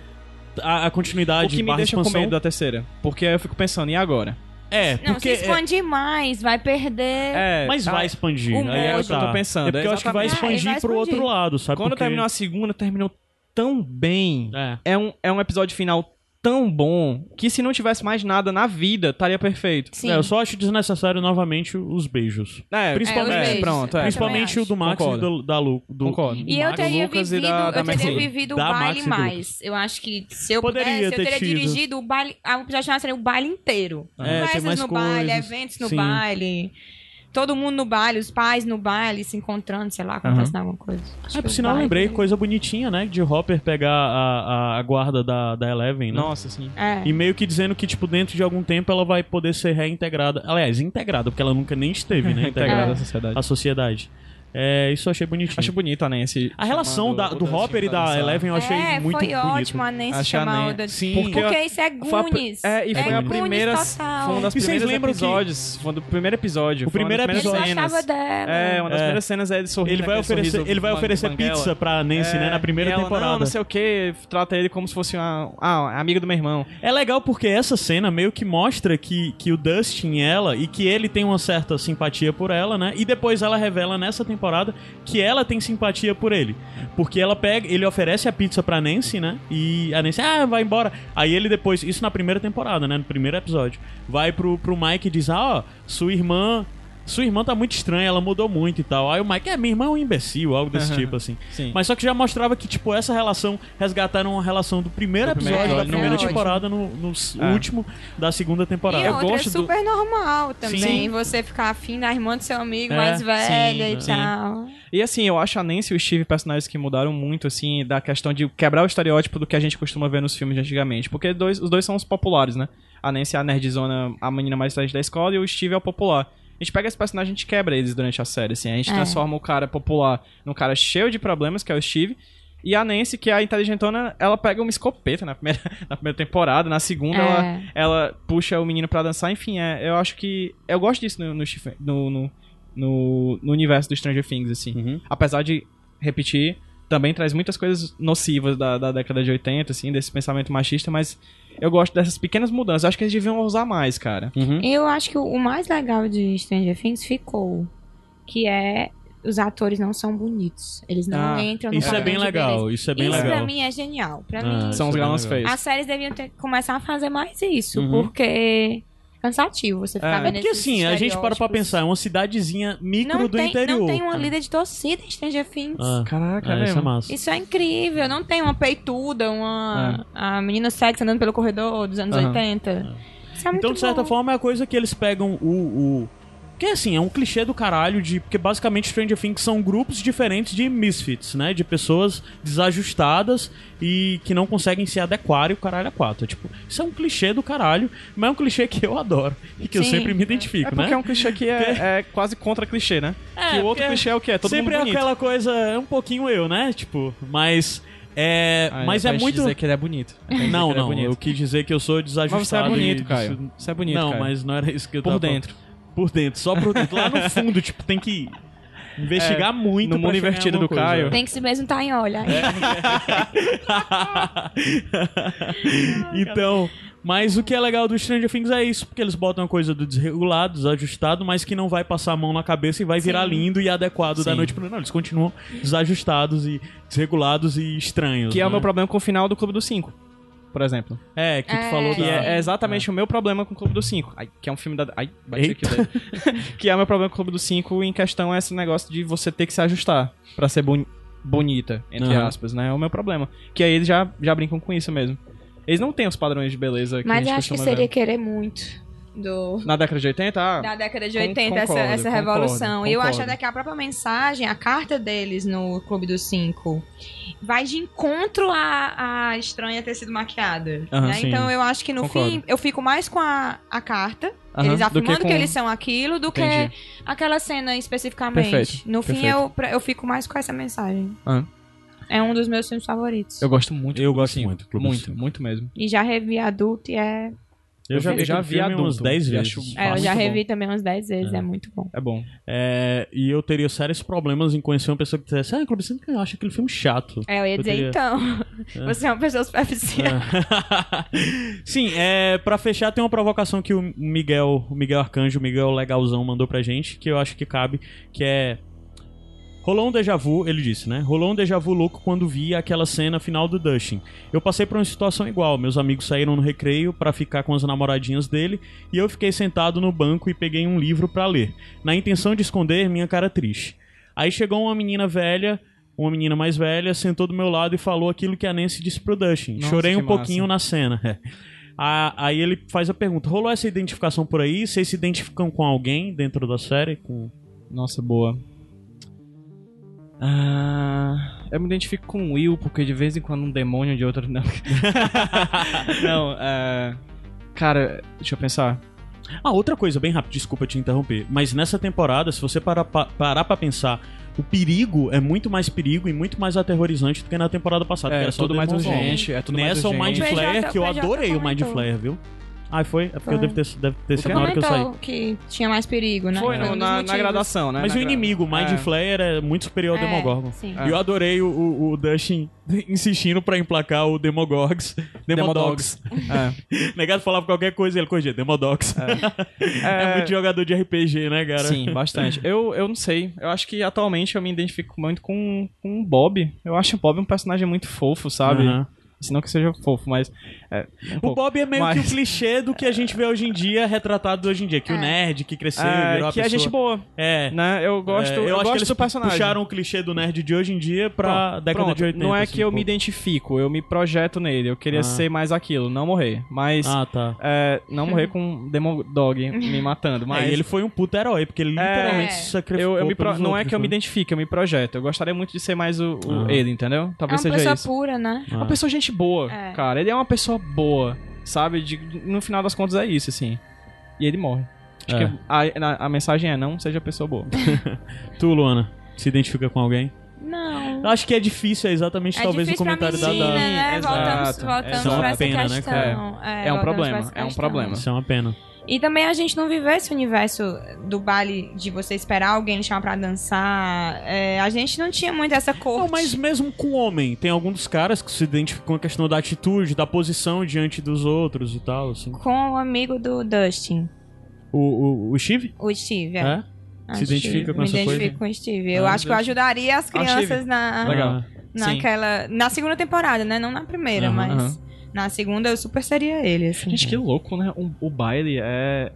C: A, a
A: O
C: continuidade
A: que me
C: Ah, barra
A: deixa com
C: expansão.
A: medo da terceira. Porque eu fico pensando, e agora?
C: É,
B: Não,
C: porque.
B: se expandir mais, vai perder.
A: é,
C: Mas
A: tá.
C: vai expandir.
B: O
A: é
C: aí que
A: o que eu
C: tá.
A: tô pensando,
C: É porque
A: é
C: eu acho que vai
B: exatamente.
C: expandir
B: É, vai
C: pro outro
B: expandir.
C: lado, sabe?
A: Quando
C: porque...
A: terminou a segunda, terminou tão bem.
C: É.
A: É um, é um episódio final tão bom que se não tivesse mais nada na vida, estaria perfeito.
B: Sim.
C: É, eu só acho desnecessário novamente os beijos.
A: É,
C: Principalmente-
A: é,
C: os beijos.
A: pronto, é.
C: Principalmente
B: também
C: o do Max e
A: Concordo.
C: do, da Lu. Do,
A: Concordo.
B: E eu
A: Max,
B: teria
A: Lucas e
B: vivido,
A: da- da
B: eu teria
A: Maxi.
B: vivido o
C: Da
B: baile
C: Maxi
B: mais. Eu acho que se eu
C: Poderia
B: pudesse, eu
C: ter
B: teria
C: tido.
B: dirigido o baile. A episódio final seria o baile inteiro.
C: É, tem
B: Conversas
C: mais
B: no baile,
C: coisas.
B: eventos no
C: Sim.
B: baile. Todo mundo no baile, os pais no baile, se encontrando, sei lá, acontecendo alguma coisa. Acho que
C: Ah, por
B: o
C: sinal, eu
B: baile-
C: lembrei, coisa bonitinha, né? De Hopper pegar a, a, a guarda da, da Eleven, né?
A: Nossa, sim.
B: É.
C: E meio que dizendo que, tipo, dentro de algum tempo ela vai poder ser reintegrada. Aliás, integrada, porque ela nunca nem esteve,
A: Integrada
C: né? Integrada
A: à sociedade.
C: à sociedade. É, isso eu achei bonitinho.
A: Acho bonita, né? Esse
C: A relação da- do Hopper e da Eleven eu achei
B: é,
C: muito
B: foi
C: bonito.
B: ótimo a Nancy
A: Achei a
B: chamar
A: Nan-
B: o Dan-
C: Sim.
B: Porque,
A: Porque
B: isso é
A: Foi a pri-
B: Goonies.
A: É, e foi a
B: Goonies
A: primeira.
B: total.
A: Foi uma das
C: E vocês
A: primeiras
C: lembram que-
A: episódios. Foi um do primeiro episódio.
C: O
A: foi uma das
C: primeiro
B: Ele
A: primeiras cenas.
C: episódio.
B: gostava dela.
A: É, uma das
C: É.
A: primeiras cenas é ele sorrindo.
C: Ele vai
A: aquele
C: oferecer,
A: sorriso
C: ele vai
A: man-
C: oferecer
A: banguela.
C: pizza pra Nancy,
A: É,
C: né? Na primeira
A: e ela,
C: temporada.
A: Não, não sei o que, trata ele como se fosse uma, ah, amiga do meu irmão.
C: É legal porque essa cena meio que mostra que, que o Dustin e ela e que ele tem uma certa simpatia por ela, né? E depois ela revela nessa temporada que ela tem simpatia por ele. Porque ela pega, ele oferece a pizza pra Nancy, né? E a Nancy, ah, vai embora. Aí ele depois, isso na primeira temporada, né? No primeiro episódio. Vai pro, pro Mike e diz, ah, ó, sua irmã. Sua irmã tá muito estranha, ela mudou muito e tal. Aí o Mike, é, minha irmã é um imbecil, algo desse tipo, assim.
A: Sim.
C: Mas só que já mostrava que, tipo, essa relação resgataram a relação do primeiro
A: Do primeiro
C: episódio, da
A: episódio,
C: primeira
B: né? Ótimo.
C: temporada no, no s-
A: É.
C: último da segunda temporada.
B: E outra,
A: gosto
B: é
A: do-
B: super normal também
C: Sim.
B: você ficar afim da irmã do seu amigo
C: É,
B: mais
C: sim,
B: velha e
C: sim.
B: tal.
A: E assim, eu acho a Nancy e o Steve personagens que mudaram muito, assim, da questão de quebrar o estereótipo do que a gente costuma ver nos filmes de antigamente. Porque dois, os dois são os populares, né? A Nancy é a nerdzona, a menina mais tarde da escola, e o Steve é o popular. A gente pega esse personagem e a gente quebra eles durante a série, assim. A gente
B: É.
A: transforma o cara popular num cara cheio de problemas, que é o Steve. E a Nancy, que é a inteligentona, ela pega uma escopeta na primeira, na primeira temporada, na segunda ela
B: É.
A: ela puxa o menino pra dançar, enfim, é, eu acho que. Eu gosto disso no, no, Stephen- no, no, no- no universo do Stranger Things, assim.
C: Uhum.
A: Apesar de, repetir, também traz muitas coisas nocivas da, da década de 80, assim, desse pensamento machista, mas eu gosto dessas pequenas mudanças. Eu acho que eles deviam usar mais, cara.
C: Uhum.
B: Eu acho que o- o mais legal de Stranger Things ficou, que é os atores não são bonitos. Eles não
A: Ah,
B: entram no
C: Isso é
B: padrão
C: bem
B: de
C: legal,
B: beleza.
C: isso é bem
B: isso pra
C: legal.
B: mim é genial. Pra
C: Ah,
B: mim,
C: Isso
A: São os
C: é bem
A: galãs
C: legal.
A: feios.
B: as séries deviam ter que começar a fazer mais isso,
C: Uhum.
B: porque é
E: cansativo você ficar
C: É
E: vendo
C: porque
E: esses
C: assim, a gente para pra
E: estereótipos.
C: pensar, é uma cidadezinha micro
B: Não
C: do
B: tem,
C: interior. É.
B: não tem uma líder de torcida em Stranger Things.
C: Ah,
A: Caraca,
C: é, isso é
A: velho.
C: massa.
B: Isso é incrível. Não tem uma peituda, uma
C: É.
B: a menina sexy andando pelo corredor dos anos
A: Aham. Ah,
B: 80. Isso é muito
C: Então, de certa
B: bom.
C: forma, é a coisa que eles pegam o. o... Porque assim, é um clichê do caralho de. Porque basicamente Stranger Things são grupos diferentes de misfits, né? De pessoas desajustadas e que não conseguem se adequar e o caralho é quatro. Tipo, isso é um clichê do caralho, mas é um clichê que eu adoro e que eu
B: Sim.
C: sempre me identifico,
A: É porque
C: né?
A: é um clichê que é, é quase contra clichê, né?
C: É,
A: que o outro
C: porque
A: clichê é o quê? É todo
C: sempre
A: mundo
C: é
A: bonito.
C: aquela coisa, é um pouquinho eu, né? Tipo, mas. É,
A: Ah,
C: mas
A: eu
C: é
A: quis
C: muito.
A: dizer que ele é bonito. Eu quis dizer
C: Não,
A: que ele
C: não,
A: É bonito.
C: eu quis dizer que eu sou desajustado.
A: Mas você é bonito,
C: e-
A: Caio. Você é bonito,
C: não,
A: Caio.
C: mas não era isso que eu
A: Por
C: tava
A: dentro.
C: Por dentro, só por dentro. Lá no fundo, tipo, tem que investigar muito.
A: É, no
C: pra
A: mundo
C: chegar em
A: invertido
C: alguma
A: do
C: coisa.
A: Caio.
E: Tem que se mesmo tá em olha.
C: É, então, mas o que é legal do Stranger Things é isso, porque eles botam a coisa do desregulado, desajustado, mas que não vai passar a mão na cabeça e vai virar lindo e adequado da
A: Sim.
C: noite pro Não, eles continuam desajustados e desregulados e estranhos.
A: Que é o
C: né?
A: meu problema com o final do Clube dos Cinco, por exemplo.
C: É, que tu
E: É.
C: falou
A: Que
C: da-
A: é, é exatamente o meu problema com o Clube dos Cinco. Ai, que é um filme da. Ai, bati aqui o dedo. que é o meu problema com o Clube dos Cinco em questão é esse negócio de você ter que se ajustar pra ser boni- bonita, entre
C: Aham.
A: aspas, né? É o meu problema. Que aí eles já, já brincam com isso mesmo. Eles não têm os padrões de beleza que a
E: Mas
A: gente
E: eu acho que
A: costuma
E: seria
A: ver.
E: querer muito do
A: Na década de 80? Ah,
B: da década de
A: Con-
B: 80, essa,
A: concordo,
B: essa
A: concordo,
B: revolução. E eu
A: concordo.
B: acho até que a própria mensagem, a carta deles no Clube dos Cinco, vai de encontro à, à estranha ter sido maquiada.
C: Aham,
B: né?
C: sim.
B: Então eu acho que no
A: Concordo.
B: fim eu fico mais com a, a carta,
A: aham,
B: eles
A: do
B: afirmando que,
A: com-
B: eles são aquilo, do
A: Entendi.
B: que aquela cena especificamente.
A: Perfeito,
B: No fim
A: perfeito.
B: eu, pra- eu fico mais com essa mensagem.
A: Aham.
B: É um dos meus filmes favoritos.
A: Eu gosto muito. do
C: Eu
A: Clube dos
C: gosto
A: Cinco.
C: muito do Clube dos
A: Muito,
C: Cinco.
A: muito mesmo.
B: E já revi adulto e é.
C: Eu já,
A: Eu
C: vi,
A: já
C: aquele
A: vi
C: filme
A: adulto,
C: umas 10
A: e
C: vezes.
A: acho
B: é, eu
A: Fácil,
B: já
A: Ah, muito
B: revi também umas 10 vezes, é. muito bom.
A: É bom.
C: É, e eu teria sérios problemas em conhecer uma pessoa que dissesse, ah, Clube Cinco, eu acho aquele filme chato.
B: É, eu ia
C: Eu
B: dizer,
C: teria-
B: então. Você é uma pessoa superficial.
C: Sim, é, para fechar tem uma provocação que o Miguel, o Miguel Arcanjo, o Miguel Legalzão mandou pra gente, que eu acho que cabe, que é Rolou um déjà vu, ele disse, né? Rolou um déjà vu louco quando vi aquela cena final do Dustin. Eu passei por uma situação igual. Meus amigos saíram no recreio pra ficar com as namoradinhas dele e eu fiquei sentado no banco e peguei um livro pra ler, na intenção de esconder minha cara triste. Aí chegou uma menina velha, uma menina mais velha, sentou do meu lado e falou aquilo que a Nancy disse pro Dustin.
A: Nossa,
C: Chorei
A: que
C: um pouquinho
A: massa.
C: na cena. é. Ah, Aí ele faz a pergunta: rolou essa identificação por aí? Vocês se identificam com alguém dentro da série? Com...
A: Nossa, boa. Ah, eu me identifico com o Will, porque de vez em quando um demônio de outro. Não, não é. Cara, deixa eu pensar.
C: Ah, outra coisa, bem rápido, desculpa te interromper, mas nessa temporada, se você parar pa- parar pra pensar, o perigo é muito mais perigo e muito mais aterrorizante do que na temporada passada, que
A: É,
C: era só
A: tudo mais
C: Demon Zone.
A: urgente. É tudo mais
C: Nessa, o
A: urgente.
C: Mind
B: O PJ
C: Flayer, que eu
B: comentou.
C: adorei o Mind Flayer, viu? Ah, foi? É porque eu
E: Foi.
C: devo ter, deve ter
A: O
C: sido
A: quê?
C: na hora que eu saí.
B: comentou que tinha mais perigo, né?
A: Foi
B: Foi
A: no-
B: um dos
A: na, na
B: motivos.
A: gradação, né?
C: Mas
A: Na
C: o
A: gra-
C: inimigo, o Mind
A: É.
C: Flayer, é muito superior ao
B: É,
C: Demogorgon.
E: sim.
A: É.
C: E eu adorei o, o, o Dustin insistindo pra emplacar o Demogorgs. Demodogs.
A: Demodogs. É.
C: Negado falava qualquer coisa e ele corrigia. Demodogs. É,
A: É,
C: muito jogador de RPG, né, cara?
A: Sim, bastante. Eu, eu não sei. Eu acho que atualmente eu me identifico muito com, com o Bob. Eu acho o Bob um personagem muito fofo, sabe?
C: Aham.
A: Se não que seja fofo, mas. é, um
C: O
A: pouco.
C: Bob é meio
A: Mas-
C: que o clichê do que a gente vê hoje em dia, retratado hoje em dia. Que o
E: É.
C: nerd que cresceu,
A: É,
C: virou a
A: que é
C: pessoa...
A: gente boa,
C: É.
A: né? Eu gosto,
C: É,
A: eu
C: acho que
A: gosto
C: eles
A: do personagem.
C: puxaram o clichê do nerd de hoje em dia pra
A: Pronto,
C: década
A: pronto.
C: de 80.
A: Não é
C: assim,
A: que eu
C: um
A: me
C: pouco.
A: identifico, eu me projeto nele. Eu queria
C: Ah.
A: ser mais aquilo, não morrer. Mas
C: Ah, tá.
A: é, não morrer com Demon Dog me matando.
C: Mas
A: Mas É,
C: ele foi um puto herói, porque ele literalmente se sacrificou.
A: eu, eu me pro-
C: pelos
A: não é
C: outros,
A: que eu me
C: né?
A: identifique, eu me projeto. Eu gostaria muito de ser mais o, o
C: Ah.
A: ele, entendeu?
E: É uma
A: Talvez seja
E: pessoa
A: isso.
E: pura, né?
A: É Uma
C: Ah.
A: pessoa gente boa,
E: É.
A: cara. Ele é uma pessoa boa, sabe? De- de- no final das contas é isso, assim. E ele morre. Acho
C: É.
A: que a, na- a mensagem é não seja pessoa boa.
C: Tu, Luana, se identifica com alguém?
E: Não.
C: Acho que é difícil, é exatamente
B: É
C: talvez o
B: difícil pra
C: comentário da.
B: menina,
C: da...
B: né?
A: exato.
B: Voltamos, voltamos
A: Isso é uma
B: pra essa
C: pena, né,
B: questão.
A: cara? É um
B: voltamos
A: problema,
B: pra essa
A: é um
B: questão.
A: problema.
C: Isso é uma pena.
B: E também a gente não viver esse universo do baile de você esperar alguém lhe chamar pra dançar. É, a gente não tinha muito essa cor.
C: Não, mas mesmo com homem, tem algum dos caras que se identificam com a questão da atitude, da posição diante dos outros e tal, assim.
B: Com o amigo do Dustin,
C: O, o, o Steve?
B: o Steve.
C: É?
B: Ah,
C: Se identifica
B: Steve.
C: com
B: Me
C: essa
B: identifico
C: coisa?
B: com o Steve. Eu
A: Ah,
B: acho que eu
A: Dustin.
B: ajudaria as
A: Ah, o Steve.
B: crianças na,
A: Legal. Sim.
B: naquela. Na segunda temporada, né? Não na primeira,
C: Aham,
B: mas. Na segunda eu super seria ele, assim.
A: Gente, que louco, né? O, o baile é.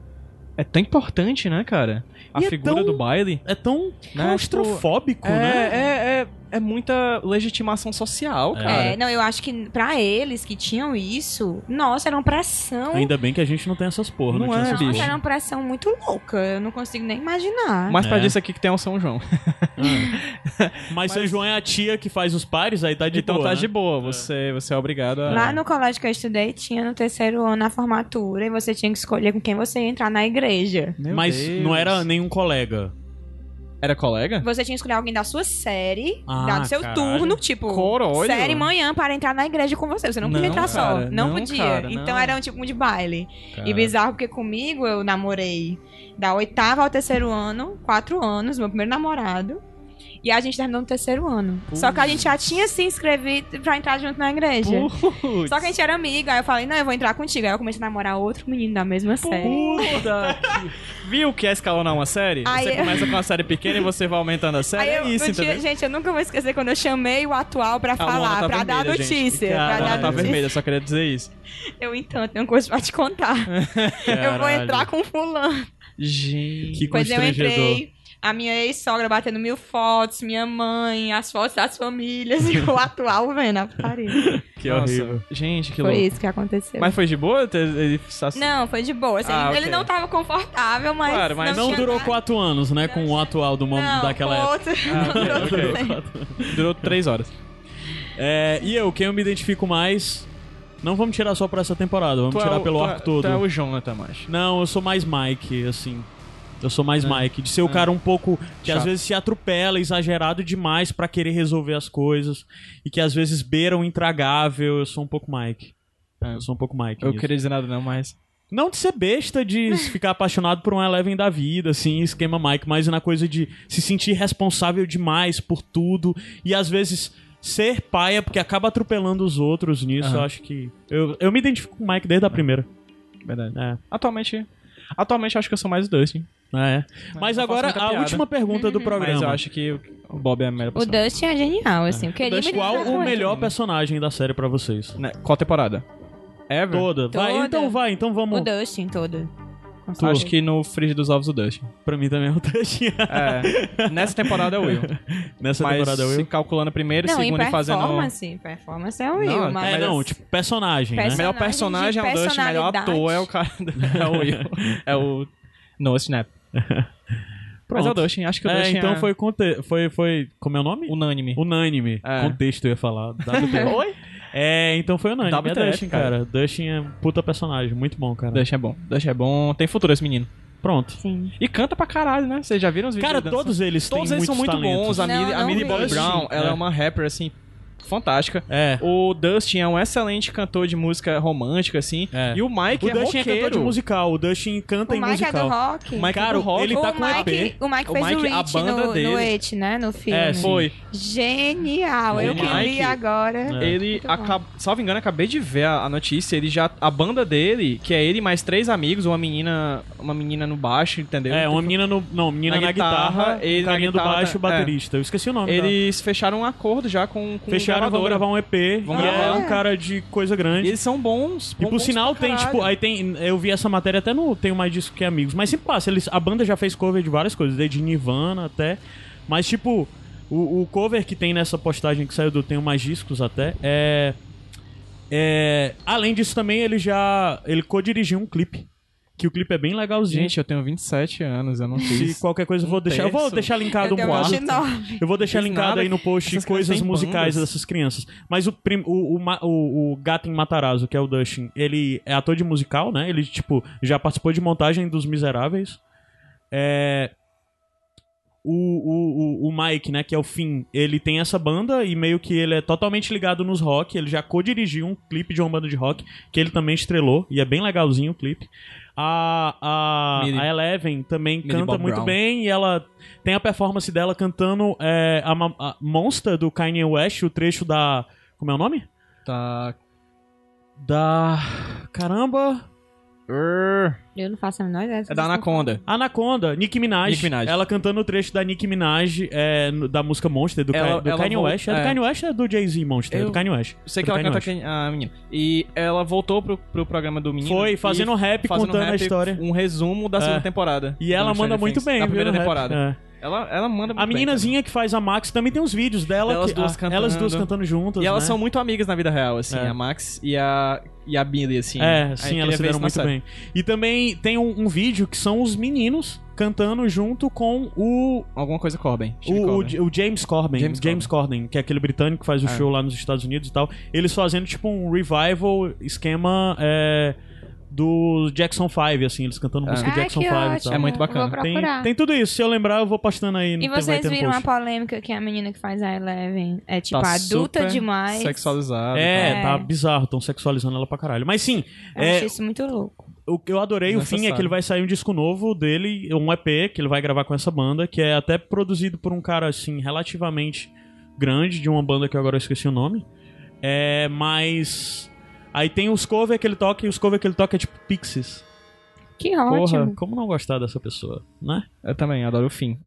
A: É tão importante, né, cara? A
C: E é
A: figura
C: tão-
A: do baile.
C: É tão
A: Né,
C: claustrofóbico,
A: É,
C: né?
A: é, é, é muita legitimação social, cara.
B: É, não, eu acho que pra eles que tinham isso, nossa, era uma
A: é um
B: pressão.
C: Ainda bem que a gente não tem essas porra,
A: Não
C: não, tinha
A: é,
C: essas
A: bicho.
B: Nossa,
C: porra.
B: era uma pressão muito louca. Eu não consigo nem imaginar.
A: Mas pra
C: É.
A: disso aqui que tem o São João.
C: Mas, São João é a tia que faz os pares, aí tá de
A: então
C: boa,
A: tá
C: né?
A: de boa, você, você é obrigado a.
B: Lá no colégio que eu estudei, tinha no terceiro ano a formatura e você tinha que escolher com quem você ia entrar na igreja.
A: Meu
C: Mas
A: Deus.
C: não era nenhum colega.
A: Era colega?
B: Você tinha que escolher alguém da sua série,
C: Ah,
B: da do seu
C: caralho.
B: turno, tipo,
A: Corolho.
B: série manhã para entrar na igreja com você. Você não
A: Não,
B: podia entrar
A: cara,
B: só. Não,
A: não,
B: podia.
A: cara,
B: então
A: não.
B: era um tipo um de baile.
A: Cara.
B: E bizarro porque comigo eu namorei da oitava ao terceiro ano, quatro anos, meu primeiro namorado. E a gente terminou no terceiro ano. Só que a gente já tinha se inscrevido pra entrar junto na igreja.
A: Putz.
B: Só que a gente era amiga, aí eu falei, não, eu vou entrar contigo. Aí eu comecei a namorar outro menino da mesma série.
A: Puta que- Viu que é escalonar uma série?
B: Aí
A: você
B: eu-
A: começa com uma série pequena e você vai aumentando a série.
B: Aí eu,
A: é isso,
B: no dia-
A: entendeu?
B: gente, eu nunca vou esquecer quando eu chamei o atual pra
A: A Luana
B: falar,
A: tá
B: pra dar
A: vermelha, gente.
B: notícia.
A: Cara,
B: pra
A: a
B: dar
A: Luana tá
B: notícia.
A: vermelha, só queria dizer isso.
B: Eu então, tenho coisa pra te contar. Eu vou
C: Caralho.
B: entrar com fulano.
A: Gente.
C: Que
B: Pois eu
C: constrangedor.
B: entrei, a minha ex-sogra batendo mil fotos, minha mãe, as fotos das famílias e o atual vendo a parede.
C: Que
A: Nossa,
C: horrível.
A: Gente, que
B: Foi
A: louco.
B: isso que aconteceu.
A: Mas foi de boa? ter- Ele... sa-
B: Não, foi de boa. assim,
A: Ah,
B: ele
A: ok.
B: não tava confortável, mas.
A: Claro, mas
C: Não
B: tinha
C: durou
B: nada.
C: quatro anos, né? Com o atual do mundo
B: Não,
C: daquela
B: com
C: época.
B: outro-
A: Ah, ok,
B: não durou
A: ok.
B: tanto.
A: Durou três horas.
C: É, e eu, quem eu me identifico mais. Não vamos tirar só pra essa temporada, vamos
A: Tu é
C: tirar
A: o-
C: pelo
A: tu é-
C: arco todo.
A: Tu é o Jonathan, macho.
C: Não, eu sou mais Mike, assim. Eu sou mais
A: É.
C: Mike. De ser o
A: É.
C: cara um pouco que às
A: Chato.
C: vezes se atropela, exagerado demais pra querer resolver as coisas. E que às vezes beira o intragável. Eu sou um pouco Mike.
A: É.
C: Eu sou um pouco Mike.
A: Eu
C: nisso.
A: queria dizer nada, não, mas.
C: Não de ser besta, de ficar apaixonado por um Eleven da vida, assim, esquema Mike, mas na coisa de se sentir responsável demais por tudo e às vezes ser paia, porque acaba atropelando os outros nisso.
A: Aham.
C: Eu acho que. Eu, eu me identifico com o Mike desde a primeira.
A: Verdade.
C: É.
A: Atualmente. Atualmente eu acho que eu sou mais Dustin.
C: É.
A: Mas
C: Mas
A: eu faço
C: agora, a
A: muita piada.
C: última pergunta
B: Uhum.
C: do programa.
A: Mas eu acho que o o Bob é a melhor
B: O
A: pessoa.
B: Dustin é genial, assim. Eu queria
A: Dustin-
B: me
C: Qual
B: identificar
C: o
B: com ele.
C: melhor personagem da série pra vocês?
A: Né, Qual temporada? Ever?
C: Toda. Vai,
B: Toda.
C: então vai, então
B: O
C: vamos.
B: Dustin todo. Com
A: Tu Acho
B: certeza.
A: que no Frigir dos Ovos o Dustin.
C: Pra mim também é o Teixeira.
A: É. Nessa temporada é o Will.
C: Nessa
A: mas
C: temporada é eu.
A: se calculando primeiro,
B: Não, em
A: segundo e fazendo...
B: performance. Performance é o Will,
A: Não,
B: mas.
C: É, não, tipo, personagem,
A: O
C: né?
B: Person-
A: melhor personagem é o Dustin, o melhor ator é o cara... É o Will. É o... No Snap. Mas é o
C: Pronto.
A: Dustin, acho que o
C: É,
A: Dustin
C: então
A: é
C: foi, conte... foi, foi. Como é o nome?
A: unânime.
C: Unânime.
A: É.
C: Contexto eu ia falar. WTF.
A: Oi?
C: é, então foi unânime.
A: WTF,
C: é Dustin, cara. Dustin é um puta personagem. Muito bom, cara.
A: Dustin é bom. Dustin é bom. Tem futuro esse menino.
C: Pronto.
B: Sim.
A: E canta pra caralho, né? Vocês já viram os vídeos
C: Cara,
A: dele dançando?
C: todos eles têm
A: Todos eles são muito
C: muitos talentos.
A: bons. A
B: Não,
A: Millie, a
B: não
A: Millie Bobby
B: mesmo.
A: Brown, ela é.
C: É.
A: uma rapper, assim, fantástica.
C: É.
A: O Dustin é um excelente cantor de música romântica, assim.
C: É.
A: E o Mike
C: O
A: é
C: Dustin é
A: roqueiro.
C: cantor de musical. O Dustin canta
B: O
C: em
B: Mike é do
C: musical.
B: rock.
A: O Mike
C: Cara,
A: é do rock.
C: ele tá com
B: Mike,
C: EP.
B: o Mike
A: O
B: fez o,
A: Mike,
B: Mike,
A: a banda
B: no,
A: dele.
B: no It, né? No filme.
C: É, sim.
A: Foi.
B: Genial. Eu
A: Genial.
B: que
A: Mike-
B: li agora.
C: É.
A: Ele,
B: Muito bom.
A: acab... salvo engano, acabei de ver a, a notícia. Ele já. A banda dele, que é ele e mais três amigos, uma menina. Uma menina no baixo, entendeu?
C: É, uma menina no. Não, menina
A: um Na
C: na,
A: guitarra,
C: guitarra,
A: ele
C: um
A: na
C: carinha
A: guitarra,
C: do baixo,
A: é.
C: o baterista. Eu esqueci o nome. tá?
A: Eles fecharam um acordo já com, com
C: Fecharam, vamos
A: gravadora.
C: gravar um EP.
A: Vamos
C: e
A: gravar.
C: é um cara de coisa
A: E
C: grande.
A: eles são bons.
C: E
A: bons
C: por sinal
A: pra
C: tem,
A: caralho.
C: tipo, aí tem. Eu vi essa matéria até no Tenho Mais Disco que Amigos, mas sempre passa. Eles, a banda já fez cover de várias coisas, desde Nirvana até. Mas, tipo, o, o cover que tem nessa postagem que saiu do Tenho Mais Discos até é. é além disso, também ele já. Ele co-dirigiu um clipe. Que o clipe é bem legalzinho.
A: Gente, eu tenho 27 anos, eu não
C: se
A: fiz.
C: qualquer coisa eu vou deixar. Eu vou
A: terço.
C: deixar linkado
B: Eu
C: um
B: tenho
C: quarto.
B: 29.
C: Eu vou deixar
A: Não fiz
C: linkado
A: nada.
C: aí no post
A: Essas crianças
C: coisas
A: têm
C: musicais
A: bandas.
C: dessas crianças. Mas o, prim, o, o, ma- o, o Gato em Matarazzo, que é o Dustin, ele é ator de musical, né? Ele, tipo, já participou de montagem dos Miseráveis. É. O, o, o, o Mike, né, que é o Finn, ele tem essa banda e meio que ele é totalmente ligado nos rock. Ele já co-dirigiu um clipe de uma banda de rock que ele também estrelou e é bem legalzinho o clipe. A, a,
A: Millie-
C: a Eleven também
A: Millie
C: canta
A: Bob
C: muito
A: Brown.
C: bem e ela tem a performance dela cantando é, a, ma- a Monster do Kanye West, o trecho da. Como é o nome?
A: Tá.
C: Da. Caramba!
A: Urr,
B: Eu não faço a menor ideia.
A: É da É Anaconda.
C: Anaconda, Nicki Minaj,
A: Nicki Minaj.
C: Ela cantando o trecho da Nicki Minaj é, no- da música Monster, do, Ka-
A: Ela-
C: do
A: ela
C: Kanye
A: vol-
C: West. É do
A: é.
C: Kanye West ou é do Jay-Z Monster? É do
A: Eu-
C: Kanye West.
A: Sei
C: Do
A: que é ela
C: Kanye
A: canta
C: West.
A: quem- Ah, a menina. E ela voltou pro, pro programa do menino.
C: Foi, fazendo um
A: e
C: rap,
A: fazendo
C: contando
A: rap,
C: a história. É.
A: Um resumo da segunda temporada.
C: E ela
A: do
C: manda
A: Stranger
C: muito
A: Things,
C: bem,
A: Da
C: viu,
A: primeira
C: no rap.
A: temporada.
C: É.
A: Ela, ela manda muito
C: A
A: bem
C: meninazinha que faz a Max também tem uns vídeos dela.
A: Elas
C: que-
A: duas
C: a- Elas duas
A: cantando.
C: cantando juntas.
A: também. E elas
C: né?
A: são muito amigas na vida real, assim.
C: É.
A: A Max e a, e a Billy, assim.
C: É,
A: Aí
C: sim,
A: eu
C: elas se
A: queria ver
C: deram
A: isso na
C: muito
A: série.
C: bem. E também tem um, um vídeo que são os meninos cantando junto com o,
A: Alguma coisa Corbin.
C: o,
A: Steve Corbin.
C: o- o James Corbin.
A: James
C: James, Corbin. que é aquele britânico que faz o
A: É.
C: show lá nos Estados Unidos e tal. Eles fazendo tipo um revival esquema é, do Jackson 5, assim, eles cantando
A: É.
C: música
B: Ai,
C: Jackson
B: Ah, que
C: 5 e
B: ótimo.
C: tal.
A: É muito bacana.
B: Vou
C: Tem,
B: procurar.
C: tem tudo isso, se eu lembrar, eu vou postando aí
B: E
C: no vai
B: vocês
C: ter no
B: viram a
C: post.
B: polêmica que a menina que faz a Eleven é, tipo,
A: Tá
B: adulta
A: super
B: demais.
A: Sexualizada.
C: É,
B: É.
C: tá bizarro, tão sexualizando ela pra caralho. Mas sim,
B: Eu
C: é,
B: achei isso muito louco.
C: O que eu adorei o fim é que
A: Desnecessário.
C: ele vai sair um disco novo dele, um EP que ele vai gravar com essa banda, que é até produzido por um cara assim relativamente grande de uma banda que eu agora esqueci o nome. É, mas aí tem os cover que ele toca e os cover que ele toca é tipo Pixies.
B: Que
C: Porra,
B: ótimo.
C: como não gostar dessa pessoa, né?
A: Eu também, adoro o fim.